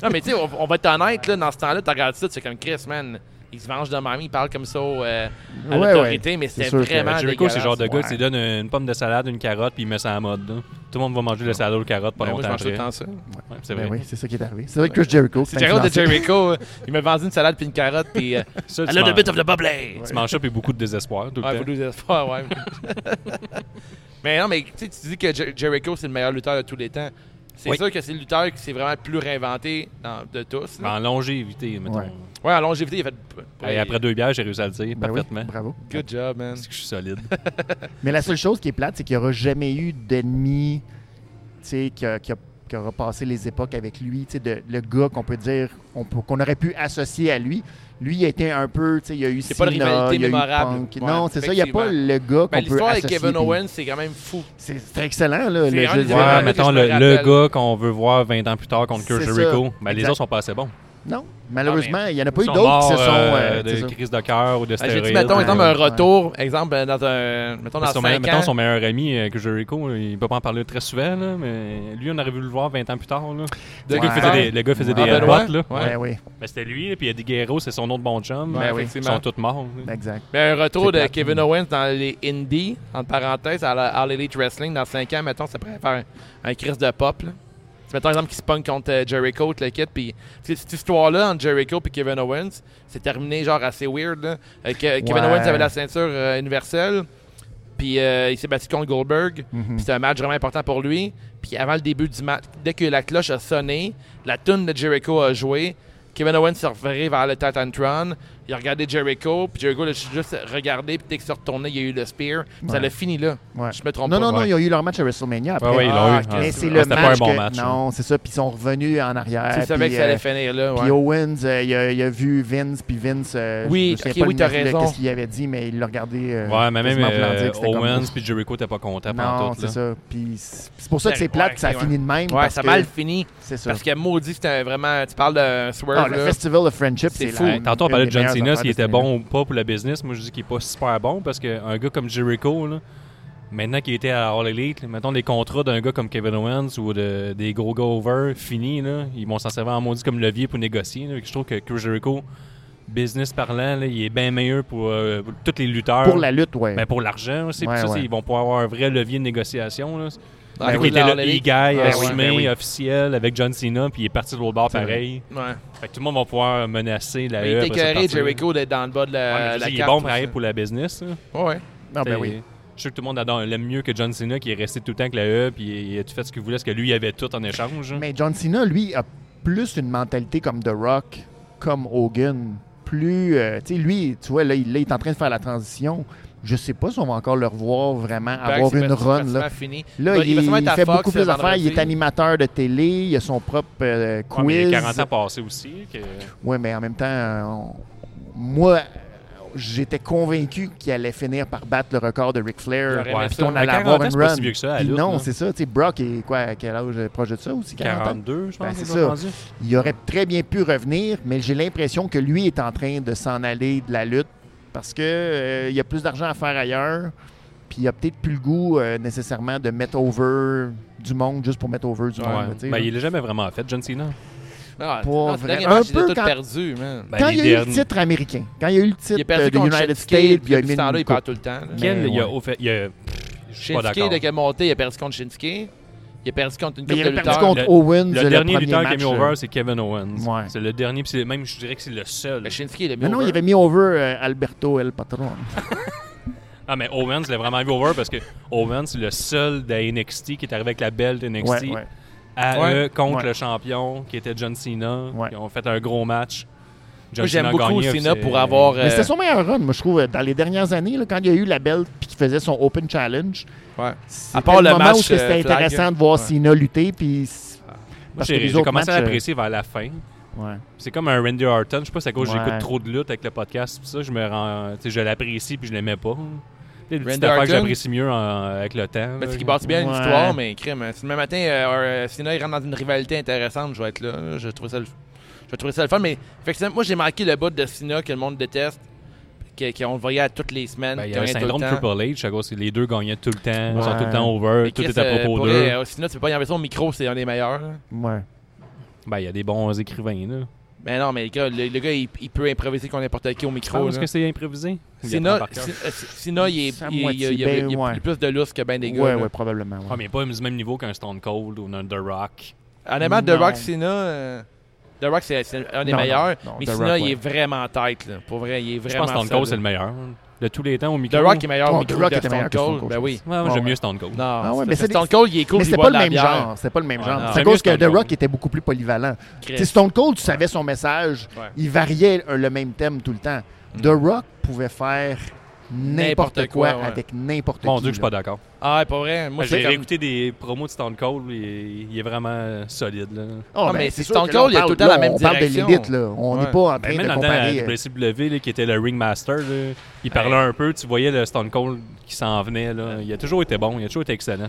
Non, mais tu sais, on, on va être honnête, là, dans ce temps-là, tu regardes ça, tu sais, comme Chris, man, il se venge de même, il parle comme ça au, euh, à Ouais, l'autorité, ouais. mais C'est c'était sûr que Ben vraiment. Ben, Jericho, c'est le genre dégueulasse. de gars ouais. qui se donne une, une pomme de salade, une carotte, puis il met ça en mode. là. Tout le monde va manger le salade ou le carotte pas Ouais, Ben, moi, je longtemps mange tout après. le temps ça. Ouais, c'est Ben vrai. oui, c'est ça qui est arrivé. C'est vrai que Chris Jericho, C'est Jericho de Jericho. euh, Il m'a vendu une salade puis une carotte puis [LAUGHS] euh, Ça, a tu, manges, little bit of the bubble. Ouais, tu manges ça, puis beaucoup de désespoir tout le vous temps. nous espoirs, ouais. [LAUGHS] mais non, mais tu sais, tu dis que Je- Jericho c'est le meilleur lutteur de tous les temps. C'est Oui. sûr que c'est le lutteur qui s'est vraiment le plus réinventé dans- de tous. là. En longévité, mettons. Ouais. Ouais, en longévité, il a fait. Ah. Hey, Après deux bières, j'ai réussi à le dire Ben parfaitement. Ben bravo. Good job, man. Parce que je suis solide. Mais la seule chose qui est plate, c'est qu'il n'y aura jamais eu d'ennemi tu sais, qui, a- qui a- qui aura passé les époques avec lui. tu sais, De, le gars qu'on peut dire, on peut- qu'on aurait pu associer à lui. Lui, il a été un peu. tu sais, Il y a eu C'est pas de Cena, rivalité il y a eu mémorable. Punk. Ouais, non, c'est ça. Il n'y a pas le gars qu'on Ben, peut L'histoire avec associer. Kevin puis- Owens, c'est quand même fou. C'est c'est excellent, là, le C'est un jeu des de- éléments Ouais, que mettons je me le, le rappelle. gars qu'on veut voir 20 ans plus tard contre Kurt C'est ça. Jericho. Ben, les Exact. autres sont pas assez bons. Non, malheureusement, il n'y en a pas eu Ils sont d'autres qui se morts, sont. euh, euh, c'est de ça. crise de cœur ou de J'ai stéroïdes. dit, mettons, ouais, exemple, ouais. un retour, exemple, euh, dans un. Mettons, dans son 5 meilleur, mettons, ans. son meilleur ami, euh, que Jericho, il peut pas en parler très souvent, là, mais lui, on aurait voulu le voir 20 ans plus tard. Là. Le, Ouais. gars faisait des, le gars faisait Ah, des ben ouais. euh, bottes, là. Ouais. Ouais, oui, Ben, c'était lui, là, puis Eddie Guerrero, c'est son autre bon chum. Ouais, Ben, Ils effectivement. sont tous morts. là. exact. Mais un retour C'est de plate. hein. Kevin Owens dans les Indies, entre parenthèses, à la All Elite Wrestling, dans 5 ans, mettons, ça pourrait faire un, un crise de pop. Là. Tu Mettons, exemple, qui se pogne contre euh, Jericho, tout le kit, puis c'est- cette histoire-là entre Jericho et Kevin Owens, c'est terminé genre assez weird. là. Euh, que- Kevin Ouais. Owens avait la ceinture euh, universelle, puis euh, il s'est battu contre Goldberg, Mhm. puis c'était un match vraiment important pour lui. Puis avant le début du match, dès que la cloche a sonné, la tune de Jericho a joué, Kevin Owens s'est reviré vers le Titantron. Il a regardé Jericho, puis Jericho l'a juste regardé, puis dès qu'il s'est retourné, il y a eu le spear. puis Ça Ouais. l'a fini là. Ouais. Je me trompe Non, pas. non, non, ouais. ils ont eu leur match à WrestleMania après. Ouais, ouais, ils l'ont Ah, eu. ok. Ouais, Mais c'est c'est vrai. le C'était match. pas un bon que- match. là. Non, c'est ça. Puis ils sont revenus en arrière. Tu savais puis, que ça allait euh, finir là. Ouais. Puis Owens, euh, il, a, il a vu Vince, puis Vince, euh, Oui, je me souviens ok, pas oui, le t'as nom de raison. Qu'est-ce qu'il avait dit, mais il l'a regardé. euh, Ouais, mais même quasiment pour leur euh, dire que c'était comme- Owens puis Jericho t'es pas content Non, pendant tout. c'est là. ça. Puis c'est c'est pour ça que c'est Ouais, plate que ça a ouais. fini de même. Ouais, parce ça a que- mal fini. C'est ça. Parce que maudit, c'était un vraiment. Tu parles d'un swerve. Ah, le là. Festival of Friendship, C'est c'est fou. la- Hey, Tantôt, on une parlait de des John meilleures Cena, affaires s'il de était cette année-là. bon ou pas pour le business. Moi, je dis qu'il est pas super bon parce qu'un gars comme Jericho, là, maintenant qu'il était à All Elite, là, mettons les contrats d'un gars comme Kevin Owens ou de- des gros gars over finis, là, ils vont s'en servir en maudit comme levier pour négocier. là. Je trouve que Chris Jericho, business parlant, là, il est bien meilleur pour, euh, pour tous les lutteurs. Pour la lutte, ouais. Ben, pour l'argent aussi. Puis Ouais, ça, c'est- ouais. ils vont pouvoir avoir un vrai levier de négociation. Là. Dans le Vu qu'il coup de était la le Harley. e-guy assumé, ben oui. officiel, avec John Cena, puis il est parti de l'autre bord C'est vrai. pareil. Ouais. Fait que tout le monde va pouvoir menacer la Mais il E était après ça écœuré, partir. Jericho, d'être dans le bas de Ouais, mais la, je la dis, il est carte. bon tout pareil ça. pour la business. là. Ouais. Ah, ben T'sais, oui. Je sais que tout le monde adore- l'aime mieux que John Cena, qui est resté tout le temps avec la E, puis il a tout fait ce qu'il voulait, parce que lui, il avait tout en échange. Mais John Cena, lui, a plus une mentalité comme The Rock, comme Hogan. Plus. euh, tu sais, lui, tu vois, là il, là, il est en train de faire la transition. Je sais pas si on va encore le revoir vraiment Ben, Ah, avoir une run. Là, Fini. Là, Bah, il, va sûrement être il à fait Fox, beaucoup plus euh, d'affaires. Il est vendredi. animateur de télé, il a son propre euh, Ouais, mais quiz. il y a 40 ans passés aussi. que- Oui, mais en même temps, euh, on- moi, euh, j'étais convaincu qu'il allait finir par battre le record de Ric Flair. J'aurais aimé Puis ça. on À allait 40 avoir ans, une c'est pas run. si vieux que ça, à Puis lutte, non, là. c'est ça. Tu sais, Brock est quoi, à quel âge proche de ça aussi 40 ans? 42, je pense. Ben, qu'ils c'est sont ça. rendus. Il aurait très bien pu revenir, mais j'ai l'impression que lui est en train de s'en aller de la lutte parce que euh, il y a plus d'argent à faire ailleurs. Puis il a peut-être plus le goût euh, nécessairement de mettre over du monde juste pour mettre over du Ouais. monde. tu sais, Ben, là. il l'a jamais vraiment fait, John Cena. Ah, Pas non, vrai. dernier Un match, il peu a tout quand- perdu, man. Ben, quand les il y a eu le derniers- titre américain, quand il y a eu le titre Il a perdu euh, de contre United Shinsuke, States, puis puis il a depuis mis ce temps-là, une il perd coupe. tout le temps. là. Quel, il a ouais. offert- il a- Je suis pas Shinsuke, d'accord. dès qu'il est monté, il a perdu contre Shinsuke. Il a perdu contre une Mais coupe il de a perdu lutteurs. contre Le- Le Owens le dernier premier lutteur qui a match, mis euh, over, c'est Kevin Owens. Ouais. C'est le dernier, puis c'est- même je dirais que c'est le seul. Le Shinsuke, il a mis Non, non, over. il avait mis over euh, Alberto El Patron. Ah, mais Owens l'a vraiment vu over parce que Owens, c'est le seul de NXT qui est arrivé avec la belle de NXT ouais, ouais. à Ouais. eux contre Ouais. le champion qui était John Cena. Ouais. Ils ont fait un gros match. John Moi, j'aime Cena a beaucoup gagné, Cena c'est- pour avoir... Mais euh, c'était son meilleur run, moi, je trouve, euh, dans les dernières années, là, quand il y a eu la belle puis qu'il faisait son Open Challenge. ouais. C'était À part le moment match, où c'était euh, flag. intéressant de voir Ouais. Cena lutter, puis. c- Ah. Moi, parce que j'ai les j'ai autres commencé à euh, matchs, euh, l'apprécier vers la fin. Ouais. C'est comme un Randy Orton. Je sais pas si c'est à cause que Ouais. j'écoute trop de lutte avec le podcast. tout ça, je me rends, tu sais, je l'apprécie puis je l'aimais pas. C'est une petite Randy affaire que Orton? j'apprécie mieux en- avec le temps. Mais là. c'est qu'il bâtit bien une Ouais. histoire, mais crime. hein. Si demain matin, euh, euh, Cena il rentre dans une rivalité intéressante, je vais être là. là. Je vais trouver ça le, je vais trouver ça le fun. Mais effectivement, moi, j'ai marqué le bout de Cena que le monde déteste, que- qu'on le voyait à toutes les semaines. Ben, il y qu'il a le gagnait tout le syndrome temps. Triple H, à cause que les deux gagnaient tout le temps, ils sont Ouais. tout le temps over, Mais tout Chris, est à euh, propos pour d'eux. vrai, euh, Cena, tu peux pas y enlever son micro, c'est un des meilleurs. là. Ouais. Ben, il y a des bons écrivains, là. Ben non, mais le gars, le, le gars il, il peut improviser contre n'importe qui au Tu micro. penses là. que c'est improvisé? Cena, Cena- euh, Cena, il est- C'est à il est- il y a- il y a moitié, il y ben, a ouais. plus de lousse que ben des gars. Ouais, là. ouais, probablement. ouais. Ah, mais pas du même niveau qu'un Stone Cold ou un The Rock. Honnêtement, The Non. Rock Cena, euh, The Rock c'est c'est un des Non, meilleurs, non, non, mais The Cena Rock, il ouais. est vraiment tête là. Pour vrai, il est Je vraiment. pense que Stone Cold, c'est solide. le meilleur. De tous les temps au micro. The Rock est meilleur Oh, au micro The Rock que était meilleur Stone que Stone Cold. Cold, Ben je oui. Ouais, moi, Ouais, j'aime ouais. mieux Stone Cold. Non, Ah ouais, c'est- mais c'est Stone des- Cold, il est cool, Mais il c'était boit pas de le la même bière. genre. C'était pas le même Ouais, genre. non. C'est à J'aime mieux cause que Stone The Rock Cold. était beaucoup plus polyvalent. Chris. Tu sais, Stone Cold, tu savais son message. Ouais. Il variait euh, le même thème tout le temps. Mm. The Rock pouvait faire n'importe N'importe quoi, quoi, ouais. avec n'importe qui. Mon Dieu, que je suis là. pas d'accord. Ah, pas vrai. Moi, Ben, J'ai c'est comme- écouté des promos de Stone Cold, et il est vraiment solide. Là. Ah, Non, ben, mais c'est c'est sûr Stone que là, on Cold, il y a parle- tout le temps la là, même on parle des direction. limites, là. On n'est Ouais. pas en train Ben, même de dans la comparer. euh, WCW, là, qui était le ringmaster, là, il parlait un peu, tu voyais le Stone Cold qui s'en venait. Là. Il a toujours été bon, il a toujours été excellent. là.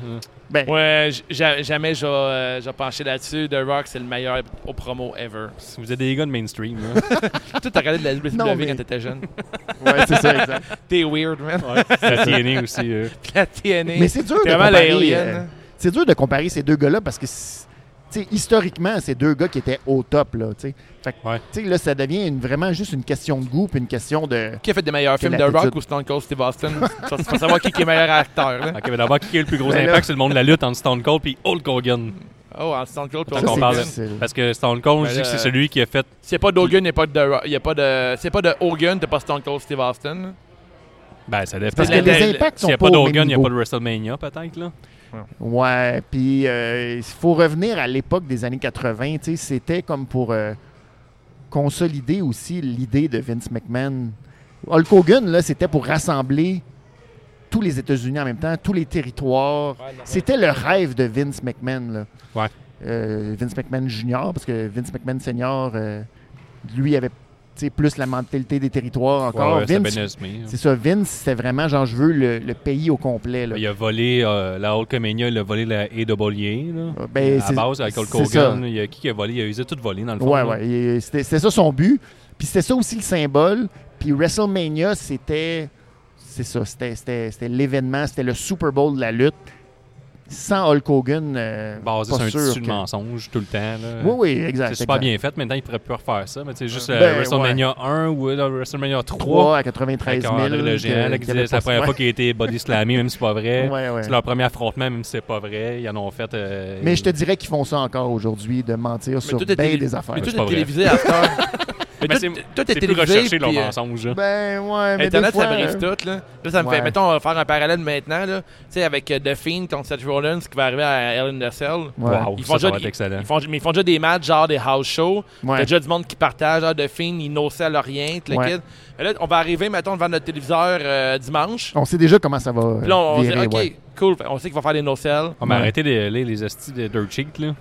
ben, Ouais, j- ja- jamais j'ai euh, j'ai penché là-dessus. The Rock, c'est le meilleur au promo ever. [LAUGHS] Vous êtes des gars de mainstream. là. Toi, t'as regardé de la WWE Non, mais- quand t'étais jeune. ouais, c'est ça, [LAUGHS] exact. T'es weird, man. Ça tienné aussi. euh. [LAUGHS] La TNA. Mais c'est dur T'es de vraiment comparer, l'alien. hein. euh, C'est dur de comparer ces deux gars-là parce que, c'est- tu sais, historiquement, ces deux gars qui étaient au top, là, tu sais. Fait que, Ouais. tu sais, là, ça devient une- vraiment juste une question de goût puis une question de... Qui a fait des meilleurs Quelle films, The Rock attitude. ou Stone Cold Steve Austin? [LAUGHS] Ça, c'est pour savoir qui qui est meilleur acteur. là. Ok, mais d'abord, qui a le plus gros Ben là- impact sur le monde de la lutte entre Stone Cold et Hulk Hogan? Oh, en Stone Cold, puis Ça, Tant qu'on Hulk c'est parle, Hogan. difficile. Parce que Stone Cold, Ben je dis que là, c'est celui qui a fait. S'il n'y a pas d'Hogan, il n'y a pas de The Rock. Il y a pas de... S'il n'y a pas de Hogan, t'as pas Stone Cold Steve Austin. Ben, ça dépend. Parce que la- la- les impacts S'il n'y a sont pas pas au même d'Hogan, il n'y a niveau. pas de WrestleMania, peut-être. là. Ouais, puis euh, il faut revenir à l'époque des années 80, tu sais, c'était comme pour euh, consolider aussi l'idée de Vince McMahon. Hulk Hogan, là, c'était pour rassembler tous les États-Unis en même temps, tous les territoires. C'était le rêve de Vince McMahon, là. Ouais. Euh, Vince McMahon Junior, parce que Vince McMahon Senior, euh, lui, avait tu sais, plus la mentalité des territoires encore. Ouais, ouais, c'était Vince, Ben Esme. c'est ça, Vince, c'est vraiment, genre, je veux le, le pays au complet, là. Il a volé euh, la Hulkamania, il a volé la AWA. Là. Ben, à c'est- la base, avec Hulk c'est ça. Hogan, il y a qui qui a volé? Il a usé tout volé, dans le fond. Ouais, là. ouais. Et C'était c'était ça son but. Puis c'était ça aussi le symbole. Puis WrestleMania, c'était. C'est ça. C'était- C'était c'était l'événement. C'était le Super Bowl de la lutte. Sans Hulk Hogan. euh, Basé pas sur un sûr tissu de que- mensonge tout le temps. là. Oui, oui, exact. C'est super exact. bien fait. Maintenant, il pourrait plus refaire ça. Mais tu sais, juste euh, Ben, WrestleMania 1 ou euh, WrestleMania 3. 3 à 93 avec 000. André le que- Géant, là, qui disait qu'il avait que c'est la pas- première ouais. fois qu'il a été body slammé, même si c'est pas vrai. Ouais, ouais. C'est leur premier affrontement, même si c'est pas vrai. Ils en ont fait. euh, Mais je te dirais qu'ils font ça encore aujourd'hui, de mentir sur tout est bien tél- des affaires. Mais tout C'est pas est vrai. télévisé [LAUGHS] à cette heure. Mais Mais tout- c'est- tout est c'est plus télévisé, recherché leur puis, euh, mensonge. là. Ben, ouais, mais Internet, des fois, ça brise euh, tout. Là, Là, ça me fait, ouais. mettons, on va faire un parallèle maintenant. Là, Tu sais, avec euh, The Fiend contre Seth Rollins qui va arriver à Hell in a Cell. euh, Ils Wow, Oh, ouais. ça, font, ça déjà, va être ils- excellent. ils font- mais ils font déjà des matchs, genre des house shows. Ouais. T'as déjà du monde qui partage, genre de Fiend, innocent, à rien, le Ouais. kid. Mais là, on va arriver, mettons, devant notre téléviseur euh, dimanche. On sait déjà comment ça va. euh, Puis là, on, on virer, se dit, OK, ouais. cool, fait- on sait qu'il va faire des no-sell. On m'a Ouais. Ah, arrêté les, les, les hosties Ah, de Dirt Cheat, là.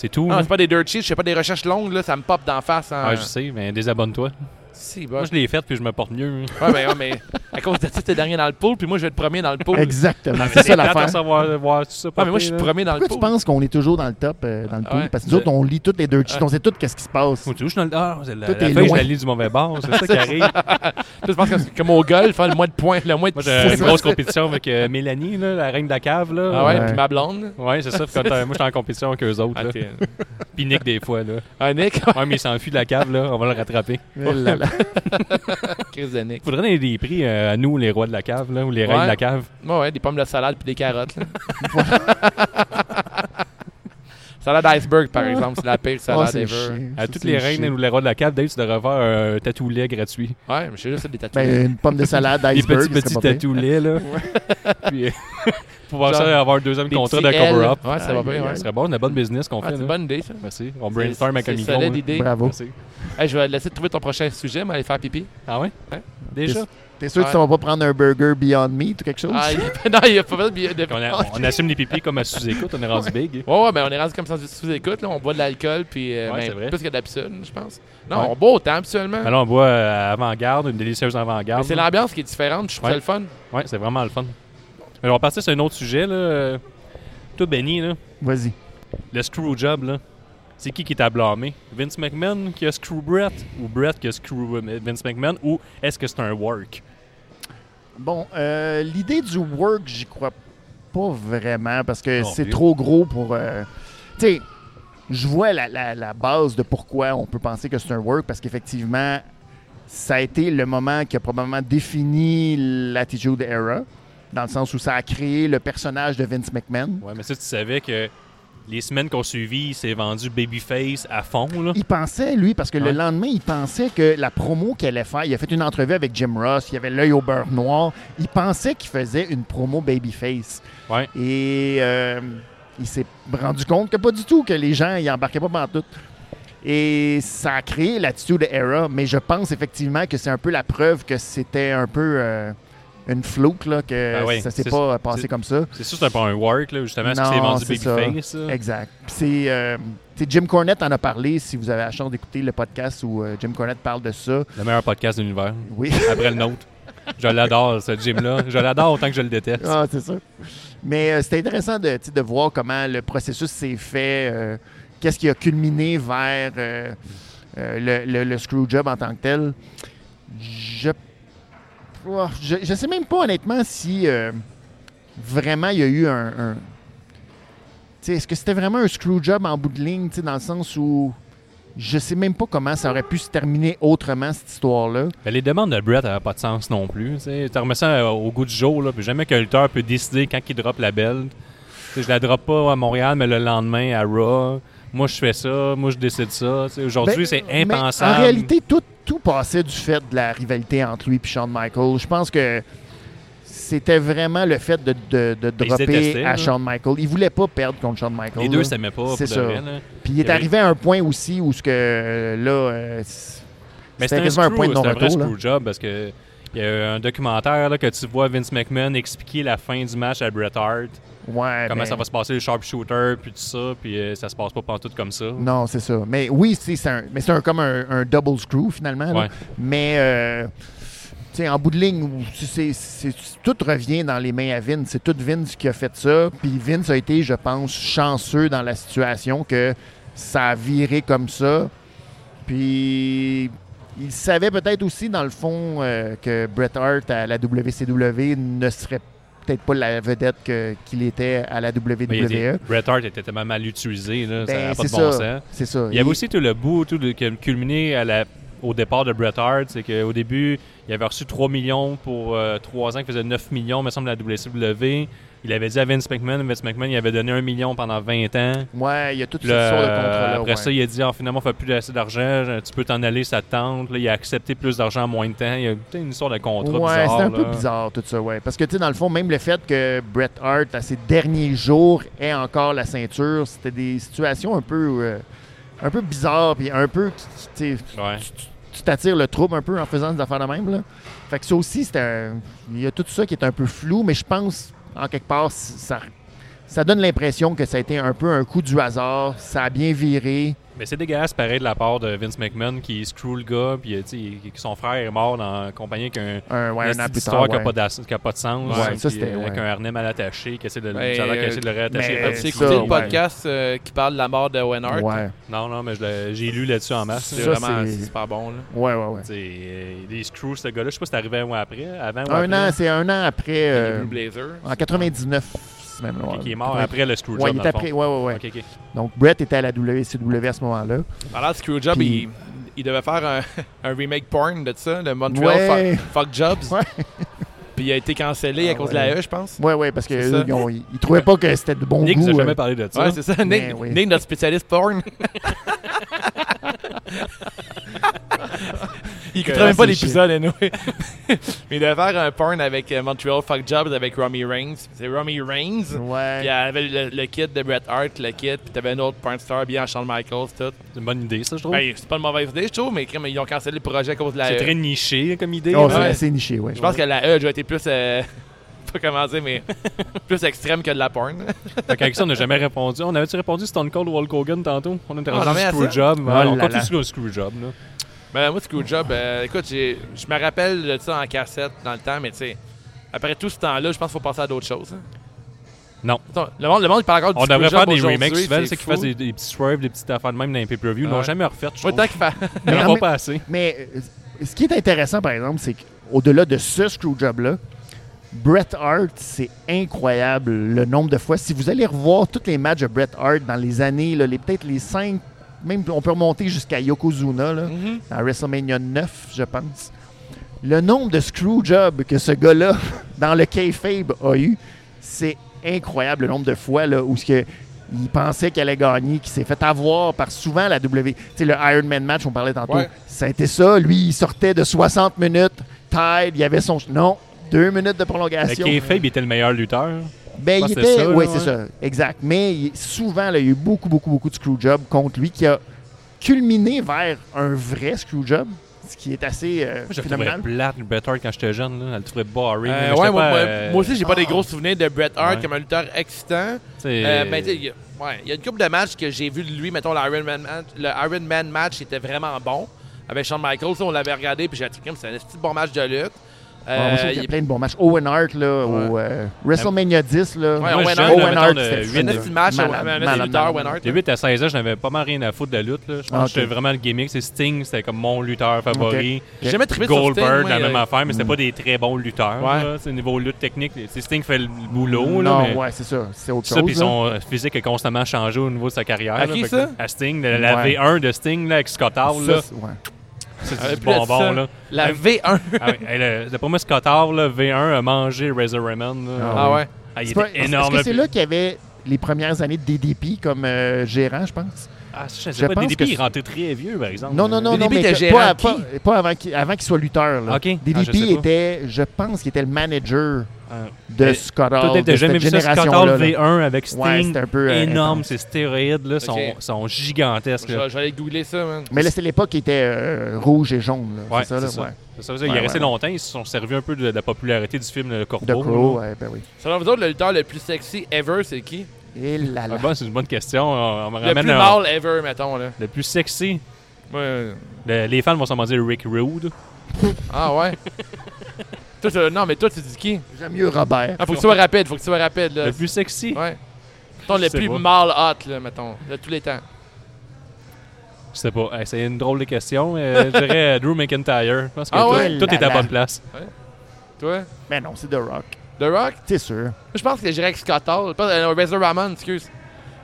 C'est tout. Mhm. Non, là. Ah, c'est pas des dirt sheets, je fais pas des recherches longues, là, ça me pop d'en face. hein. En... Ah, je sais, mais désabonne-toi. Si, Moi, bah. je l'ai faite, puis je me porte mieux. Ouais, mais, ouais, mais à cause de ça, t'es dernier dans le pool, puis moi, je vais être premier dans le pool. Exactement. C'est ça plate à l'affaire. savoir voir tout ça. Ah, mais moi, je suis porter, là. premier dans le Pourquoi tu pool. penses qu'on est toujours dans le top, euh, dans le Ah pool? ouais. Parce que nous autres, on lit toutes les dirt sheets, on sait tout qu'est-ce qui se passe. Ou tu vois, je suis dans le. Ah, c'est la, la Toi, t'es feuille, je loin. la lis du mauvais bord. [LAUGHS] C'est ça qui arrive. Tu penses que, comme au golf, hein, le moins de points, le moins de Moi, j'ai C'est une ça. grosse compétition avec euh, Mélanie, là, la reine de la cave. Là. Ah ouais, Ouais. puis ma blonde. Ouais, c'est ça. puis Quand, euh, moi, j'étais en compétition avec eux autres. Ah, là. t'es- [LAUGHS] Puis Nick, des fois. Là. Ah, [LAUGHS] Nick, Ouais, mais il s'enfuit de la cave, là. On va le rattraper. Eh là là. crise de Nick. Il faudrait donner des prix euh, à nous, les rois de la cave, là, ou les reines Ouais. de la cave. Ouais, ouais, des pommes de salade puis des carottes. là. [LAUGHS] salade iceberg, par exemple, c'est la pire Ah, salade c'est ever. chiant. À Ça, toutes c'est les reines chiant. ou les rois de la cave, Dave, tu devrais faire un tatou lait gratuit. Ouais, mais je sais juste, c'est des tatouages. Ben, une [LAUGHS] pomme de salade Des d'iceberg. petits, petits tatou lait, là. [LAUGHS] Puis, euh, [LAUGHS] pour voir Genre, ça, avoir un deuxième Des contrat de petits L. cover-up. Ouais, ça va Aïe, bien, ouais. Ce serait bon, une bonne business qu'on Ah, fait. c'est là. une bonne idée, ça. Merci. On brainstorm avec un C'est- c'est micro. solide là. idée. Bravo. Merci. Hey, je vais te laisser trouver ton prochain sujet, mais aller faire pipi. Ah ouais? Ouais. Déjà? T'es sûr que tu vas pas prendre un burger Beyond Meat ou quelque chose? Ah, il- non, il y a pas mal de- Oh, de. [LAUGHS] On, a- on assume les pipis comme à sous-écoute, on est rendu big. Ouais, ouais, ben on est rendu comme ça sous-écoute, là. On boit de l'alcool, puis euh, Ouais, ben, c'est vrai. plus que de la piscine, je pense. Non, Ouais. on boit autant habituellement. Alors on boit euh, avant-garde, une délicieuse Mais avant-garde. c'est l'ambiance qui est différente, je trouve Ouais. ça le fun. Ouais, c'est vraiment le fun. Alors, on va partir sur un autre sujet, là. Euh, Toi, Benny, là, Vas-y. le screwjob, là. C'est qui qui t'a blâmé? Vince McMahon qui a screw Brett ou Brett qui a screw euh, Vince McMahon ou est-ce que c'est un work? Bon, euh, l'idée du work, j'y crois pas vraiment parce que Non c'est plus. trop gros pour. euh, tu sais, je vois la, la- la base de pourquoi on peut penser que c'est un work parce qu'effectivement, ça a été le moment qui a probablement défini l'Attitude Era, dans le sens où ça a créé le personnage de Vince McMahon. Ouais, mais ça, tu savais que les semaines qu'on suivit, il s'est vendu babyface à fond, là. Il pensait, lui, parce que Ouais. le lendemain, il pensait que la promo qu'il allait faire, il a fait une entrevue avec Jim Ross, il avait l'œil au beurre noir, il pensait qu'il faisait une promo babyface. Ouais. Et euh, il s'est rendu compte que pas du tout, que les gens y embarquaient pas pantoute. Et ça a créé l'attitude era, mais je pense effectivement que c'est un peu la preuve que c'était un peu euh, une flouque, là, que Ah oui, ça s'est c'est pas ça. passé C'est- comme ça. C'est sûr que c'est pas un work, là, justement, ce qui s'est Non, vendu c'est ça. Babyface. ça. Exact. Puis C'est euh, tu sais, Jim Cornette en a parlé, si vous avez la chance d'écouter le podcast où euh, Jim Cornette parle de ça. Le meilleur podcast de l'univers, Oui. après le nôtre. Je l'adore, ce gym-là. Je l'adore autant que je le déteste. Ah, c'est ça. Mais euh, c'était intéressant de, tu sais, de voir comment le processus s'est fait, euh, qu'est-ce qui a culminé vers euh, euh, le, le, le screwjob en tant que tel. Je Oh, je, je sais même pas honnêtement si euh, vraiment il y a eu un. un- Tu sais, Est-ce que c'était vraiment un screwjob en bout de ligne, tu sais, dans le sens où je sais même pas comment ça aurait pu se terminer autrement cette histoire-là. Ben, les demandes de Brett n'avaient pas de sens non plus. Tu sais. Tu remets ça euh, au goût du jour. Là, puis jamais qu'un lutteur peut décider quand il drop la belle. Tu sais, Je la drop pas à Montréal, mais le lendemain à Raw. Moi, je fais ça. Moi, je décide ça. Tu sais, Aujourd'hui, Ben, c'est mais impensable. En réalité, tout, tout passait du fait de la rivalité entre lui et Shawn Michaels. Je pense que c'était vraiment le fait de, de, de ils se dropper détestaient, à là. Shawn Michaels. Il voulait pas perdre contre Shawn Michaels. les deux là. s'aimaient pas. C'est pour de ça. vrai, là. Puis il est Il y avait- arrivé à un point aussi où ce que euh, là, euh, c- Mais c'était c'était un, quasiment screw, un point de c'est un vrai non-retour. là. screwjob parce que il y a un documentaire là, que tu vois Vince McMahon expliquer la fin du match à Bret Hart. Eh Ouais, ben, Comment mais- ça va se passer, le sharpshooter, puis tout ça. Puis euh, ça se passe pas pantoute comme ça. Non, c'est ça. Mais oui, c'est c'est un, mais c'est un, comme un, un double screw finalement. là. Ouais. Mais euh, tu sais, en bout de ligne, où tu sais, c'est- c'est- tout revient dans les mains à Vince. C'est tout Vince qui a fait ça. Puis Vince a été, je pense, chanceux dans la situation que ça a viré comme ça. Puis il savait peut-être aussi, dans le fond, euh, que Bret Hart à la WCW ne serait peut-être pas la vedette que- qu'il était à la WWE. Mais il y a des- Bret Hart était tellement mal utilisé. Là, ça E. Ben, n'a pas c'est de bon ça. sens. C'est ça. Il y avait Et- aussi tout le bout tout le- qui a culminé à la- au départ de Bret Hart. C'est qu'au début, il avait reçu 3 millions pour 3 ans, qui faisait 9 millions, me semble, à la WCW. Il avait dit à Vince McMahon, Vince McMahon, il avait donné 1 million pendant 20 ans. Ouais, il y a toute Puis cette là, histoire de euh, contrat-là. après ouais. ça, il a dit Ah, finalement, on ne fait plus assez d'argent, tu peux t'en aller, ça te tente. Là, il a accepté plus d'argent en moins de temps. Il y a peut-être une histoire de contrat Ouais, bizarre. c'est un peu là. bizarre tout ça, ouais. Parce que, tu sais, dans le fond, même le fait que Bret Hart, à ses derniers jours, ait encore la ceinture, c'était des situations un peu, euh, un peu bizarres, puis un peu, qui- tu sais, Ouais. tu- tu- tu t'attires le trouble un peu en faisant des affaires de même, là. Fait que ça aussi, c'était un- il y a tout ça qui est un peu flou, mais je pense, en quelque part, c- ça, ça donne l'impression que ça a été un peu un coup du hasard, ça a bien viré. Mais c'est dégueulasse, pareil, de la part de Vince McMahon qui screw le gars, puis euh, tu sais, il- son frère est mort dans compagnie qu'un Un, ouais, un an plus histoire tard, qui n'a ouais. pas, d'ass- qui a pas de sens. Ouais, puis, ça, c'était- euh, Avec ouais. un harnais mal attaché, qui essaie de, Ben, Charlotte qui essaie de le réattacher. euh, mais- Pas As-tu de- Eh, ça, écouté ouais. le podcast euh, qui parle de la mort de Owen Hart? Ouais, Non, non, mais je l'ai- j'ai lu là-dessus en masse. C'est Ça, vraiment c'est- c'est super bon. Là. ouais, ouais. ouais. C'est euh, des screws, ce gars-là. Je sais pas si c'est arrivé un mois après, avant ou Un après. an, c'est un an après. Les euh, Blue Blazers. en 99, c'est même Ok, noir. qui est mort 80. après le screwjob. Ouais, il dans est le fond. après. Ouais, ouais, ouais. Ok, ok. Donc, Brett était à la WCW à ce moment-là. Alors, Screwjob, il, Puis- il devait faire un, [LAUGHS] un remake porn de ça, le Montreal Ouais. Fuck, Fuck Jobs. Ouais. Puis il a été cancellé à Ah cause ouais. de la E, je pense. Ouais, ouais, parce que C'est ça. eux, ils, ont- ils- ils trouvaient pas que c'était de bon Nick, goût. vous a euh. jamais parlé de ça. Ouais, c'est ça. Nick, Mais oui. Nick, notre spécialiste porn. [LAUGHS] il écoutera même Ah, pas c'est l'épisode, anyway. [LAUGHS] Mais il devait faire un porn avec euh, Montreal Fuck Jobs avec Romy Reigns. C'est Romy Reigns. Puis il y Ouais. avait le, le kit de Bret Hart, le kit, puis t'avais un autre porn star bien en Shawn Michaels, tout. C'est une bonne idée, ça, je trouve. Ben, c'est pas une mauvaise idée, je trouve, mais crème, ils ont cancellé le projet à cause de la c'est E. très niché comme idée. Oh, là. c'est Ouais. assez niché, ouais. Je pense que la E, j'ai été plus. euh, [LAUGHS] pas comment dire, mais plus extrême que de la porn. Fait qu'avec ça, on n'a jamais répondu. On avait-tu répondu Stone Cold ou Hulk Hogan tantôt? On était On rendu en est à ça. Screwjob. hein. on Oh là là. continue sur le Screwjob. Là. Ben, moi, Screwjob, euh, écoute, j'ai- je me rappelle de ça en cassette dans le temps, mais tu sais, après tout ce temps-là, je pense qu'il faut passer à d'autres choses. hein. Non. Attends, Le monde, le monde parle encore du On devrait faire Screwjob des aujourd'hui, remakes souvent, c'est c'est qu'ils fassent des, fou. des petits swerves, des petites affaires de même dans les pay-per-view. Ils Ah Ouais. l'ont jamais refait, je Moi, tant trouve. [LAUGHS] qu'il Euh, fa- Ils Mais n'en en font même- pas assez. Mais euh, ce qui est intéressant, par exemple, c'est qu'au-delà de ce screwjob-là, Bret Hart, c'est incroyable le nombre de fois. Si vous allez revoir tous les matchs de Bret Hart dans les années, là, les, peut-être les cinq, même on peut remonter jusqu'à Yokozuna, là, Mhm. dans WrestleMania 9, je pense. Le nombre de screwjobs que ce gars-là, [LAUGHS] dans le kayfabe, a eu, c'est incroyable le nombre de fois là, où ce que il pensait qu'elle allait gagner, qu'il s'est fait avoir par souvent la W. Tu sais, le Iron Man match, on parlait tantôt. Ouais. Ça a été ça. Lui, il sortait de 60 minutes. Tide, il avait son... ch- Non, deux minutes de Le prolongation. K-Fabe était le meilleur lutteur. Ben, Je pense il que c'est était. ça, Oui, là, c'est ça. Exact. Mais il- souvent, là, il y a eu beaucoup, beaucoup, beaucoup de screwjobs contre lui qui a culminé vers un vrai screwjob. ce qui est assez euh, Moi, je le trouvais phénoménal. plate, le Bret Hart, quand j'étais jeune. Là. Elle le trouvait boring. Euh, mais ouais, j'étais moi, pas, moi- euh, moi aussi, j'ai pas des ah. gros souvenirs de Bret Hart Ouais. comme un lutteur excitant. tu sais, Euh, ben, tu sais, il y a- ouais, il y a une couple de matchs que j'ai vu de lui, mettons, l'Iron Man match. Le Iron Man match était vraiment bon. Avec Shawn Michaels, on l'avait regardé, puis j'ai dit, Crime, c'est un petit bon match de lutte. Ah, moi, je trouve Euh, qu'il y a il- plein de bons matchs. Owen Hart, là, Ouais. au euh, WrestleMania 10, là. Ouais, moi, Owen Hart, jeune, là, Owen mettons, Hart, de c'était il y a huit- un Malade, petit match, malade, un petit malade, lutteur, malade. Owen Hart. de 8 à 16 ans, je n'avais pas mal rien à foutre de lutte. Là. Je pense Ah, que c'était ok. vraiment le gimmick. C'est Sting, c'était comme mon lutteur favori. J'ai jamais trippé sur Sting, Goldberg, moi, la il- même affaire, mais c'était pas des très bons lutteurs. Ouais. là. C'est niveau lutte technique. C'est Sting qui fait le boulot. là, Non, mais ouais, c'est ça. C'est autre C'est ça, chose. hein. puis là. son euh, physique a constamment changé au niveau de sa carrière. À là. qui, Fait que- ça? À Sting, la, la Ouais. V1 de Sting là, avec Scott Hall. Ça, là. c'est- ouais. Ah, C'est du puis là, ça, bonbon. Là. La Euh, V1. ah, ouais, hey, le, d'après moi, Scott Hall, là, V1 a mangé Razor Raymond. là. Ah ouais. Ah, il C'est était pas- est-ce- énorme. Est-ce que c'est puis- là qu'il y avait les premières années de DDP comme euh, gérant, je pense? Ah, je je sais pas, pense DDP, que il c'est- rentrait très vieux, par exemple. Non, non, non, DDP non, mais était que- gérant pas, qui? pas, pas avant qu'il avant qu'il soit lutteur. Là. Ok. Ah, je sais DDP pas. était, je pense, qu'il était le manager Ah. de Mais Scott Hall, Peut-être de t'as jamais cette vu ça, Scott Hall génération-là. là. V1 avec Sting. Ouais, c'était un peu, euh, énorme, intense. ces stéroïdes là sont, Ok. sont gigantesques. Je là. vais je vais aller googler ça, man. Mais là, c'est l'époque qui était euh, rouge et jaune. là. Ouais, c'est ça, là, c'est ça. ouais. C'est ça, c'est- il Ouais, est resté ouais. longtemps, ils se sont servis un peu de, de la popularité du film Le Corbeau. De Crow, là. ouais, ben oui. Selon vous autres, le lutteur le plus sexy ever, c'est qui? Et là là. Ah, bon, c'est une bonne question. On, on me Le ramène plus un- mâle ever, mettons, là. le plus sexy. Ouais. Le- les fans vont sûrement dire Rick Rude. Ah [LAUGHS] ouais? Toi, tu- non, mais toi, tu dis qui? J'aime mieux Robert. Ah, faut que tu sois rapide, faut que tu sois rapide, là. Le plus sexy. Euh, Ouais. Mettons, Je le sais plus pas. mâle hot, là, mettons, de tous les temps. Je sais pas. Hey, c'est une drôle de question. Euh, je dirais euh, Drew McIntyre. Je pense que Ah tout, ouais? tout est à Là, là. bonne place. Toi? Mais non, c'est The Rock. The Rock? C'est sûr. Moi, Je pense que j'irais avec Scott Hall. Pas, euh, Razor Ramon, excuse.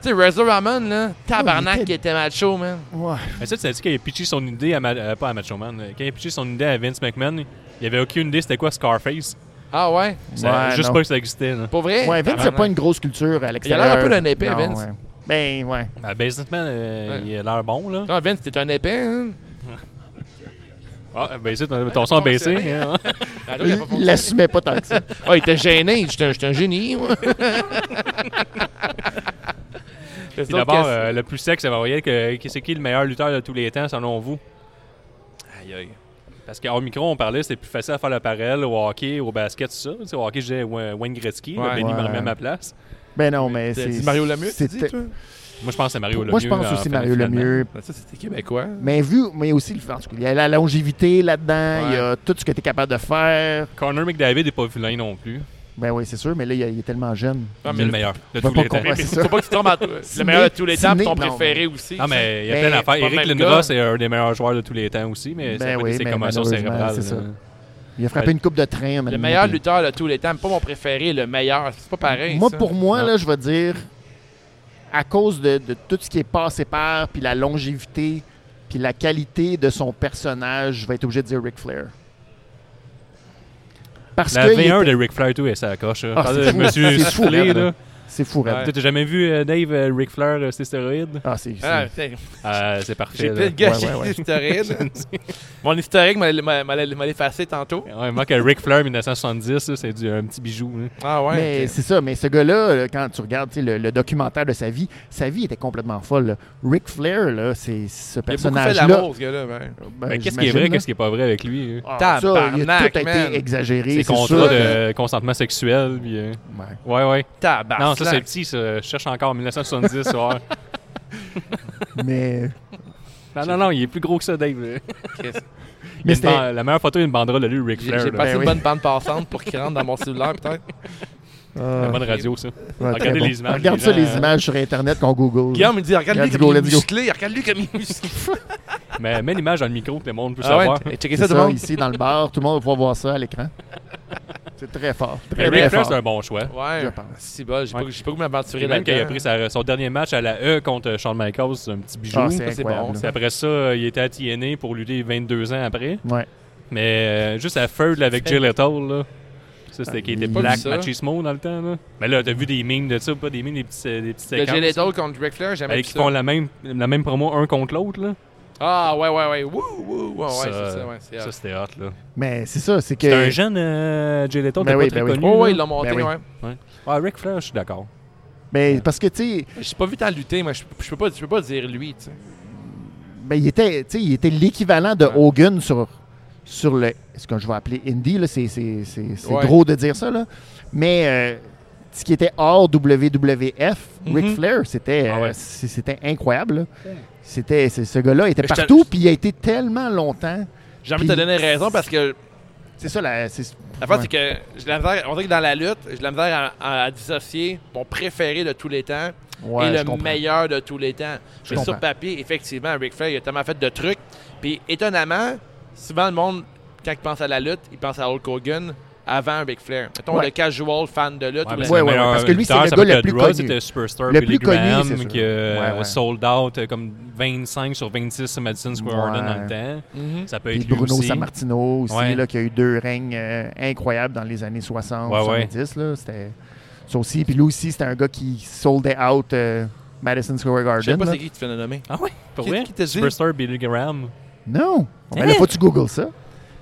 Tu sais, Razor Ramon, là, tabarnak, Oh, il il était- était... macho, man. Ouais. Mais ça, tu sais, quand il a pitché son idée à Ma- euh, pas à Macho Man, euh, quand il a pitché son idée à Vince McMahon, il avait aucune idée c'était quoi Scarface. Ah ouais? Ça- Ouais, juste non. pas que ça existait. là. Pour vrai? Ouais, Vince, c'est Tabarnak. pas une grosse culture à l'air l'extérieur. un peu d'un épais, Non, Vince. ouais. Ben, ouais. Ah, businessman, euh, Ouais. Ah. il a l'air bon, là. Non, Vince, t'es un épais, hein? Ah, ben, c'est ton ton son a baissé. hein. Ah, toi, il a pas Il fonctionné. l'assumait pas tant que ça. Ah, il était gêné. J'étais un- j'étais un génie, [LAUGHS] moi. Puis d'abord, euh, le plus sexe, ça va voyez que que c'est qui le meilleur lutteur de tous les temps, selon vous? Aïe, aïe. Parce qu'en micro, on parlait, c'est plus facile à faire le parallèle au hockey, au basket, tout ça. Tu sais, au hockey, j'ai Wayne Gretzky, Ouais. là, Benny Ouais. m'a remis à ma place. Ben non, mais T'as c'est. dit Mario Lemieux, tu dis, c'était- toi? Moi, je pense que c'est Mario Lemieux. Moi, je pense en aussi fin- Mario finalement. Lemieux. Ben, Ça, c'était québécois. Mais vu, mais aussi, le- en tout cas, il y a la longévité là-dedans, il y a tout ce que tu es capable de faire. Connor McDavid n'est pas vilain non plus. Ben oui, c'est sûr, mais là, il, y a- il est tellement jeune. Non, C'est Ah, mais le le- meilleur de va tous pas les temps. comprendre. Ouais, c'est ça. Faut pas que tu tombes en- le Sidney- meilleur de tous les temps, puis ton Sidney, non, préféré aussi. Non, mais il y a Ben, plein d'affaires. c'est pas le Eric même Lindros, gars. c'est un des meilleurs joueurs de tous les temps aussi, mais Ben ça fait oui, des mais commotions malheureusement, cérébrales. c'est ça. là. Il a frappé Ben, une coupe de train. Le meilleur lutteur de tous les temps. Pas mon préféré, le meilleur. C'est pas pareil. Moi, ça. pour moi, Non. là, je vais dire, à cause de, de tout ce qui est passé par, puis la longévité, puis la qualité de son personnage, je vais être obligé de dire Ric Flair. Parce La que il V1 était- de Rick Flair, tout, et ça coche. Ah, c'est Je me fou. suis C'est fou, soufflé, raide, là. là. c'est fou, raide. Ouais. T'as jamais vu, euh, Dave, euh, Ric Flair, euh, ses stéroïdes? Ah, c'est. c'est- Ah, putain, Ah, c'est parfait. J'ai là. peut-être gâché Ouais, ouais, [LAUGHS] ouais. [LAUGHS] l'historique. Mon historique m'allait- m'allait m'allait l'effacer tantôt. Ouais, il manque un Ric Flair 1970, là, c'est du- un petit bijou. hein. Ah ouais. mais ok. c'est ça, mais ce gars-là, là, quand tu regardes tu sais, le, le documentaire de sa vie, sa vie était complètement folle. là. Ric Flair, là, c'est Il ce a beaucoup fait de personnage-là. l'amour, ce gars-là. man. Ben, Mais qu'est-ce qui est j'imagine, vrai, là. qu'est-ce qui est pas vrai avec lui? hein? Ah, ça, il a Tabarnak, tout a man. été exagéré. Ses C'est contrats sûr. de consentement sexuel. Puis, euh, Ouais. Ouais, ouais. Tabarnak. non, ça c'est petit, ça. Je cherche encore 1970. ouais. Mais, [LAUGHS] Non, non, non, il est plus gros que ça, Dave. là. Il y a mais une ban- c'était. La meilleure photo, il y a une banderole de lui, Ric J'ai Flair. j'ai là. passé Ben une oui. bonne bande passante pour qu'il rentre dans mon cellulaire, peut-être. La Ah. bonne radio, ça. Ouais, Regardez très bon. les images, Regarde les ça, gens, les euh, images sur Internet qu'on [LAUGHS] Google. Guillaume, il dit Regarde-lui Let's comme go, il est let's go. musclé. Regarde-lui comme il est musclé. Mais mets l'image dans le micro que le monde peut Ah ouais. savoir. Et C'est checkez ça, ça, tout le monde. ici, dans le bar. Tout le monde va pouvoir voir ça [LAUGHS] à l'écran. C'est très fort. Mais Très, Ric très Flair, fort. c'est un bon choix. Ouais. Je pense. Si, bah, j'ai pas, Ouais. j'ai pas voulu m'aventurer Et même là-dedans. quand il a pris sa- son dernier match à la E contre Shawn Michaels, c'est un petit bijou. Ah, c'est c'est incroyable. bon, Puis après ça, euh, il était à TNA pour lutter 22 ans après. Ouais. Mais euh, juste à Feud là, avec Jill Little, là. Ça, c'était qui était Pas vu Black ça. Machismo dans le temps, là. Mais là, t'as vu des memes de ça, ou pas des memes, des petits, euh, des petites Le séquences. Gelato contre Ric Flair, j'aime euh, bien qui ça. font la même, la même promo un contre l'autre, là. Ah, ouais, ouais, ouais. Wouh, wouh, wouh, ouais, Ça, c'est ça, ouais. C'est ça, c'était hot, là. Mais c'est ça, c'est que. C'était un jeune euh, Jay Lethal, Ben t'as oui, pas très ben oui. connu. Oh, ouais, ils là. l'ont monté, Ben oui. ouais. Ah, Ric Flair, je suis d'accord. Mais parce que, tu sais, J'ai pas vu tant lutter, mais je je peux pas, je peux pas dire lui, tu sais. ben, il était, tu sais, il était l'équivalent de Hogan sur, sur le, ce que je vais appeler indie, là, c'est, c'est, c'est- c'est Ouais. gros de dire ça, là. mais euh, ce qui était hors WWF, Mm-hmm. Ric Flair, c'était, Ah ouais. euh, c'est- c'était incroyable. là. C'était, c'est- ce gars-là était Mais je te- partout, puis il a été tellement longtemps. J'ai envie de te Puis- donner raison parce que C'est ça, la, c'est, La fin, ouais. c'est que j'ai de la misère- on dirait que dans la lutte, j'ai de la misère à, à dissocier mon préféré de tous les temps et Ouais, je le comprends. meilleur de tous les temps. Mais sur comprends. papier, effectivement, Ric Flair, il a tellement fait de trucs. Puis étonnamment, souvent le monde, quand il pense à la lutte, il pense à Hulk Hogan avant Ric Flair. Mettons Ouais. le casual fan de lutte. Ouais, ou mais le- c'est ouais, le ouais, meilleur parce que lui, c'est lutteur, le ça gars veut le que plus Raw, connu. C'était Superstar, Le euh, Billy plus connu, Graham, c'est sûr. qui euh, Ouais, ouais. sold out euh, comme 25 sur 26 à Madison Square Garden Ouais. dans le temps. Mhm. Ça peut Puis être lui Bruno aussi. Sammartino aussi, Ouais. là, qui a eu deux règnes euh, incroyables dans les années 60, Ouais, ouais. 70. là. C'était ça aussi. Puis lui aussi, c'était un gars qui soldait out euh, Madison Je Square sais Garden. pas là. c'est qui que tu viens de nommer. Ah ouais, pour Qui- vrai? qui t'a dit? Superstar Billy Graham. Non! Hein? Mais là, faut que tu googles ça.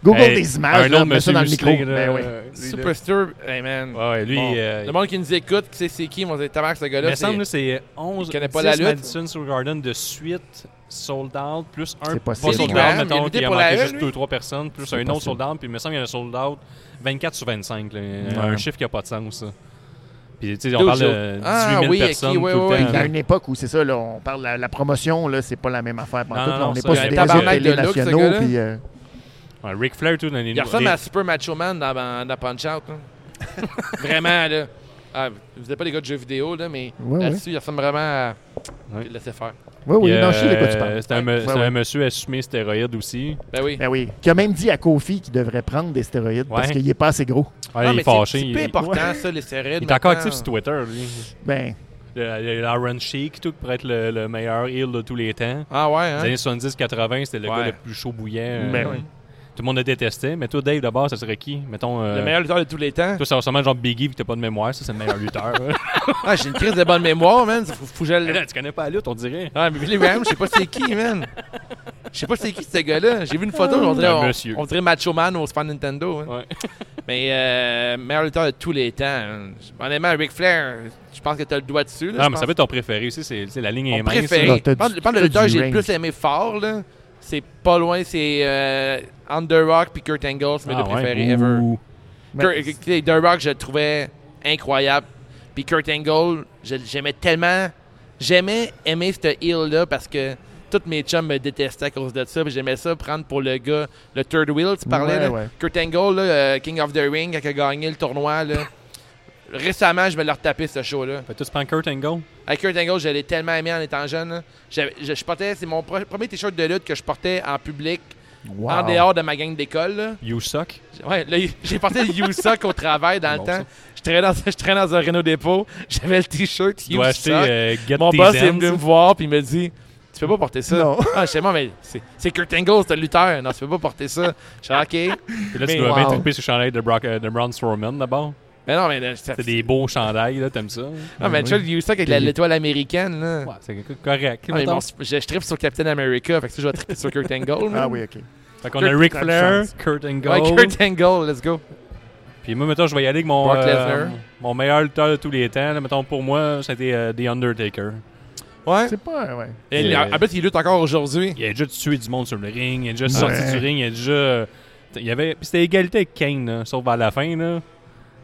Google Hey, des images, un là, autre mets ça monsieur dans le micro. musclé, là, Ben oui. euh, lui, là. Superstar, hey man. Ouais, ouais, lui, Bon, euh, le monde qui nous écoute, qui sait c'est qui, mon tabarnak, ce il me gars-là. c'est- semble que c'est 11 il connaît pas 10 la lutte. Madison Square Garden de suite sold out, plus un C'est pas possible. sold Billy out, Graham, il a mettons, lutté qui a pour la manqué E, juste lui? 2-3 personnes, plus C'est un autre possible. sold out, puis il me semble qu'il y en a sold out 24 sur 25. là. Ouais. Un chiffre qui n'a pas de sens, ça. Puis, tu sais, on Dude, parle Joe. de 18 Ah, 000 oui, ok, personnes ouais, tout le ouais, temps. ouais. Il y a une époque où c'est ça, là, on parle de la, la promotion, là, c'est pas la même affaire. Non, pantoute, là, non, on n'est c'est pas un sur des réseaux de tabarnak de télé look, ce nationaux. gars-là. puis, euh, Ouais, Ric Flair, tout dans les Il ressemble à Super Macho Man dans, dans, dans Punch Out. hein. [LAUGHS] vraiment, là. Ah, vous n'êtes pas des gars de jeux vidéo, là, mais Ouais, là-dessus, il ressemble vraiment à. Ouais. Laissez faire. oui, oui, Puis, non, je sais de quoi tu euh, parles. C'était un, me- Ouais, c'était ouais. un monsieur assumé stéroïde aussi. Ben oui. Ben oui. Qui a même dit à Kofi qu'il devrait prendre des stéroïdes parce Ouais. qu'il est pas assez gros. Ouais, Non, il mais est c'est- fâché. C'est il- peu il- important, ça, les séries. Il est encore actif sur Twitter, lui. Ben, Le- le- L'Iron Sheik, tout, pour être le, le meilleur heel de tous les temps. Ah ouais, Les hein? années 70-80, c'était le Ouais. gars le plus chaud bouillant. euh, Ben oui. Tout le monde le détestait. Mais toi, Dave, d'abord, ça serait qui Mettons. euh, Le meilleur lutteur de tous les temps. Toi, ça ressemble à genre Biggie, puis t'as pas de mémoire. Ça, c'est le [LAUGHS] meilleur lutteur. Ah, j'ai une crise de bonne mémoire, man. Faut, faut que je Mais le- là, tu connais pas la lutte, on dirait. [LAUGHS] Ah, mais Billy Graham, je sais pas c'est qui, man. Je sais pas c'est qui, ce gars-là. J'ai vu une photo, on dirait, Un on, monsieur. on dirait Macho Man au Super Nintendo. hein. Ouais. Mais euh, meilleur lutteur de tous les temps. hein. Honnêtement, Ric Flair, je pense que t'as le doigt dessus. là, Non, je mais pense ça peut être ton préféré aussi. c'est- tu sais, La ligne est Mon mince. préféré. là, Je t'as pense du- je pense que le t'as lutteur que du j'ai le range. plus aimé fort, là, c'est pas loin, c'est euh, Under Rock puis Kurt Angle, c'est mes Ah deux ouais? préférés ever. Ouh. Ben, Kurt- tu sais, The Rock, je le trouvais incroyable. Puis Kurt Angle, je- j'aimais tellement. J'aimais aimer ce heel-là parce que tous mes chums me détestaient à cause de ça. Puis j'aimais ça prendre pour le gars, le third wheel, tu parlais. Ouais, là. ouais. Kurt Angle, là, euh, King of the Ring, qui a gagné le tournoi. Là. Récemment, je vais leur taper ce show-là. Fait que toi, tu prends Kurt Angle Avec Kurt Angle, je l'ai tellement aimé en étant jeune. là. J'avais- Je, je portais, c'est mon pro- premier t-shirt de lutte que je portais en public, wow. en dehors de ma gang d'école. là. You suck. Ouais, là, j'ai porté le You Suck au travail dans Bon, le temps. ça. Je traînais dans, je traînais dans un Renault dépôt. J'avais le t-shirt Tu You dois Suck. acheter euh, Get mon These boss est venu Ends. me voir puis il me dit. Tu peux pas porter ça. Non. Ah, je sais pas, mais c'est c'est Kurt Angle, c'est un lutteur. Non, tu peux pas porter ça. Je suis OK. Puis là, Mais tu dois bien wow. triper sur le chandail de, Brock, euh, de Braun Strowman d'abord. Mais non, mais là, ça- C'est des beaux chandails, là, t'aimes ça? Ah, mais tu vois, le You Suck avec la- l'étoile américaine, là. Ouais, c'est co- correct. Ah, mais mettons. bon, je, je tripe sur Captain America, fait que ça, je vais triper sur Kurt Angle. là. Ah oui, OK. Fait qu'on a Ric Kurt- Flair, Kurt- Kurt Angle. Ouais, Kurt Angle, let's go. Puis moi, mettons, je vais y aller avec mon, euh, Brock Lesnar. mon meilleur lutteur de tous les temps. là. mettons, pour moi, c'était euh, The Undertaker. euh, Ouais. C'est pas... euh, Ouais. Et, en en plus, il lutte encore aujourd'hui. ah, ben, Il a déjà tué du monde sur le ring, il a déjà Ouais. sorti du ring, il a déjà. Il y avait... puis C'était égalité avec Kane, là, sauf à la fin. Là.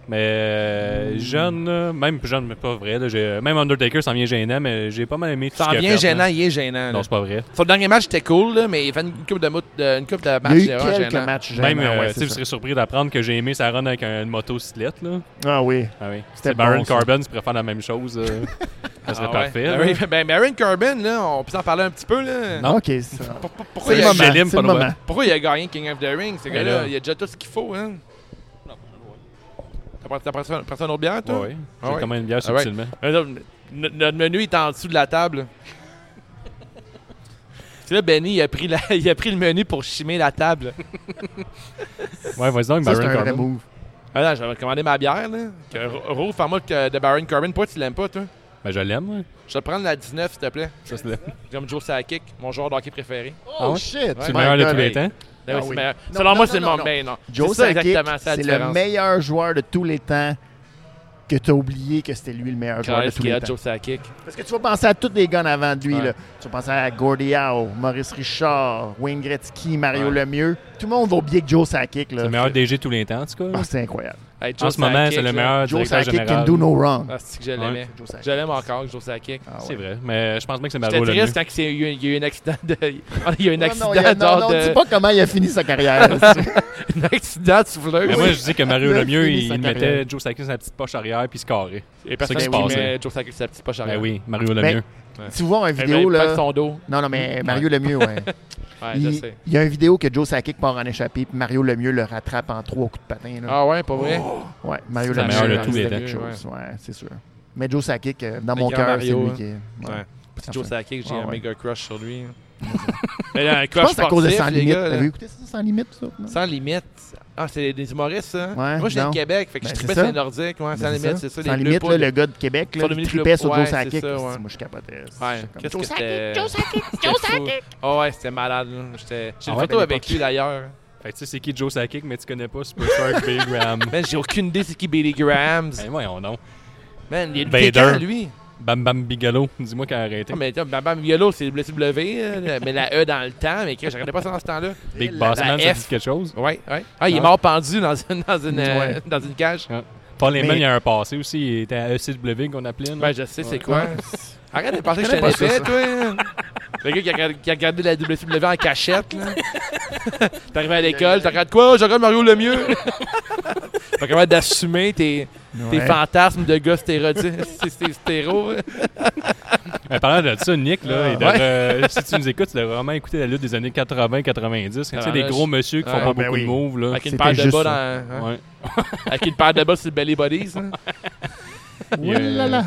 Mais euh, jeune, là, même jeune, mais pas vrai. là, j'ai- Même Undertaker, ça en vient gênant, mais j'ai pas mal aimé tout ce T'en qu'il a viens fait, hein? gênant, là. il est gênant. là. Non, c'est pas vrai. Son dernier match était cool, là, mais il fait une coupe de, mout- de- une coupe de match. Il y a eu là, quelques gênant. matchs gênants. Même, euh, ouais, tu sais, c'est vous ça. serez surpris d'apprendre que j'ai aimé sa run avec un- une moto cyclette, là. Ah oui. Ah oui. C'était Si Baron bon, ça. Corbin pourrait faire la même chose. [LAUGHS] euh, ça Ah serait ouais. parfait. là. Barry- ben, Baron Corbin, là, on peut s'en parler un petit peu. Là. Non. Ah, OK. c'est- Pour- pour- C'est pourquoi, le il Ouais, a, moment. Gélim, C'est pas le le droit. moment. pourquoi il a gagné King of the Ring? Ce gars-là, là. il a déjà tout ce qu'il faut. Hein? T'as pris- T'as pris ça- pris ça une autre bière, Ouais, toi? ouais. Ah J'ai ouais. commandé une bière Ah ouais. subtilement. Euh, non, n- Notre menu est en dessous de la [LAUGHS] table. C'est là, Benny, il a, pris la- [LAUGHS] il a pris le menu pour chimer la table. Ouais, vas-y donc, Ça, Baron c'est un vrai Corbin. move. Ah non, j'avais commandé ma bière, là. Que- Ro, fais-moi que de Baron Corbin. Pourquoi tu l'aimes pas, toi? Ben, je l'aime. ouais. Je vais te prendre la 19, s'il te plaît. Ça, c'est le Comme Joe Sakic, mon joueur de hockey préféré. Ah Oh, shit. C'est c'est le my meilleur de God. tous les hey. temps. Ben oui, c'est oui. meilleur. Non, Selon non, moi, non, c'est le non, monde. non. Ben non. Joe C'est ça Sakic, exactement, c'est la c'est le différence. meilleur joueur de tous les temps que tu as oublié que c'était lui le meilleur joueur de Carlos tous les Kia, temps. Joe Sakic. Parce que tu vas penser à tous les guns avant de lui. Ouais. là. Tu vas penser à Gordie Howe, Maurice Richard, Wayne Gretzky, Mario Ouais. Lemieux. Tout le monde va oublier que Joe Sakic. là. C'est le meilleur DG de tous les temps, en tout cas. Ah, c'est incroyable. Hey, Joe en ce moment, Sakic, c'est le là. meilleur Joe Ah, directeur Sakic can général. do no wrong. Ah, c'est que je l'aimais. Joe Sakic. Je l'aime encore, Joe Sakic. Ah, ouais. C'est vrai, mais je pense bien que c'est Mario J'étais le mieux. triste quand c'est- il y a eu- il y a eu un accident de. Il y a eu un Non, accident non, il a- non, genre non, de. dis pas comment il a fini sa carrière. là-dessus. Un accident de souffleuse. Mais moi, je dis que Mario Il a Lemieux, fini il, sa il carrière. mettait Joe Sakic dans sa petite poche arrière puis il se carrait. Et C'est ça personne qui qui se met passait. Joe Sakic sa petite poche Ben arrière. oui, Mario Mais- [LAUGHS] Lemieux. tu vois un Eh ben, vidéo, il plaque là... son dos. Non, non, mais Mario Lemieux, ouais. Ouais, je il, sais. il y a une vidéo que Joe Sakic part en échappé, puis Mario Lemieux le rattrape en trois coups de patin. Là. Ah ouais, pas vrai? Ouais, Mario C'est le Lemieux, meilleur de euh, tous les c'est temps. quelque chose, ouais, c'est sûr. Mais Joe Sakic, euh, dans Le mon grand cœur, c'est Mario, lui hein. qui est... ouais. Ouais. Petit Joe Enfin. Ah Sakic, j'ai Ouais, un ouais. méga crush sur lui. Mais là, un Je crush pense que c'est à cause de sportif, Sans les Limite. gars. T'avais écouté ça, Sans Limite, ça? non? Sans limite. Ah, c'est des humoristes, ça? Ouais, Moi, j'ai non. de Québec, fait que Ben, je c'est tripais ça. sur les Nordiques. Ouais, Ben, sans limite, c'est ça. les Sans limite, bleus là, poules. le gars de Québec, là, sont il devenus tripait bleus- sur ouais, Joe c'est Sakic. ça, ouais. Moi, je capotais. Ouais, J'étais qu'est-ce comme, que Joe Sakic, c'était? Joe Sakic, Joe C'était fou. Sakic! Ah ouais, c'était malade. là. J'étais- J'ai Ah une ouais, photo à avec l'époque. lui d'ailleurs. Fait que tu sais c'est qui Joe Sakic, mais tu connais pas Superstar [LAUGHS] Big Ram. Man, j'ai aucune idée c'est qui Billy Grahams. Ben voyons donc. Ben, Man, il est Vader. piquant, lui. Bam Bam Bigelow, dis-moi qu'il a arrêté. Ah, mais tiens, Bam Yellow, c'est le W, euh, mais la E dans le temps, mais je regardais pas ça dans ce temps-là. Big la- Boss la Man, ça F. dit quelque chose. Ouais, ouais. Ah, il est Ah. mort pendu dans une, dans une, euh, Ouais. dans une cage. Paul Heyman, Mais- il y a un passé aussi. Il était à ECW qu'on appelait. là. Ben, je sais, c'est quoi. Ouais. Arrête de penser que Je je t'ai connais pas fait, ça, toi. Le gars qui a, qui a regardé la WWE en cachette, [LAUGHS] là. T'arrives à l'école, tu regardes quoi? Je regarde Mario Lemieux. [LAUGHS] T'es capable d'assumer tes, tes Ouais. fantasmes de gars stéréotypes. [LAUGHS] C'est- c'est stéro. hein. En parlant de ça, Nick, là, il Ah, devrait- [LAUGHS] si tu nous écoutes, tu devrais vraiment écouter la lutte des années 80-90. Tu Ah, sais, des là, gros je- messieurs qui font Ah, pas ben beaucoup oui. de moves. Là. Avec une C'était paire de juste bas dans. ça. hein. Ouais. Avec une paire de bas sur le belly bodies. hein. Il y a- il y a-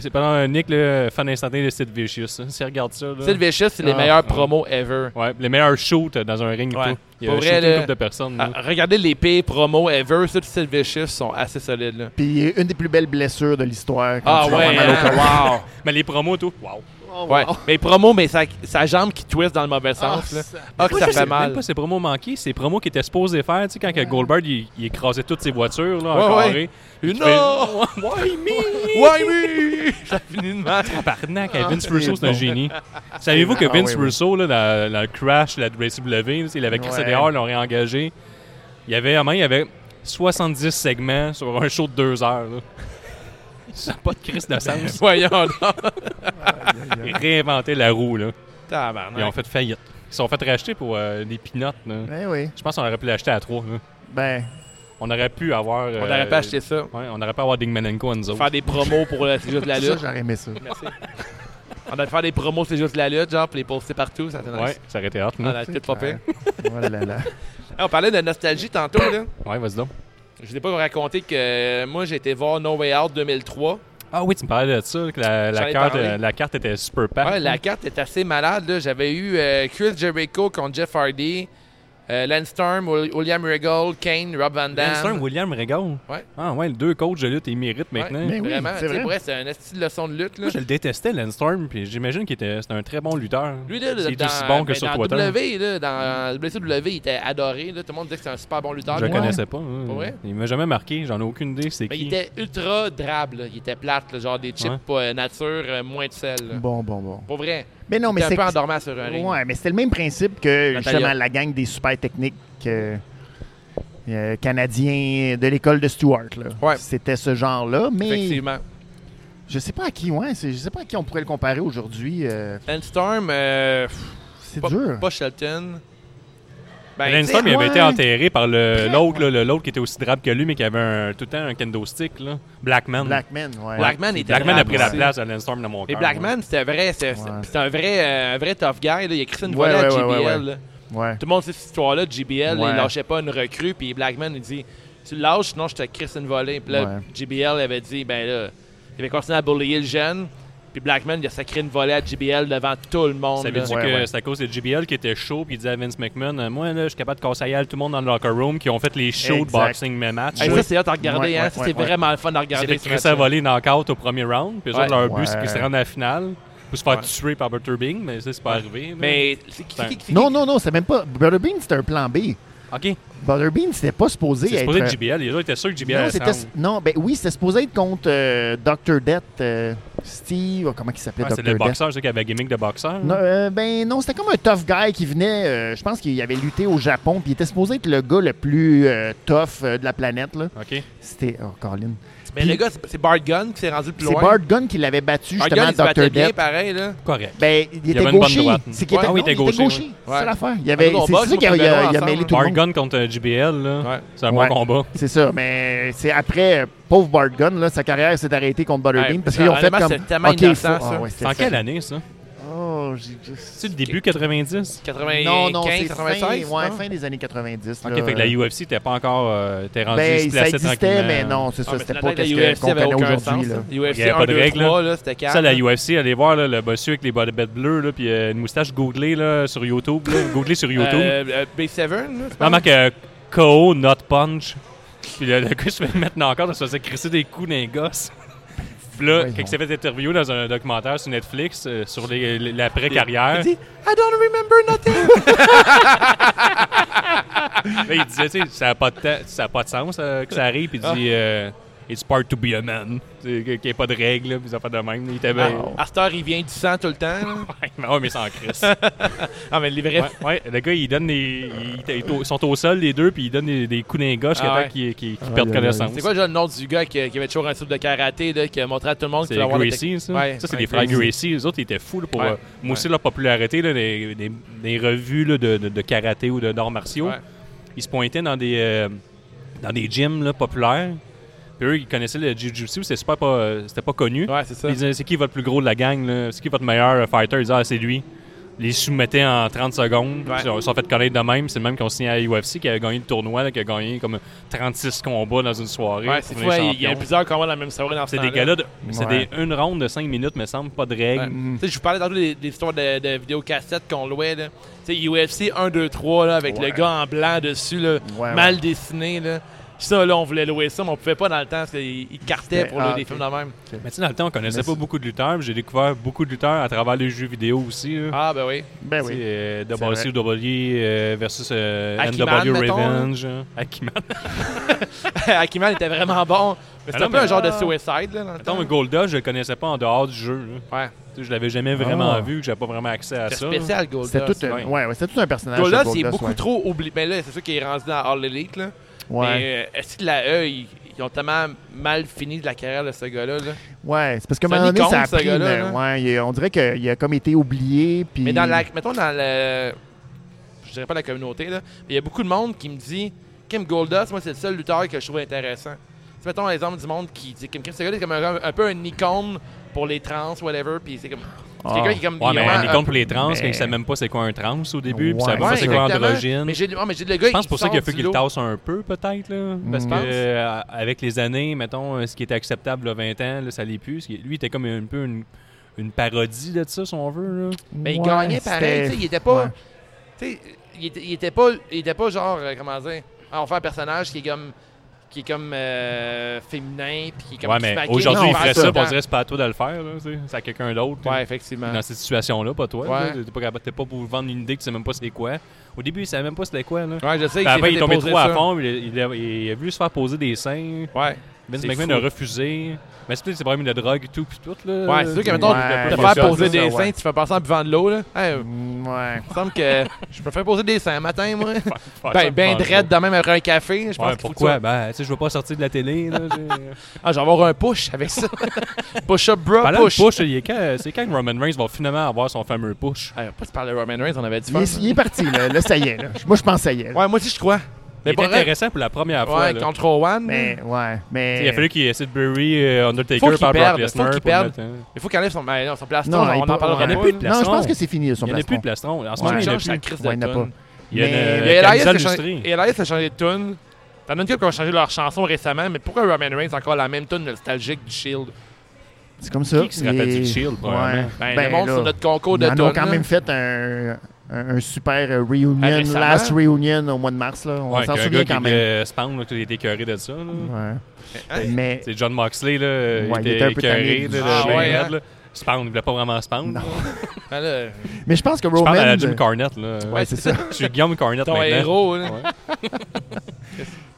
C'est pendant Nick, le fan instantané de Sid Vicious. hein. Si regarde ça, là. Tu sais, le Vicious, c'est les Ah, meilleurs ouais. promos ever. Ouais, les meilleurs shoots dans un ring. Ouais. et tout. Il y a Pour vrai, shooté là, une couple de personnes. là. Ah, regardez les pires promos ever. Ceux de Sid Vicious sont assez solides. Là. Puis une des plus belles blessures de l'histoire. quand Ah tu vas ouais, avoir mal au hein, cœur. wow. [LAUGHS] Mais les promos, tout. Wow. Oh, wow. Ouais. Mais promo, mais sa, sa jambe qui twist dans le mauvais Ah, sens. là. ça- Ah, que Moi, ça je sais fait mal. même pas ces promos manqués, ces promos qu'il était supposé faire, tu sais, quand que Goldberg il, il écrasait toutes ses voitures, là, en Ouais, carré. Une Non! autre! [LAUGHS] Why me? Why me? Ça finit de mal. [LAUGHS] Tabarnak, hein, Vince c'est Russo, c'est un bon. génie. Savez-vous que Ah, Vince oui, oui. Russo, là, dans, dans le crash de la WCW, là, il avait crissé Ouais. dehors, ils l'ont réengagé. Il y avait, à main, il y avait 70 segments sur un show de deux heures. Là. Ça n'a pas de crise de [LAUGHS] sens. Voyons donc. Ils réinventaient la roue. Là. Ils ont Tabarnak. fait faillite. Ils se sont fait racheter pour euh, des pinottes. là. Ben oui. Je pense qu'on aurait pu l'acheter à trois. là. Ben, On aurait pu avoir... euh, On n'aurait pas acheté ça. Ouais, on aurait pu avoir Dingmanenko à nous autres. Faire des promos pour le C'est juste [LAUGHS] la ça, lutte. j'aurais aimé ça. Merci. On aurait faire des promos C'est juste la lutte, genre, pour les poster partout. Ça, Ah, c'est nice. Ouais, ça aurait été hot. On là. a tout pas pire. Oh là là. Hey, On parlait de nostalgie tantôt, là. Ouais, vas-y donc. Je n'ai pas raconté que euh, moi, j'ai été voir No Way Out 2003. Ah oui, tu me parlais de ça, que la, J'en la ai carte, parlé. euh, la carte était super pack. Ouais, la carte est assez malade. là. J'avais eu euh, Chris Jericho contre Jeff Hardy, euh, Lance Storm, Wil- William Regal, Kane, Rob Van Dam. Lester, William Regal. Ouais. Ah ouais, le deux coachs de lutte, ils méritent Ouais, maintenant. Mais oui, vraiment, tu c'est sais, vrai. pour vrai, c'est un esti de leçon de lutte. Là. Moi, je le détestais, Landstorm, puis j'imagine qu'il était c'était un très bon lutteur. Lui, là, C'est dans, juste bon que ben, sur dans Twitter. W, là, dans WCW, il était adoré. là. Tout le monde disait que c'était un super bon lutteur. je le Ouais. connaissais pas. hein. Pas vrai? Il m'a jamais marqué, j'en ai aucune idée, c'est Mais qui. il était ultra drabe. là. Il était plate, là, genre des chips Ouais. pas, euh, nature, euh, moins de sel. là. Bon, bon, bon. Pour vrai, Mais non, il mais était un c'est. peu endormant sur un ring. Ouais, mais c'était le même principe que Natalia. justement la gang des super techniques euh, euh, canadiens de l'école de Stewart. là. Ouais. C'était ce genre-là, mais Effectivement. je sais pas à qui, ouais, c'est- je sais pas à qui on pourrait le comparer aujourd'hui. euh, Lance Storm, euh, pff, c'est pas, dur. pas Shelton. Mais Ben, Landstorm, tu sais, il avait ouais. été enterré par le- l'autre, là, le- l'autre qui était aussi drabe que lui, mais qui avait un- tout le temps un kendo stick, là. Blackman. Blackman, ouais. Blackman était Blackman a drabe pris la aussi. place de Landstorm dans mon Et cœur. ouais. Blackman, c'était vrai, c'est c'est- Ouais. c'est un vrai, euh, un vrai tough guy. Là. Il a écrit une Ouais, volée à ouais, JBL. ouais, ouais, ouais. là. Ouais. Tout le monde sait cette histoire-là. JBL, Ouais. il lâchait pas une recrue. Puis Blackman, il dit Tu le lâches, sinon je te crisse une volée. Puis là, Ouais. JBL avait dit Ben là, il avait continué à bullier le jeune. Puis Blackman, il a sacré une volée à JBL devant tout le monde. là. Savais-tu Ouais, que ouais. c'est à cause de JBL qui était chaud puis il disait à Vince McMahon euh, Moi, là, je suis capable de casser la gueule à tout le monde dans le locker room qui ont fait les shows de Exact. boxing mes matchs. Hey, Ouais. ça, c'est hot à regarder. Ouais, hein. ouais, Ça, ouais, c'est ouais. vraiment le fun à Ils s'est regarder. fait ce crisser à match-là. voler knock-out au premier round. Puis eux Ouais. autres, leur but, c'est Ouais. qu'ils se rendent à la finale pour se faire Ouais. tuer par Butter Bing, mais ça, c'est pas arrivé. là. Mais c'est qui, qui- qui- Non, non, non, c'est même pas. Brother Bean, c'était un plan B. OK. Butterbean, c'était pas supposé C'est être. supposé être JBL. Les gens étaient sûrs que JBL non, allait c'était, se rendre. non, ben oui, c'était supposé être contre euh, Dr. Death, euh, Steve, oh, comment il s'appelait Ah, Dr. C'était le Death? boxeur, c'est qui avait gimmick de boxeur. Non, euh, ben non, c'était comme un tough guy qui venait, euh, je pense qu'il avait lutté au Japon, puis il était supposé être le gars le plus euh, tough euh, de la planète. Là. OK. C'était, oh, Colin. Mais le gars, c'est- c'est Bart Gunn qui s'est rendu plus C'est loin. Bart Gunn qui l'avait battu, Bart justement, Gunn, il se battait Dr. bien, Death. pareil, là. Correct. Ben, il était avait une bonne gaucher. droite. C'est qu'il Ouais. était, Ah oui, non, il était gaucher, gaucher. ouais. C'est l'affaire. Il avait, Ah, nous, on c'est boxe, lui qui a, moi, il a- puis il a Benoît mêlé ensemble, tout Bart le monde. Gunn contre JBL, là. Ouais. C'est un Ouais. bon combat. C'est ça, mais c'est après, euh, pauvre Bart Gunn, là, sa carrière s'est arrêtée contre Butterbean Ouais, parce ça, qu'ils ont fait honnêtement, comme. c'était tellement OK, il faut- innocent, ah, ça. ouais, C'est c'était en ça. quelle année, ça? Oh, j'ai juste- C'est le début 90? 95, Non, non, c'est fin, 96. ouais, non? fin des années 90. OK, là. fait que la UFC, t'es pas encore... euh, T'es rendu Euh, Ben, ça classé existait, tranquillement. mais non, ça, Ah, ça, mais c'était la pas tête de qu'est-ce la que- UFC qu'on avait connaît aucun aujourd'hui. sens, là. là. UFC Il y avait 1, pas de 2, règles, 3, là, c'était 4. Ça, la UFC, allez voir là, le bossu avec les body bêtes bleues, là, puis euh, une moustache googlée là, sur YouTube. Là, googlée sur Euh, YouTube. B7, là, je Non, pense. marque euh, KO, not punch. Puis le, le gars se fait mettre encore, ça se faisait crisser des coups d'un gosse. Puis là, Voyons. quand il s'est fait interviewer dans un documentaire sur Netflix euh, sur les- les- l'après-carrière, [LAUGHS] Il dit I don't remember nothing. là, il disait, tu sais, ça n'a pas, de temps- ça a pas de sens euh, que ça arrive, puis il dit, euh, It's part to be a man. Tu sais, Qu'il n'y ait pas de règles, là, puis ça fait de même. Il était bien. À cette heure, Ben, il vient du sang tout le temps. là. [LAUGHS] Ouais, mais sans crisse. Ah, mais les vrais. Ouais, ouais, le gars, il donne des. il- il- Ils sont au sol, les deux, puis il donne des, des coups d'un gars jusqu'à Ah ouais. temps qu'ils qu'ils- qu'ils Aïe, perdent aïe, aïe. connaissance. C'est quoi déjà le nom du gars qui, qui avait toujours un type de karaté, là, qui a montré à tout le monde C'est qu'il voulait avoir la Gracie, technique? ça. Ouais, ça, c'est ouais, des frères Gracie. Gracie. Les autres, ils étaient fous là, pour Ouais. euh, mousser leur popularité, là, des, des- des revues là, de, de- de karaté ou de- d'arts martiaux. Ouais. Ils se pointaient dans des, euh, dans des gyms là, populaires. Puis eux, ils connaissaient le jiu-jitsu, c'était super pas, euh, c'était pas connu. Ouais, c'est ça. Ils disaient, c'est qui votre plus gros de la gang? là? C'est qui votre meilleur euh, fighter? Ils disaient, ah, c'est lui. Ils les soumettaient en 30 secondes. Ouais. Ils se sont fait connaître de même. C'est le même qui ont signé à la UFC, qui a gagné le tournoi, là, qui a gagné comme 36 combats dans une soirée. Ouais, pour c'est devenir fou. hein, Il y a champion. plusieurs combats dans la même soirée dans ce C'est des temps-là. gars-là, de- c'est Ouais. Mm. des une ronde de 5 minutes, me semble, pas de règles. Ouais. Tu sais, Je vous parlais tantôt des, des histoires de, de vidéocassettes qu'on louait. Là. Tu sais, UFC 1, 2, 3, là, avec le Ouais. gars en blanc dessus, là, Ouais, mal ouais. dessiné. Là. Ça, là, on voulait louer ça, mais on pouvait pas dans le temps parce qu'ils ils cartaient C'était- pour louer ah, des ok. films de même. Mais tu sais, dans le temps, on connaissait Mais pas c'est- beaucoup de lutteurs. puis J'ai découvert beaucoup de lutteurs à travers les jeux vidéo aussi. là. Ah, ben oui. [LAUGHS] Ben Tu sais, oui. euh, C'est vrai. WCW euh, versus euh, Akiman, NW mettons, Revenge. hein. Akiman. Akiman était vraiment bon. Mais c'était Ah un non, peu mais- un genre de suicide. Là, dans le Attends, temps. mais Golda, je le connaissais pas en dehors du jeu. là. Ouais. Tu sais, Je l'avais jamais vraiment Ah. vu, que j'avais pas vraiment accès à C'était ça. spécial, Goldust. C'était tout, un- ouais. ouais, ouais, c'était tout un personnage. Golda, ce c'est Goldust, beaucoup ouais. trop oublié. Mais là, c'est sûr qu'il est rendu dans All Elite. Là. Ouais. Mais euh, est-ce que la E, ils, ils ont tellement mal fini de la carrière de ce gars-là. là. Ouais, c'est parce que C'est un moment donné, ça a icône, ce pris, gars-là, mais là. ouais, il- on dirait qu'il a comme été oublié. Puis... Mais dans la, mettons dans le, je dirais pas la communauté là, mais il y a beaucoup de monde qui me dit Kim Goldust, moi c'est le seul lutteur que je trouve intéressant. Tu sais, mettons l'exemple du monde qui dit Kim Kim, ce gars-là c'est comme un, un peu un icône pour les trans, whatever, puis c'est comme c'est Ah. quelqu'un qui est comme Ouais, il mais est vraiment un icône pour les trans, mais- quand ils savaient même pas c'est quoi un trans au début, puis ils Ouais. savaient pas Ouais, c'est quoi exactement. androgyne. Mais j'ai ah, mais j'ai le gars Je pense qui pour ça sort qu'il a fait du qu'il lot. tasse un peu, peut-être. là. Mm. Parce Je que, pense. euh, avec les années, mettons, euh, ce qui était acceptable à 20 ans, là, ça l'est plus. Ce qui- Lui, il était comme un peu une, une parodie de ça, si on veut. là. Mais ben, il Ouais, gagnait pareil, c'était- tu sais, il était pas Ouais. tu sais, il était, il était pas il était pas genre euh, comment dire, ah, on fait un personnage qui est comme qui est comme euh, féminin puis qui est comme ouais, qui se mais maquille, aujourd'hui, qui il parle ferait tout ça, le puis on temps. dirait c'est pas à toi de le faire. là, tu sais. C'est à quelqu'un d'autre. Ouais, là. effectivement. Dans cette situation-là, pas toi. Ouais. là. T'es pas, capable- t'es pas pour vendre une idée que tu sais même pas c'est quoi. Au début, il savait même pas c'était quoi. Là. Ouais, je sais Puis qu'il s'est Ben, après, il fait est tombé déposer trop à ça. fond. Il a, il a- il a voulu se faire poser des seins. Ouais. Vince C'est McMahon fou. a refusé. Mais c'est peut-être ses problèmes de drogue, tout, puis tout. Là. Ouais, c'est sûr que, mettons, Ouais, te il y a faire ça, poser ça, des ouais. seins, tu fais passer en buvant de l'eau, là. Hey, il Mm, Ouais. me semble que [LAUGHS] je préfère poser des seins un matin, moi. [LAUGHS] Faire ça, ben, ben je pense drette de même après un café, je Ouais, pense qu'il faut que pourquoi? ça- Ben, tu sais, je veux pas sortir de la [LAUGHS] télé. Là, j'ai- Ah, je vais avoir un push avec [LAUGHS] ça. Push-up, bro, Parlant de push. push, il est quand- c'est quand que Roman Reigns va finalement avoir son fameux push. Hey, pas se parler de Roman Reigns, on avait dit Il est, il est parti, là. Là, ça y est. [LAUGHS] Là. Moi, je pense que ça y est. là. Ouais, moi aussi, je crois. Il Mais est pas vrai. intéressant pour la première fois. Ouais, là. contre Owen. Mais, ouais. Mais... Il a fallu qu'il essaie de bury euh, Undertaker Faut qu'il par perde, Brock Lesnar. faut qu'il pour le perde. mettre, hein. Il faut qu'il enlève son, ben, non, son plaston, Non, on il en parlera il y en a pas, plus de là. place. Non, je plastron. pense que c'est fini, son Il n'y en a plus de plastron. plastron. En ce Ouais, moment, il n'y en a change sa plus. crise de Ouais, il n'y en a pas. toune. Il y a une Mais- Il euh, y a Elias camisole qui a changé- lustrée. Elias a changé de tune. T'en as une couple qui ont changé leur chanson récemment, mais pourquoi Roman Reigns a encore la même tune nostalgique du Shield? C'est comme ça. Qui qui se rappelle Il- du Shield, probablement? Ben, Ben, le monde là, sur notre concours de Ils en ont tunes, quand là. même fait un, un- un super euh, reunion, Ah, récemment. last reunion au mois de mars. Là. On Ouais, s'en qu'un souvient gars qui quand même. était Spawn, là, qui était écœuré de ça. là. Ouais. Hein? Mais C'est John Moxley, là. Ouais, il était un peu tanné écœuré, du là, de Ah, Ben ouais, Red, hein? là. se pendre. Il voulait pas vraiment se pendre. Non. Ben là, Mais je pense que Je Roman. parle à Jim Carnett. Là. Ouais, c'est ça. [LAUGHS] Je suis Guillaume Carnett ton maintenant. ben, héros, là.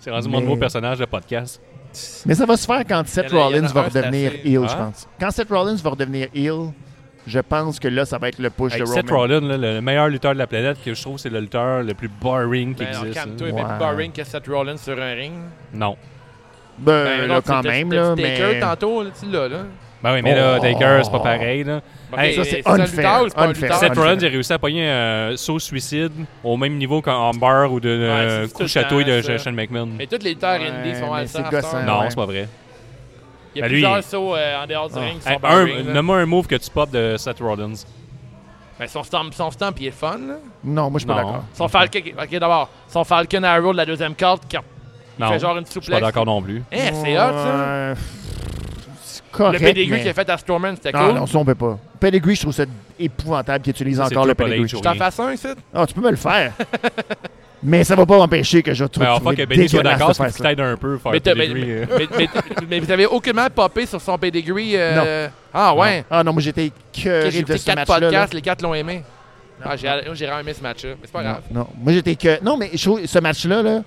C'est rendu mon nouveau Mais- personnage de podcast. Mais ça va se faire quand Seth Il y en a- il y en a Rollins va un, c'est redevenir assez. heel, Ah. je pense. Quand Seth Rollins va redevenir heel, je pense que là, ça va être le push Hey, de Seth Roman. Rollins, là, le meilleur lutteur de la planète, que je trouve c'est le lutteur le plus boring qui Ben, non, existe. calme-toi, là. il est Ouais. plus boring que Seth Rollins sur un ring. Non. Ben, Ben, là, l'autre, quand c'était- même, c'était là, Taker mais... tantôt, là, tu l'as, là. Ben oui, mais là, Oh. Taker, c'est pas pareil. Là. Ok, Hey, ça, c'est un unfair, lutteur ou c'est pas un unfair. lutteur? Seth Unfair. Rollins a réussi à pogner un saut suicide au même niveau qu'un Amber ou de euh, c'est tout coup le de chatouille temps, de ça. Sean McMahon. Mais tous les lutteurs Ouais, indie sont mais hein. à c'est ça. gossant. After. Non, ouais. c'est pas vrai. Il y a Ben, lui, plusieurs il- sauts euh, en dehors Ah. du ring qui Hey, sont un, boring, là. Nomme-moi un move que tu popes de Seth Rollins. Ben, son stamp, son stamp, il est fun. là. Non, moi, je suis pas Non. d'accord. Son Falcon, ok d'abord, son Falcon Arrow de la deuxième carte qui Non, fait genre une je suis pas souplex. d'accord non plus. Eh, c'est hot ça. Ouais, C'est correct, le PDG mais- qu'il a fait à Strowman, c'était Ah cool. non, ça, on peut pas. Pedigree, je trouve ça épouvantable qu'ils utilisent Ça, c'est encore le Triple H, pedigree. je t'en oui. fasse un, ici. Ah, tu peux me le faire. mais ça va pas m'empêcher que je trouve Mais que enfin c'est que Benny soit dégueulasse d'accord, de c'est faire qu'il ça. t'aide un peu. Faire Mais, t'as- mais, pedigree, euh. mais- mais- mais- mais vous avez aucunement popé sur son pedigree. euh, Ah ouais. Ah non, moi, j'étais Ok, écœuré J'ai de écouté ce quatre match-là. là. podcasts, les quatre l'ont aimé. Ah, j'ai moi, j'ai aimé ce match-là, mais c'est pas Non, grave. Non, moi j'étais que. Non, mais je trouve ce match-là, là,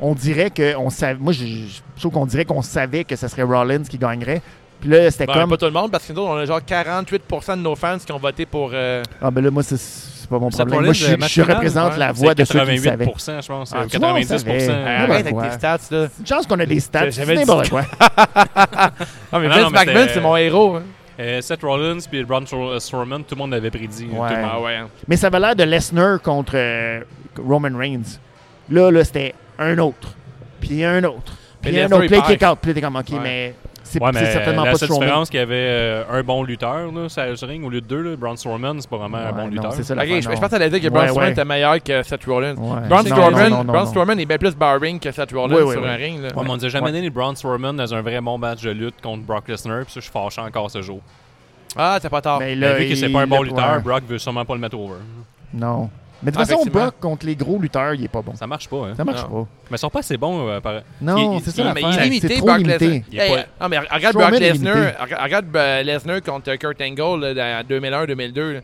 on dirait que on savait. Moi, je, je trouve qu'on dirait qu'on savait que ce serait Rollins qui gagnerait. Puis là, c'était Ben, comme. Pas tout le monde, parce que nous autres, on a genre 48% de nos fans qui ont voté pour. euh, Ah, ben là, moi, c'est- c'est pas mon Seth problème. Rollins, Moi, je, euh, je match final, représente ouais. la voix C'est de ceux qui le savaient. 88%, je pense. euh, Ah, ou tu vois, on 90%. savait. Ah, ben, Arrête avec ouais. tes stats, là. C'est une chance qu'on a des stats. J'ai C'est jamais dit [LAUGHS] n'importe quoi. Ah, mais non, Vince non, mais c'était- McMahon, c'est mon héros. hein. Euh, Seth Rollins puis Braun Stro- Strowman, tout le monde avait prédit. Ouais. Tout le monde. Ah ouais. hein. Mais ça avait l'air de Lesnar contre euh, Roman Reigns. Là, là, c'était un autre. Puis un autre. Mais Puis un Lesnar, autre. il Puis perd. kick out. Puis là, t'es comme, OK, Ouais. mais c'est Ouais, c'est mais certainement la pas seule Strowman. différence qu'il y avait euh, un bon lutteur là, sur le ring au lieu de deux, là, Braun Strowman, c'est pas vraiment un Ouais, euh, bon non, lutteur. c'est ça, la Ok, fin, je, je non. pense que t'allais dire que Braun Ouais, Strowman ouais. était meilleur que Seth Rollins. Braun Ouais. Non, Strowman, non, non, Braun non. Strowman est bien plus boring que Seth Rollins Oui, oui, sur oui. un ring. là. Ouais, mais on nous a jamais Ouais. donné Braun Strowman dans un vrai bon match de lutte contre Brock Lesnar, puis ça, je suis fâché encore ce jour. Ah, t'as pas tort. Mais Mais là, vu que c'est il- pas un bon le- lutteur, ouais. Brock veut sûrement pas le mettre over. Non. Mais de Ah, toute façon, effectivement. Brock contre les gros lutteurs, il est pas bon. Ça marche pas, hein. Ça marche Non. pas. Mais ils sont pas assez bons. euh, par- Non, Il- c'est il- ça Non, la mais fin. il est limité, C'est trop Brock Lesnar. limité. Il est Hey, pas- Non, mais regarde Strowman Brock est Lesnar. limité. re- Regarde euh, Lesnar contre Kurt Angle là, en 2001-2002. là.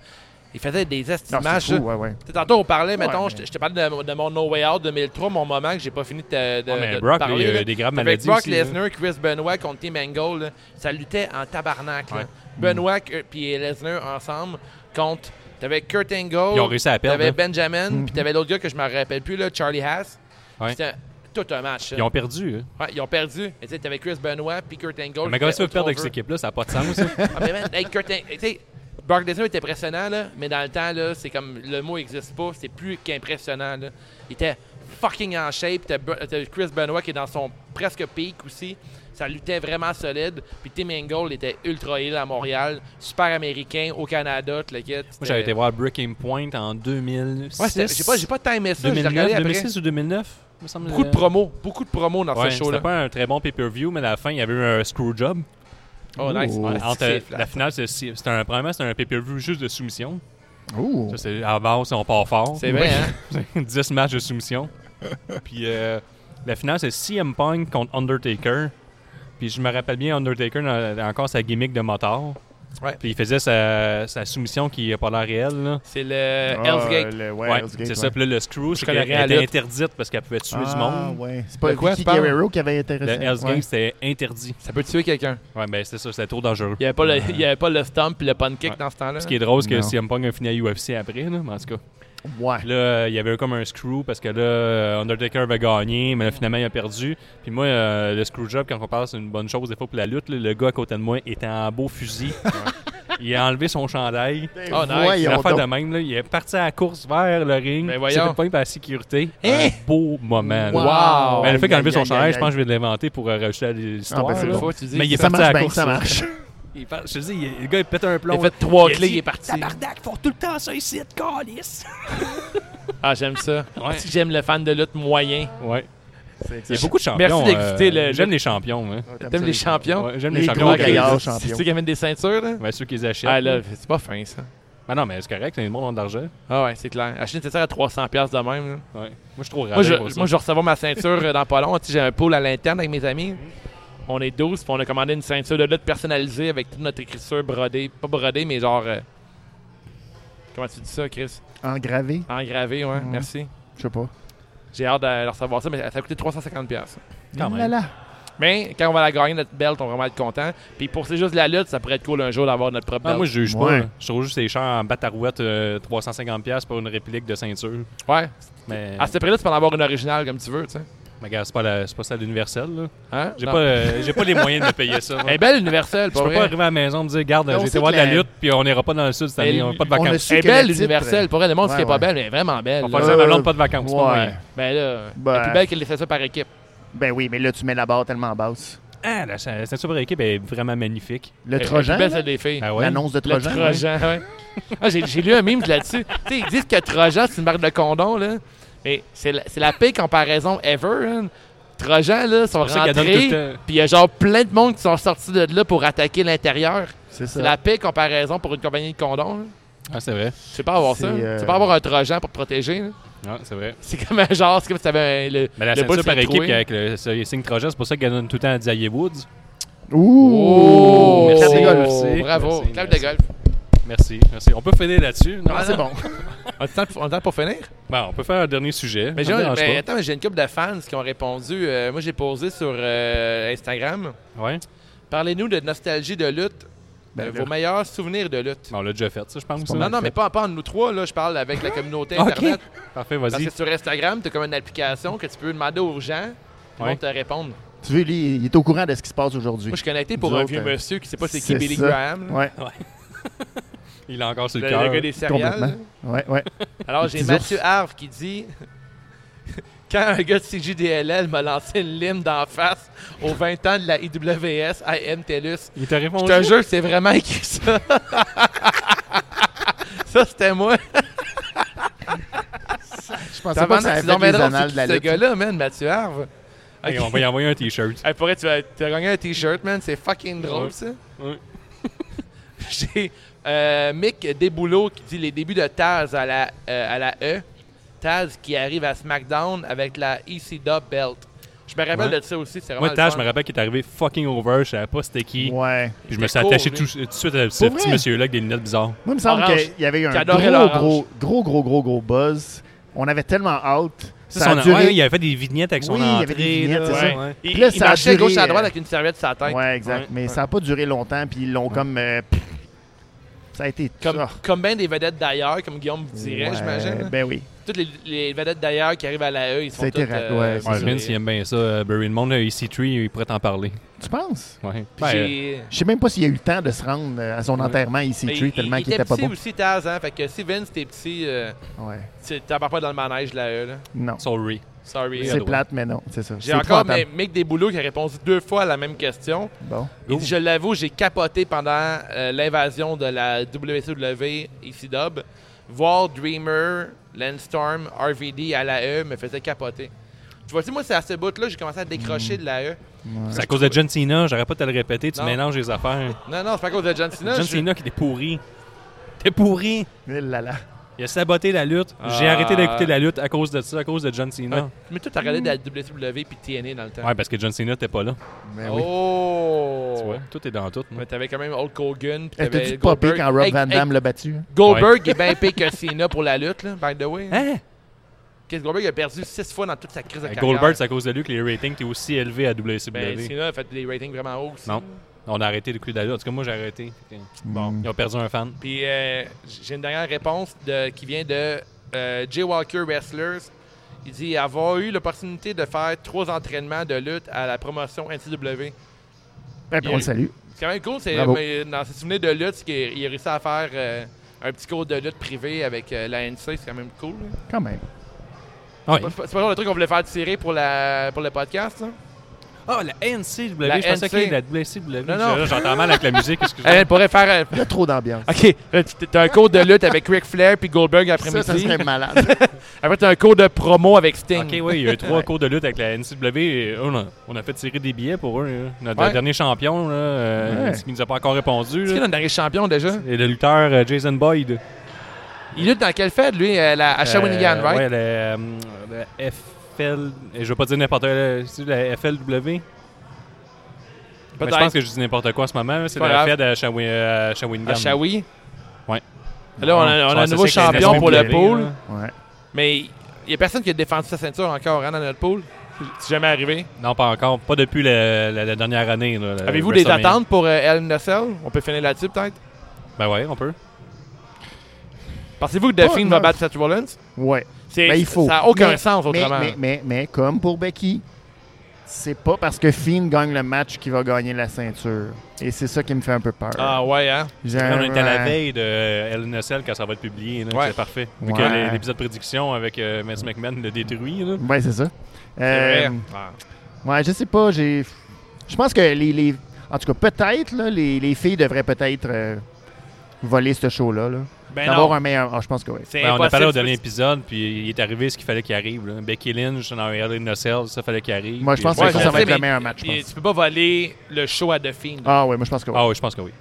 Il faisait des Non, c'est estimages. fou, ouais, ouais. Tantôt, on parlait, mettons, mais- je, te- je te parlais de, de mon No Way Out 2003, mon moment que j'ai pas fini de, te- de- Ouais, mais de te Brock, parler. lui, il a là. des graves Avec maladies Brock aussi, là. Lesnar, Chris Benoit contre Team Angle, là, ça luttait en tabarnak. là. Ouais. Benoit et puis Lesnar ensemble contre. T'avais Kurt Angle. Ils ont réussi à perdre, T'avais hein. Benjamin, puis t'avais l'autre gars que je me rappelle plus, là, Charlie Haas. Ouais. C'était tout un match. là. Ils ont perdu. hein. Ouais, ils ont perdu. Mais tu sais, t'avais Chris Benoit puis Kurt Angle. Mais comment qui ça, tu veux était perdre avec cette over. équipe-là Ça n'a pas de [LAUGHS] sens. hein. ça. Ah, mais man, hey, Kurt Ang- tu sais, Brock Lesnar était impressionnant, là, mais dans le temps, là, c'est comme le mot n'existe pas. C'était plus qu'impressionnant. là. Il était fucking en shape. T'as Br- t'as Chris Benoit qui est dans son presque pic aussi. Ça luttait vraiment solide. Puis Tim Angle était ultra ill à Montréal. Super américain au Canada. tout le kit. Moi, j'avais été voir Breaking Point en 2006. Ouais, c'était- j'ai pas, j'ai pas timé ça. J'ai regardé 2009, après. 2006 ou 2009 me semble. Beaucoup de Euh, promos. Beaucoup de promos dans Ouais, ce c'était show-là. pas un très bon pay-per-view, mais à la fin, il y avait eu un screwjob. Oh, nice. Ouh. Ah, c'est- Entre- c'est flat. la finale, c'est- c'était un, premièrement, c'était un pay-per-view juste de soumission. Ouh. Ça, c'est à base, on part fort. C'est vrai, hein? [LAUGHS] 10 matchs de soumission. Puis euh, la finale, c'est CM Punk contre Undertaker. Puis je me rappelle bien, Undertaker dans- dans encore sa gimmick de motard. Ouais. Puis il faisait sa, sa soumission qui est pas la réelle. Là. C'est le Hell's Gate. Ah, le- ouais, Ouais, Hell's c'est Gate, ouais. ça. Puis là, le screw, c'est qu'elle connais rien à était lutte. interdite parce qu'elle pouvait tuer du Ah, monde. ouais. C'est pas De quoi Vicky tu parles? Guerrero qui avait été Le Hell's Game, c'était interdit. Ça peut tuer quelqu'un. Ouais, ben c'est ça, c'était trop dangereux. Il n'y avait, pas le- il y avait pas le stomp puis le pun kick Ouais. dans ce temps-là. Ce qui est drôle, c'est que Non. CM Punk a fini à UFC après, là, mais en tout cas. Ouais. Là, euh, il y avait eu comme un screw parce que là, euh, Undertaker avait gagné, mais là, finalement, il a perdu. Puis moi, euh, le screw job, quand on parle, c'est une bonne chose des fois pour la lutte. là, le gars à côté de moi était en beau [LAUGHS] fusil. il a enlevé son chandail. Oh, nice. Il Voyons a fait de donc. même, là, il est parti à la course vers le ring. Ben, C'est voyons. le point par la sécurité. Hein? Un beau moment. là. Wow. Wow. Ben, le fait qu'il a enlevé Aïe, son aïe, chandail, aïe, je pense que je vais l'inventer pour euh, rajouter à l'histoire. Ah, ben, c'est là. Une fois, tu dis- Mais il est Ça parti à marche la bien, course. ça marche. Il par- Je te dis, il- le gars, il pète un Il plomb. a fait trois Il a clés, dit, il est parti. Tabarnak, font tout le temps ça ici, de calice. Ah, j'aime ça. Ouais. Si J'aime le fan de lutte moyen. Ouais. Il y a T'aimes beaucoup de champions. euh, Merci d'écouter le- J'aime le- les champions. hein. T'aimes les champions? Ouais, J'aime Les les gros champions. qui- gaillards. C'est champions. ceux qui amènent des ceintures, là? Ouais, ceux qui les achètent. Ah, là, c'est pas fin, ça. Ben non, mais c'est correct, les monde ont de l'argent. Ah ouais, c'est clair. Acheter une ceinture à 300$ piastres de même. là. Ouais. Moi, je suis trop Moi, je, radin pour ça. moi, je vais recevoir ma ceinture euh, dans pas long. Tu sais, J'ai un pool à l'interne avec mes amis. On est 12, puis on a commandé une ceinture de lutte personnalisée avec toute notre écriture brodée. Pas brodée, mais genre. euh, comment tu dis ça, Chris Engravé, Engravée, ouais, Mm-hmm. Mhm. merci. je sais pas. J'ai hâte de leur savoir ça, mais ça a coûté 350$. piastres. Quand Là, même. là. Mais quand on va la gagner, notre belt, on va vraiment être content. Puis pour c'est juste la lutte, ça pourrait être cool un jour d'avoir notre propre Ah, belt. moi, je juge pas. Ouais. hein. Je trouve juste que c'est cher en batarouette euh, 350$ pour une réplique de ceinture. Ouais. Mais, À ce prix-là, tu peux en avoir une originale comme tu veux, tu sais. mais gars, c'est pas, la- c'est pas celle d'Universel. là. Hein? J'ai Non. pas, euh, j'ai pas les moyens de me payer ça. Elle est moi. belle, universelle, Je pour peux pas vrai. arriver à la maison et dire, garde, Mais on j'ai sait été voir de que la la- lutte, puis on n'ira pas dans le sud cette Elle- année, on n'a pas de on a vacances. su Elle est que le belle, titre- l'universelle. Pour vrai, le monde, Ouais, ce qui est pas ouais. belle, mais elle est vraiment belle. On là. va dire, ma blonde, pas de vacances, pas Ouais. moyen. Ben là, Ben- elle est plus belle que les ceinture par équipe. Ben oui, mais là, tu mets la barre tellement basse. Ah, la cha- la ceinture par équipe est vraiment magnifique. Le Elle- Elle est Trojan, plus belle, là? celle des filles. Ah ouais? l'annonce de Le Trojan. ouais. Trojan, ouais. Ah, j'ai, j'ai lu un meme là-dessus. tu sais, ils disent que Trojan, c'est une marque de condom, là. Mais c'est la, c'est la pire comparaison ever, hein. Trojan, là, sont pour ça qu'elle donne tout rentrés, puis le temps. il y a genre plein de monde qui sont sortis de là pour attaquer l'intérieur. C'est C'est ça. la pire comparaison pour une compagnie de condoms. hein. Ah, c'est vrai. Tu peux pas avoir C'est, ça. hein. euh, Tu peux pas avoir un Trojan pour te protéger, là. Ah, c'est vrai. C'est comme un genre, c'est comme si t'avais un- le, Mais la le bout ceinture par s'est équipe troué. avec le ce signe Trojan, c'est pour ça qu'elle donne tout le temps à Xavier Woods. Oh, Ouh! Merci, Clap de golf. merci, Bravo, merci, clap de merci. golf. Merci, merci. On peut finir là-dessus. Non, Ah, c'est bon. On a le temps pour- on a le temps pour finir? Bon, on peut faire un dernier sujet. Mais, Ça j'ai, me dérange mais pas. attends, mais j'ai une couple de fans qui ont répondu. Euh, moi, j'ai posé sur euh, Instagram. Ouais. Parlez-nous de nostalgie de lutte, Ben euh, là. vos meilleurs souvenirs de lutte. Bon, on l'a déjà fait, ça, je pense. Non, non, mais pas, pas entre nous trois. Là, je parle avec la communauté Ok. Internet. Parfait, Parce vas-y. que sur Instagram, tu as comme une application que tu peux demander aux gens. Ils Ouais. vont te répondre. [LAUGHS] Tu veux, lui, il est au courant de ce qui se passe aujourd'hui. Moi, je suis connecté pour Nous un autres, vieux euh, monsieur qui sait pas c'est qui c'est Billy ça. Graham. là. [LAUGHS] Ouais, Il a encore sur Le, le le gars cœur. des céréales. complètement. là. Ouais, [LAUGHS] ouais. Alors, Les j'ai petits Mathieu ours. Harve qui dit [LAUGHS] Quand un gars de CJDLL m'a lancé une lime d'en face aux 20 ans de la IWS à MTLUS, Il t'a je répondu. te jure, c'est vraiment écrit ça. [LAUGHS] ça, c'était moi. Je pensais T'as pas que ça vendu avait fait les annales de la ce lutte. gars-là, man, Mathieu Harve. Hey, on va y envoyer un [LAUGHS] t-shirt. Hey, pour vrai, tu vas- tu as gagné un t-shirt, man. C'est fucking drôle, Ouais. ça. Ouais. [LAUGHS] J'ai euh, Mick Desbouleaux qui dit les débuts de Taz à la, euh, à la E. Taz qui arrive à SmackDown avec la ECW belt. Je me rappelle Ouais. de ça aussi. C'est vraiment. Moi, Ah, le Tash, fun. je me rappelle qu'il est arrivé fucking over, je savais pas c'était qui. Ouais. Puis je me suis C'était court, hein. attaché lui. tout, tout de suite à ce petit vrai? monsieur-là avec des lunettes bizarres. Moi, il me semble Orange. qu'il y avait eu un gros, J'adorais l'orange. gros, gros, gros, gros, gros buzz. On avait tellement hâte. Ça, Ça, a son- duré. ouais, il avait fait des vignettes avec son Oui, il y entrée. avait des vignettes, là. c'est ça. Ouais. Il, Puis là, il ça a marchait duré, gauche à droite euh, avec une serviette sur sa tête. Ouais, exact. Ouais. Mais ça n'a pas duré longtemps, puis ils l'ont comme. euh, pff, ça a été. Comme, Ah, comme bien des vedettes d'ailleurs, comme Guillaume vous dirait, ouais, j'imagine. hein. Ben oui. Toutes les, les vedettes d'ailleurs qui arrivent à la E, ils sont Ça a été toutes. ra- ouais, c'est Ouais, sur Vince, les- il aime bien ça. euh, Bury the Moon, là, EC3, il pourrait t'en parler. Tu penses? Ouais. Puis Ben, j'ai- Je sais même pas s'il y a eu le temps de se rendre euh, à son enterrement ici, mais Tree, tellement qu'il était pas petit bon. aussi, Taz. Hein? Fait que si Vince, t'es petit, euh, Ouais. tu- t'en pars pas dans le manège de la E. Là. Non. Sorry. Sorry. C'est Regarde, ouais. plate, mais non, c'est ça. J'ai C'est encore épouvantable. mais- Mick Desbouleaux qui a répondu deux fois à la même question. Bon. Il dit, je l'avoue, j'ai capoté pendant euh, l'invasion de la WCW ici Dub. Voir Dreamer, Landstorm, RVD à la E me faisait capoter. Tu vois-tu, moi, c'est à ce bout-là que j'ai commencé à décrocher Hmm. de la E. C'est à cause de John Cena, j'aurais pas à te le répéter, tu Non. mélanges les affaires. Non, non, c'est pas à cause de John Cena. John je- Cena qui était pourri. T'es pourri. Eh là là. Il a saboté la lutte. J'ai Ah. arrêté d'écouter la lutte à cause de ça, à cause de John Cena. Mais toi, t'as Mm. regardé de la WCW puis TNA dans le temps. Ah. Ouais, parce que John Cena t'es pas là. Ben oui. Oh! Tu vois, tout est dans tout. non? Mais t'avais quand même Hulk Hogan. puis Eh, t'avais T'as-tu popé Goldberg. quand Rob Hey, Van hey, Damme l'a battu? hein? Goldberg est bien pire que Cena pour la lutte, là, by the way. Hein? Qu'est-ce que Goldberg a perdu six fois dans toute sa crise de Euh, carrière. Goldberg, c'est à cause de lui que les ratings étaient aussi élevés à WCW. Ben, Cena a fait des ratings vraiment hauts aussi. E. Non. On a arrêté d'écouter la lutte. En tout cas, moi, j'ai arrêté. Fait que- Bon. Ils ont perdu un fan. Puis euh, j'ai une dernière réponse de- qui vient de euh, Jay Walker Wrestlers. Il dit avoir eu l'opportunité de faire trois entraînements de lutte à la promotion NCW. Eh, puis Il y on a le eu- salue. C'est quand même cool. C'est, Bravo. mais dans ses souvenirs de lutte, c'est qu'il- il a réussi à faire euh, un petit cours de lutte privé avec euh, l'ANC. C'est quand même cool. là. Quand même. Ouais. C'est pas- C'est pas genre le truc qu'on voulait faire tirer pour, la, pour le podcast. là. Ah, la NCW. La je pensais NC. que la WCW. Non, non. Là, J'entends mal avec la musique. excusez-moi. [LAUGHS] Elle pourrait faire. euh, Il y a trop d'ambiance. OK, là, tu- t'as un cours de lutte avec Ric Flair puis Goldberg Ça, après-midi. ça serait [LAUGHS] malade. Après, t'as un cours de promo avec Sting. Ok, oui, il y a eu trois cours de lutte avec la NCW. et oh, on, a, on a fait tirer des billets pour eux. là. Notre Ouais. dernier champion, là, euh, Ouais. qui nous a pas encore répondu. Est-ce qu'il là, est notre dernier champion déjà? Et le lutteur euh, Jason Boyd. Il lutte dans quelle fête, lui? À, la- à Shawinigan, Euh, right? Ouais, le, euh, euh, le FL. et Je veux pas dire n'importe quoi. là, c'est-tu La FLW. Mais je pense que je dis n'importe quoi en ce moment. là. C'est Pas la grave. fête à Shawi- euh, à Shawinigan. À Shawi. Ouais. Là, on a, on a Ouais, un c'est nouveau ça, c'est champion pour le Desmond Perry, pool, là. Ouais. mais il n'y a personne qui a défendu sa ceinture encore hein, dans notre pool. C'est jamais arrivé. Non, pas encore. Pas depuis la, la- la dernière année. là, le Avez-vous des WrestleMania. attentes pour euh, Hell in a Cell? On peut finir là-dessus, peut-être? Ben ouais, on peut. Pensez-vous que Pas- Delphine non. va battre Seth Rollins? Ouais. C'est- Ben, il faut. Ça n'a aucun Mais- sens mais, autrement. mais, mais, mais comme pour Becky, c'est pas parce que Finn gagne le match qu'il va gagner la ceinture. Et c'est ça qui me fait un peu peur. ah ouais, hein? J'ai Là, on un- est à la veille de euh, Hell in a Cell quand ça va être publié. là. Ouais. C'est parfait. Vu Ouais. que l'é- l'épisode prédiction avec euh, Vince McMahon le détruit. là. Ouais, c'est ça. C'est Euh, vrai. Ah. ouais, je sais pas. J'ai. Je pense que les, les- En tout cas, peut-être, là, les, les filles devraient peut-être euh, voler ce show-là. Là. Ben D'avoir non. un meilleur. Ah, je pense que oui. C'est Ben, on a impossible, parlé au tu peux- dernier épisode, puis il est arrivé ce qu'il fallait qu'il arrive. là. Becky Lynch dans Hell in a Cell, ça fallait qu'il arrive. Moi, je Puis- pense que Ouais, ça, je va sais, être le mais- meilleur match, je Puis pense. Tu peux pas voler le show à Delphine. Ah, Ah, oui, moi, je pense que oui. Ah oui, je pense que oui.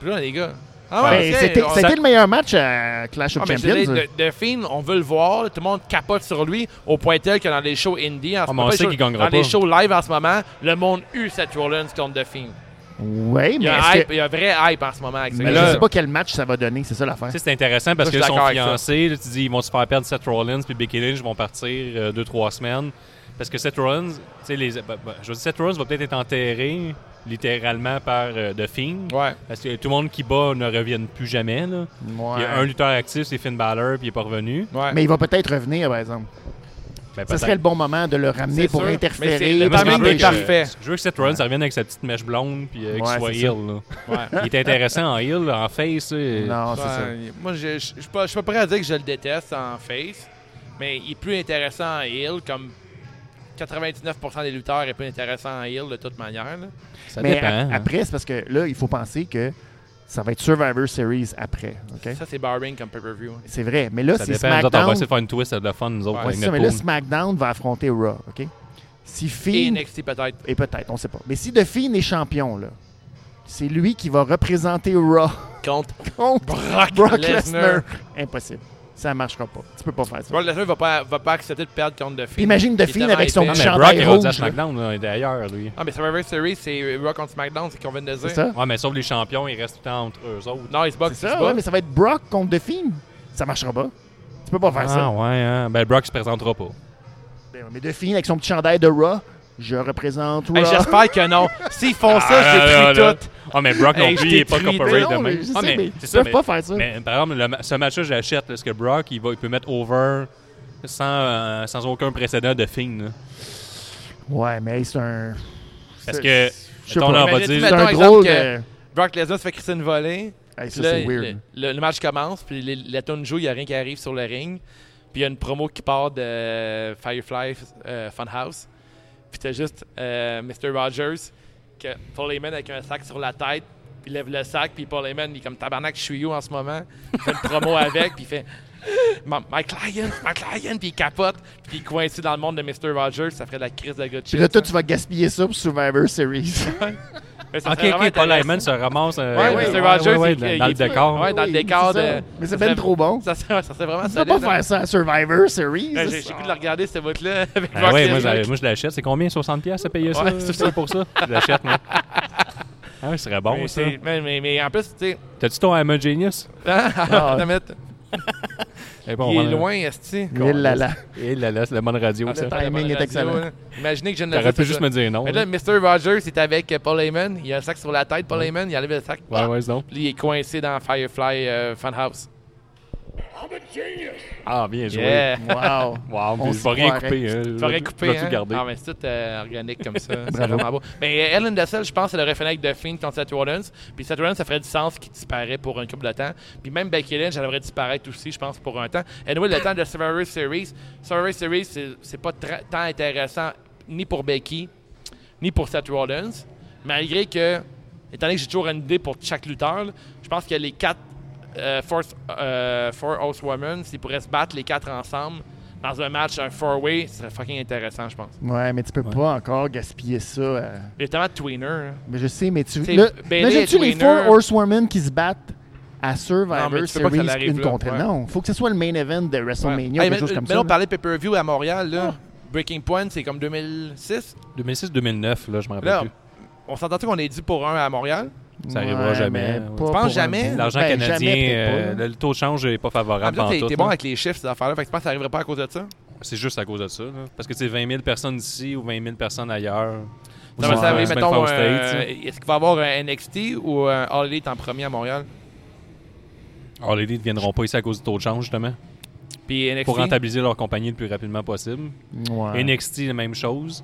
puis là, les gars. Ah Ben, ouais, ok, c'était on- c'était le meilleur match à Clash of Ah, mais je Champions. dirais, de, de Fiend, on veut le voir. Tout le monde capote sur lui au point tel que dans les shows indie, en ce Ah, mais moment, on les sait shows- qu'il gagnera dans les pas. shows live en ce moment, le monde eut Seth Rollins contre The Fiend. Oui, Il mais y a, est-ce un que- hype, il y a un vrai hype en ce moment avec ce Mais là- je gars-là. sais pas quel match ça va donner, c'est ça l'affaire. Tu sais, c'est intéressant parce Ça, je que suis son d'accord avec ça. fiancé, là, tu dis, ils vont se faire perdre Seth Rollins puis Becky Lynch vont partir euh, deux, trois semaines. Parce que Seth Rollins, tu sais, les, ben, ben, je veux dire, Seth Rollins va peut-être être enterré littéralement par euh, The Fiend. Ouais. Parce que tout le monde qui bat ne revienne plus jamais. là. Il y a un lutteur actif, c'est Finn Balor, puis il n'est pas revenu. Ouais. Mais il va peut-être revenir, par exemple. Ben, Ce peut-être. serait le bon moment de le ramener C'est pour sûr. Mais c'est interférer. le pour Parce que timing je veux est que- parfait. Je veux que Seth Rollins revienne avec sa petite mèche blonde puis euh, qu'il Ouais, soit c'est heel. là. Ouais. Il est intéressant en heel, en face. là. Non, Ah, c'est ça. Ouais, Moi, je je- je suis pas, je suis pas prêt à dire que je le déteste en face, mais il est plus intéressant en heel, comme 99% des lutteurs est plus intéressant en heel de toute manière. là. Ça Mais dépend. a- hein. après, c'est parce que là, il faut penser que ça va être Survivor Series après. ok? Ça, c'est barring comme pay-per-view. hein. C'est vrai. Mais là, Ça c'est dépend. Nous autres, on va SmackDown. essayer de faire une twist, ça de fun, nous autres. Ouais, Ouais, avec c'est ça, notre mais là, pool. SmackDown va affronter Raw. ok? Si Et Finn. NXT peut-être. Et peut-être, on sait pas. Mais si The Fiend est champion, là, c'est lui qui va représenter Raw [LAUGHS] Contre contre Brock, Brock Lesnar. Lesnar. Impossible. Ça marchera pas. Tu peux pas faire ça. Brock Lesnar va pas, va pas accepter de perdre contre The Fiend. Imagine The Il est Fiend tellement avec son Non, épais. mais chandail Brock est rendu rouge, à là. SmackDown, là, il est d'ailleurs, lui. Ah, mais Survivor Series, c'est Raw contre SmackDown, c'est qu'on vient de dire. C'est ça? Ouais, mais sauf les champions, ils restent tout le temps entre eux autres. Non, il se boxe, C'est il se ça, bat. ouais, mais ça va être Brock contre The Fiend. Ça marchera pas. Tu peux pas faire Ah, ça. ouais, hein. Ben, Brock se présentera pas. Ben, Mais The Fiend avec son petit chandail de Raw, je représente Raw. Hey, [LAUGHS] J'espère que non. S'ils font ça, je Ah, les là, là. tout. Ah, mais Brock non Hey, je plus, il est pas t'ai pris, Mais corporate Ben non, mais demain. je sais, Ah, mais c'est ils ça, peuvent mais- pas faire ça. Mais par exemple, le ma- ce match-là, j'achète. Parce que Brock, il, va, il peut mettre over sans, euh, sans aucun précédent de Fiend. là. Ouais, mais c'est un. Parce C'est- que, je sais mettons, là, on pas. va Imagine, dire. C'est Mettons un exemple drôle que- de. Brock Lesnar se fait crisser une volée. Hey, Puis ça, là, c'est weird. Le, le- le match commence, puis les- la tune joue, il n'y a rien qui arrive sur le ring. Puis il y a une promo qui part de Firefly euh, Funhouse. Puis t'as juste euh, Mr. Rogers, que Paul Heyman avec un sac sur la tête. puis Il lève le sac, puis Paul Heyman, il est comme tabarnak, je suis où en ce moment. Il fait une [LAUGHS] promo avec, puis il fait My, my client, my client, puis il capote, puis il est coincé dans le monde de Mr. Rogers, ça ferait de la crise de gars de Puis shit, là, toi, ça. tu vas gaspiller ça pour Survivor Series. Mais ça Ok, serait ok, vraiment Paul Heyman intéressant. se ramasse. euh, Ouais, ouais, euh, Mr. Rogers, ouais, il- dans il- le décor. Ouais, dans le Oui, décor c'est ça. de- Mais c'est ben trop bon. Ça serait, ça serait vraiment Tu peux pas solide, hein. faire ça à Survivor Series. Ben, ça, J'ai j'ai ça- goût de la regarder, cette vote-là. [LAUGHS] avec Ah Brock ouais, moi, Lesnar. je- moi je l'achète. C'est combien 60$ pièces à payer ça Ouais, c'est ça pour ça Je l'achète, moi. [LAUGHS] Ah ouais, ce serait bon, mais, ça. c'est- mais, mais- mais en plus, tu sais. T'as-tu ton Hammer Genius hein, [LAUGHS] Ah, attends, mais- Eh ben, on Il va est en- loin, Esti. Il là là. Et là, là, c'est la bonne radio, ça. Le timing est excellent. hein. Imaginez que je ne T'aurais pu juste me dire non. Mais là, là. Mr. Rogers est avec euh, Paul Heyman. Il a un sac sur la tête, Paul Heyman. Il enlève le sac. Ouais, ouais, c'est donc. Lui, il est coincé dans Firefly euh, Funhouse. Ah, bien joué. Yeah. Wow. [LAUGHS] Wow, On puis je se vais rien croirait. couper. hein. Je Tu aurais vais- coupé. Je vais hein? tout garder. Ah, mais c'est tout euh, organique comme [LAUGHS] ça. c'est vraiment beau. Mais euh, Ellen Dessel, je pense, elle aurait fini avec The Fiend contre Seth Rollins. Puis Seth Rollins, ça ferait du sens qu'il disparaît pour un couple de temps. Puis même Becky Lynch, elle devrait disparaître aussi, je pense, pour un temps. Et anyway, le temps de Survivor Series, Survivor Series, c'est- c'est pas tra- tant intéressant ni pour Becky, ni pour Seth Rollins. Malgré que, étant donné que j'ai toujours une idée pour chaque lutteur, là, je pense que les quatre euh, Force, euh, Four Horsewomen, s'ils pourraient se battre les quatre ensemble dans un match, un four-way, ce serait fucking intéressant, je pense. Ouais, mais tu peux pas encore gaspiller ça. euh, Il y a tellement de tweeners. hein. Mais je sais, mais tu. C'est Là, Bayley Imagine-tu et les Tweener. Four Horsewomen qui se battent à Non, Survivor mais tu peux pas que ça Series l'arrive, une là. contre. Ouais. Non, faut que ce soit le main event de WrestleMania Hey, ou mais, quelque chose comme mais ça. là, on là. parlait de pay-per-view à Ah. Montréal. Là. Breaking Point, c'est comme 2006. 2006-2009, là, je m'en rappelle Là, plus. on s'entend qu'on est dû pour un à Montréal? Ça arrivera jamais. Ouais. penses jamais? L'argent Ben, canadien, jamais, peut-être euh, pas, là. le taux de change n'est pas hein. Ah, favorable. mais là, t'es pantoute, t'es bon là. avec les chiffres, ces affaires-là. Fait que tu penses que ça arriverait pas à cause de ça? C'est juste à cause de ça. là. Parce que c'est 20 000 personnes ici ou 20 000 personnes ailleurs. Non, Ou mais sinon, ça euh, arrive, semaine mettons, fois aux States, euh, là. est-ce qu'il va y avoir un NXT ou un All Elite en premier à Montréal? Alors, les leads ne viendront pas ici à cause du taux de change, justement. Puis NXT? Pour rentabiliser leur compagnie le plus rapidement possible. Ouais. NXT, la même chose.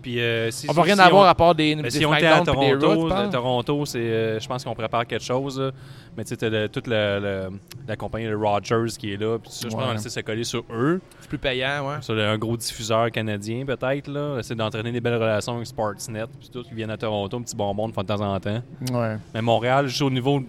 Puis, euh, si, on va si- rien si avoir on- à part des, des Ben, si on était à SmackDown puis des Raw, Toronto, tu de- parles? Toronto, c'est, euh, je pense qu'on prépare quelque chose. là. Mais tu sais, t'as le- toute la, la- la compagnie de Rogers qui est là. Puis ça, je pense Ouais. qu'on essaie de se coller sur eux, C'est plus payant, ouais. sur le- un gros diffuseur canadien peut-être. là. Essayer d'entraîner des belles relations avec Sportsnet. Puis tout, qui viennent à Toronto, un petit bonbon de fois de temps en temps. Ouais. Mais Montréal, juste au niveau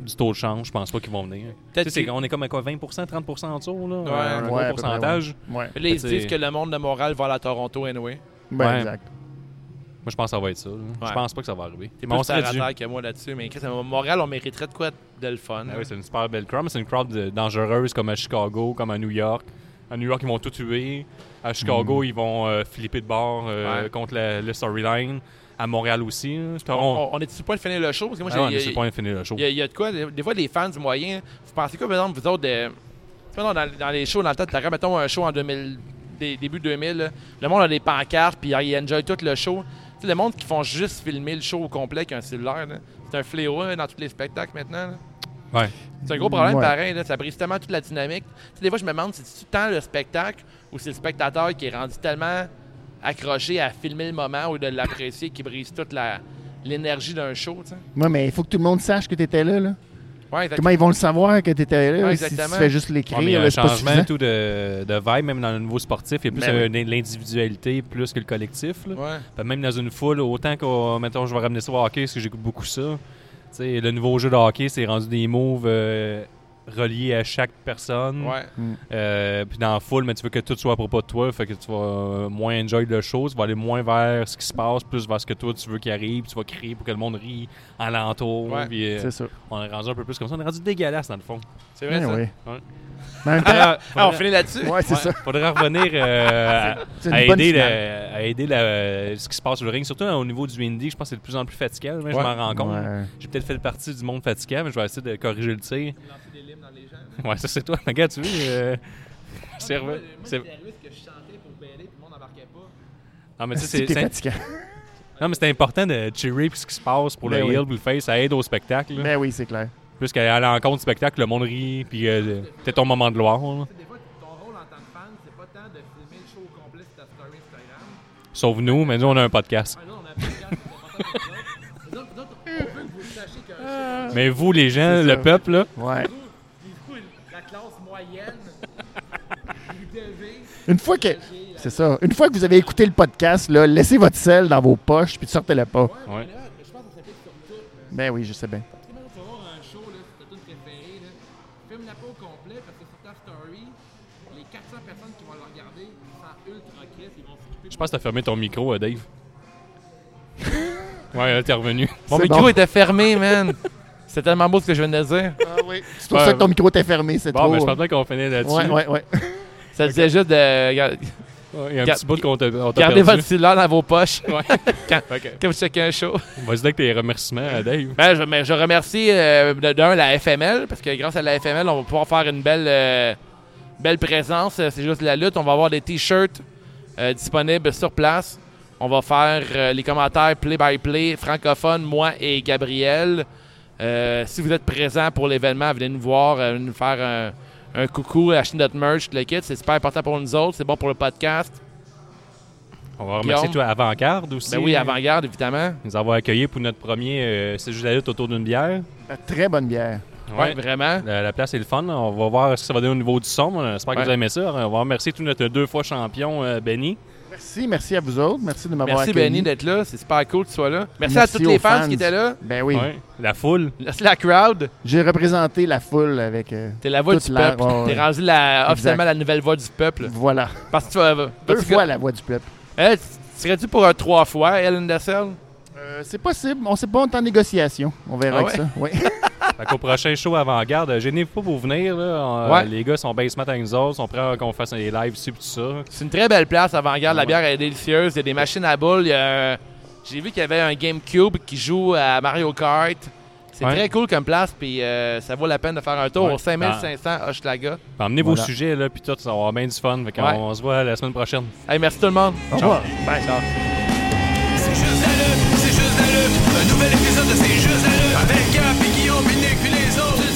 du taux de change, je pense pas qu'ils vont venir. Peut-être Tu sais, que- c'est- on est comme à quoi, 20%, 30% en dessous, là? Ouais, un gros ouais, à peu près, pourcentage. Ouais. Mais Là, ils C'est- disent que le monde de Montréal va aller à Toronto anyway. Ben, Ouais. exact. Moi, je pense que ça va être ça. là. Je pense pas que ça va arriver. T'es Mais on plus serait terre à dû. terre que moi là-dessus. Mais Chris, à Montréal, on mériterait de quoi de le fun. Ah oui, c'est une super belle crowd, mais c'est une crowd de- dangereuse comme à Chicago, comme à New York. À New York, ils vont tout tuer. À Chicago, Mm. ils vont euh, flipper de bord euh, Ouais. contre la- le storyline. À Montréal aussi. là. Toronto. on, on est-tu pas de finir le show? Parce que Oh, moi, Ah, on j'ai- est sur le point de finir le show. Il y, a, il y a de quoi, des des fois, les fans moyens, vous pensez quoi, par exemple, vous autres, de, tu sais, dans, dans les shows, dans le temps de Tara, mettons un show en 2000, dé- début 2000, là, le monde a des pancartes, puis ils enjoy tout le show. Tu sais, le monde qui font juste filmer le show au complet avec un cellulaire, là, c'est un fléau là, dans tous les spectacles maintenant. là. Ouais. C'est un gros problème Ouais. pareil, là, ça brise tellement toute la dynamique. Tu sais, des fois, je me demande si c'est tout le temps le spectacle ou c'est le spectateur qui est rendu tellement accroché à filmer le moment ou de l'apprécier qui brise toute la- l'énergie d'un show. tu sais. Ouais, mais il faut que tout le monde sache que tu étais là. là. Ouais, exactement. Comment ils vont le savoir que tu étais là Ouais, si tu exactement. fais juste Ouais, mais il y l'écrire? a là, un c'est euh, pas changement suffisant. et tout de, de vibe, même dans le niveau sportif. Il y a plus Ben oui. euh, l'in- l'individualité plus que le collectif. là. Ouais. Fait Même dans une foule, autant que, mettons, je vais ramener ça au hockey, parce que j'écoute beaucoup ça. Tu sais, le nouveau jeu de hockey, c'est rendu des moves euh, reliés à chaque personne. Ouais. Mm. Euh, puis dans la foule, mais tu veux que tout soit à propos de toi, fait que tu vas euh, moins enjoy le show, tu vas aller moins vers ce qui se passe, plus vers ce que toi tu veux qu'il arrive, puis tu vas crier pour que le monde rie alentour. Ouais. puis, euh, C'est ça. on est rendu un peu plus comme ça, on est rendu dégueulasse dans le fond. C'est vrai, Ben ça. oui. Ouais. Mais en même temps, Ah, Ah, on faudrait- finit là-dessus? ouais, c'est ça. Faudrait revenir euh, C'est une à, à bonne aider, le- finale. à aider la- ce qui se passe sur le ring. Surtout au niveau du indie, je pense que c'est de plus en plus fatigant. là, Je Ouais. m'en rends compte. Ouais. J'ai peut-être fait partie du monde fatigant, mais je vais essayer de corriger le tir. Ouais, ça c'est toi. [LAUGHS] Regarde, tu veux. euh, c'est revenu- c'est- que je chantais pour bailer, puis le monde n'embarquait pas. Non, mais tu sais, C'est c'est- Ah, t'es c'est- fatigant. [LAUGHS] non, mais c'est important de cheerer pour ce qui se passe pour Ben le oui. heel pour le face. Ça aide au spectacle. là. Ben oui, c'est clair. Plus qu'à l'encontre du spectacle, le monde rit, puis euh, peut-être ton moment de gloire. là. Des fois, ton rôle en tant que fan, c'est pas tant de filmer le show au complet sur ta story Instagram. Sauf nous, mais nous on a un podcast. Ah non, on a fait gaffe, c'est important que les autres. Les autres, on veut que vous sachiez qu'un show, Mais vous, les gens, C'est ça. le peuple, là, Ouais. vous, la classe moyenne, vous devez... Une fois que. C'est ça. Une fois que vous avez écouté le podcast, là, laissez votre sel dans vos poches puis sortez-le pas. ouais. Je pense que ça s'applique sur tout. là. Ben oui, je sais bien. Tu sais, même tu vas voir un show, là, c'est ta tune préférée, là, filme-la pas au complet, parce que sur ta story, les 400 personnes qui vont le regarder sont ultra kiss, ils vont s'occuper Je pense que t'as fermé ton micro, euh, Dave. [LAUGHS] ouais, là, t'es revenu. Mon C'est micro bon. était fermé, man. C'est tellement beau ce que je viens de dire. C'est pour ça que ton micro était fermé, c'est Euh, Bon, trop. ben, je pense bien qu'on finit là-dessus. ouais, ouais, ouais. [LAUGHS] Ça disait juste de. Ouais, Il y a un Gar- petit bout qu'on t'a on t'a perdu. Gardez votre cellulaire dans vos poches [LAUGHS] quand, Ok. quand vous checkez un show. Vas-y avec tes remerciements à Dave. Ben, je, mais je remercie euh, de- d'un la FML, parce que grâce à la FML, on va pouvoir faire une belle, euh, belle présence. Euh, C'est juste la lutte. On va avoir des t-shirts euh, disponibles sur place. On va faire euh, les commentaires play-by-play francophones, moi et Gabriel. Euh, si vous êtes présent pour l'événement, venez nous voir, euh, nous faire un, un coucou, acheter notre merch, tout le kit. C'est super important pour nous autres. C'est bon pour le podcast. On va remercier Guillaume. toi Avant-Garde aussi. Ben oui, avant-garde, évidemment. Nous avoir accueillis pour notre premier euh, C'est juste la lutte autour d'une bière. Ben, Très bonne bière. Ouais, vraiment. La, la place est le fun. là. On va voir ce que ça va donner au niveau du son. On espère Ouais. que vous aimez ça. On va remercier tout notre deux fois champion, euh, Benny. Merci, merci à vous autres. Merci de m'avoir Merci, accueilli. Benny, d'être là. C'est super cool que tu sois là. Merci, Merci à toutes les aux fans, fans. qui étaient là. Ben oui. Ouais. La foule. Merci la crowd. J'ai représenté la foule avec. euh, T'es la voix Toute du la- peuple. ouais, ouais. T'es rendu la, Exact. officiellement la nouvelle voix du peuple. Voilà. Parce que tu vas. Deux parce que- fois la voix du peuple. Hein, tu serais dû pour un trois fois, Ellen Dessel? Euh, c'est possible. On sait pas, on est en négociation. On verra Ah avec ça. Oui. Fait qu'au prochain show avant-garde, euh, gênez-vous pas pour venir. là. Euh, Ouais. Les gars sont basement avec nous autres. On prend qu'on fasse des lives ici et tout ça. C'est une très belle place, avant-garde. La Ouais. bière elle est délicieuse. Il y a des machines à boules. Il y a un, J'ai vu qu'il y avait un GameCube qui joue à Mario Kart. C'est Ouais. très cool comme place, puis euh, ça vaut la peine de faire un tour. Ouais. 5500 Hochelaga. Emmenez vos Voilà. sujets, là, puis tout, ça va avoir bien du fun. Fait qu'on- Ouais. on se voit la semaine prochaine. Hey, merci tout le monde. Au revoir. Bye. C'est juste la lutte, c'est juste la lutte. Un nouvel épisode de C'est juste la lutte. Avec Gap et Guillaume, Nick puis les autres.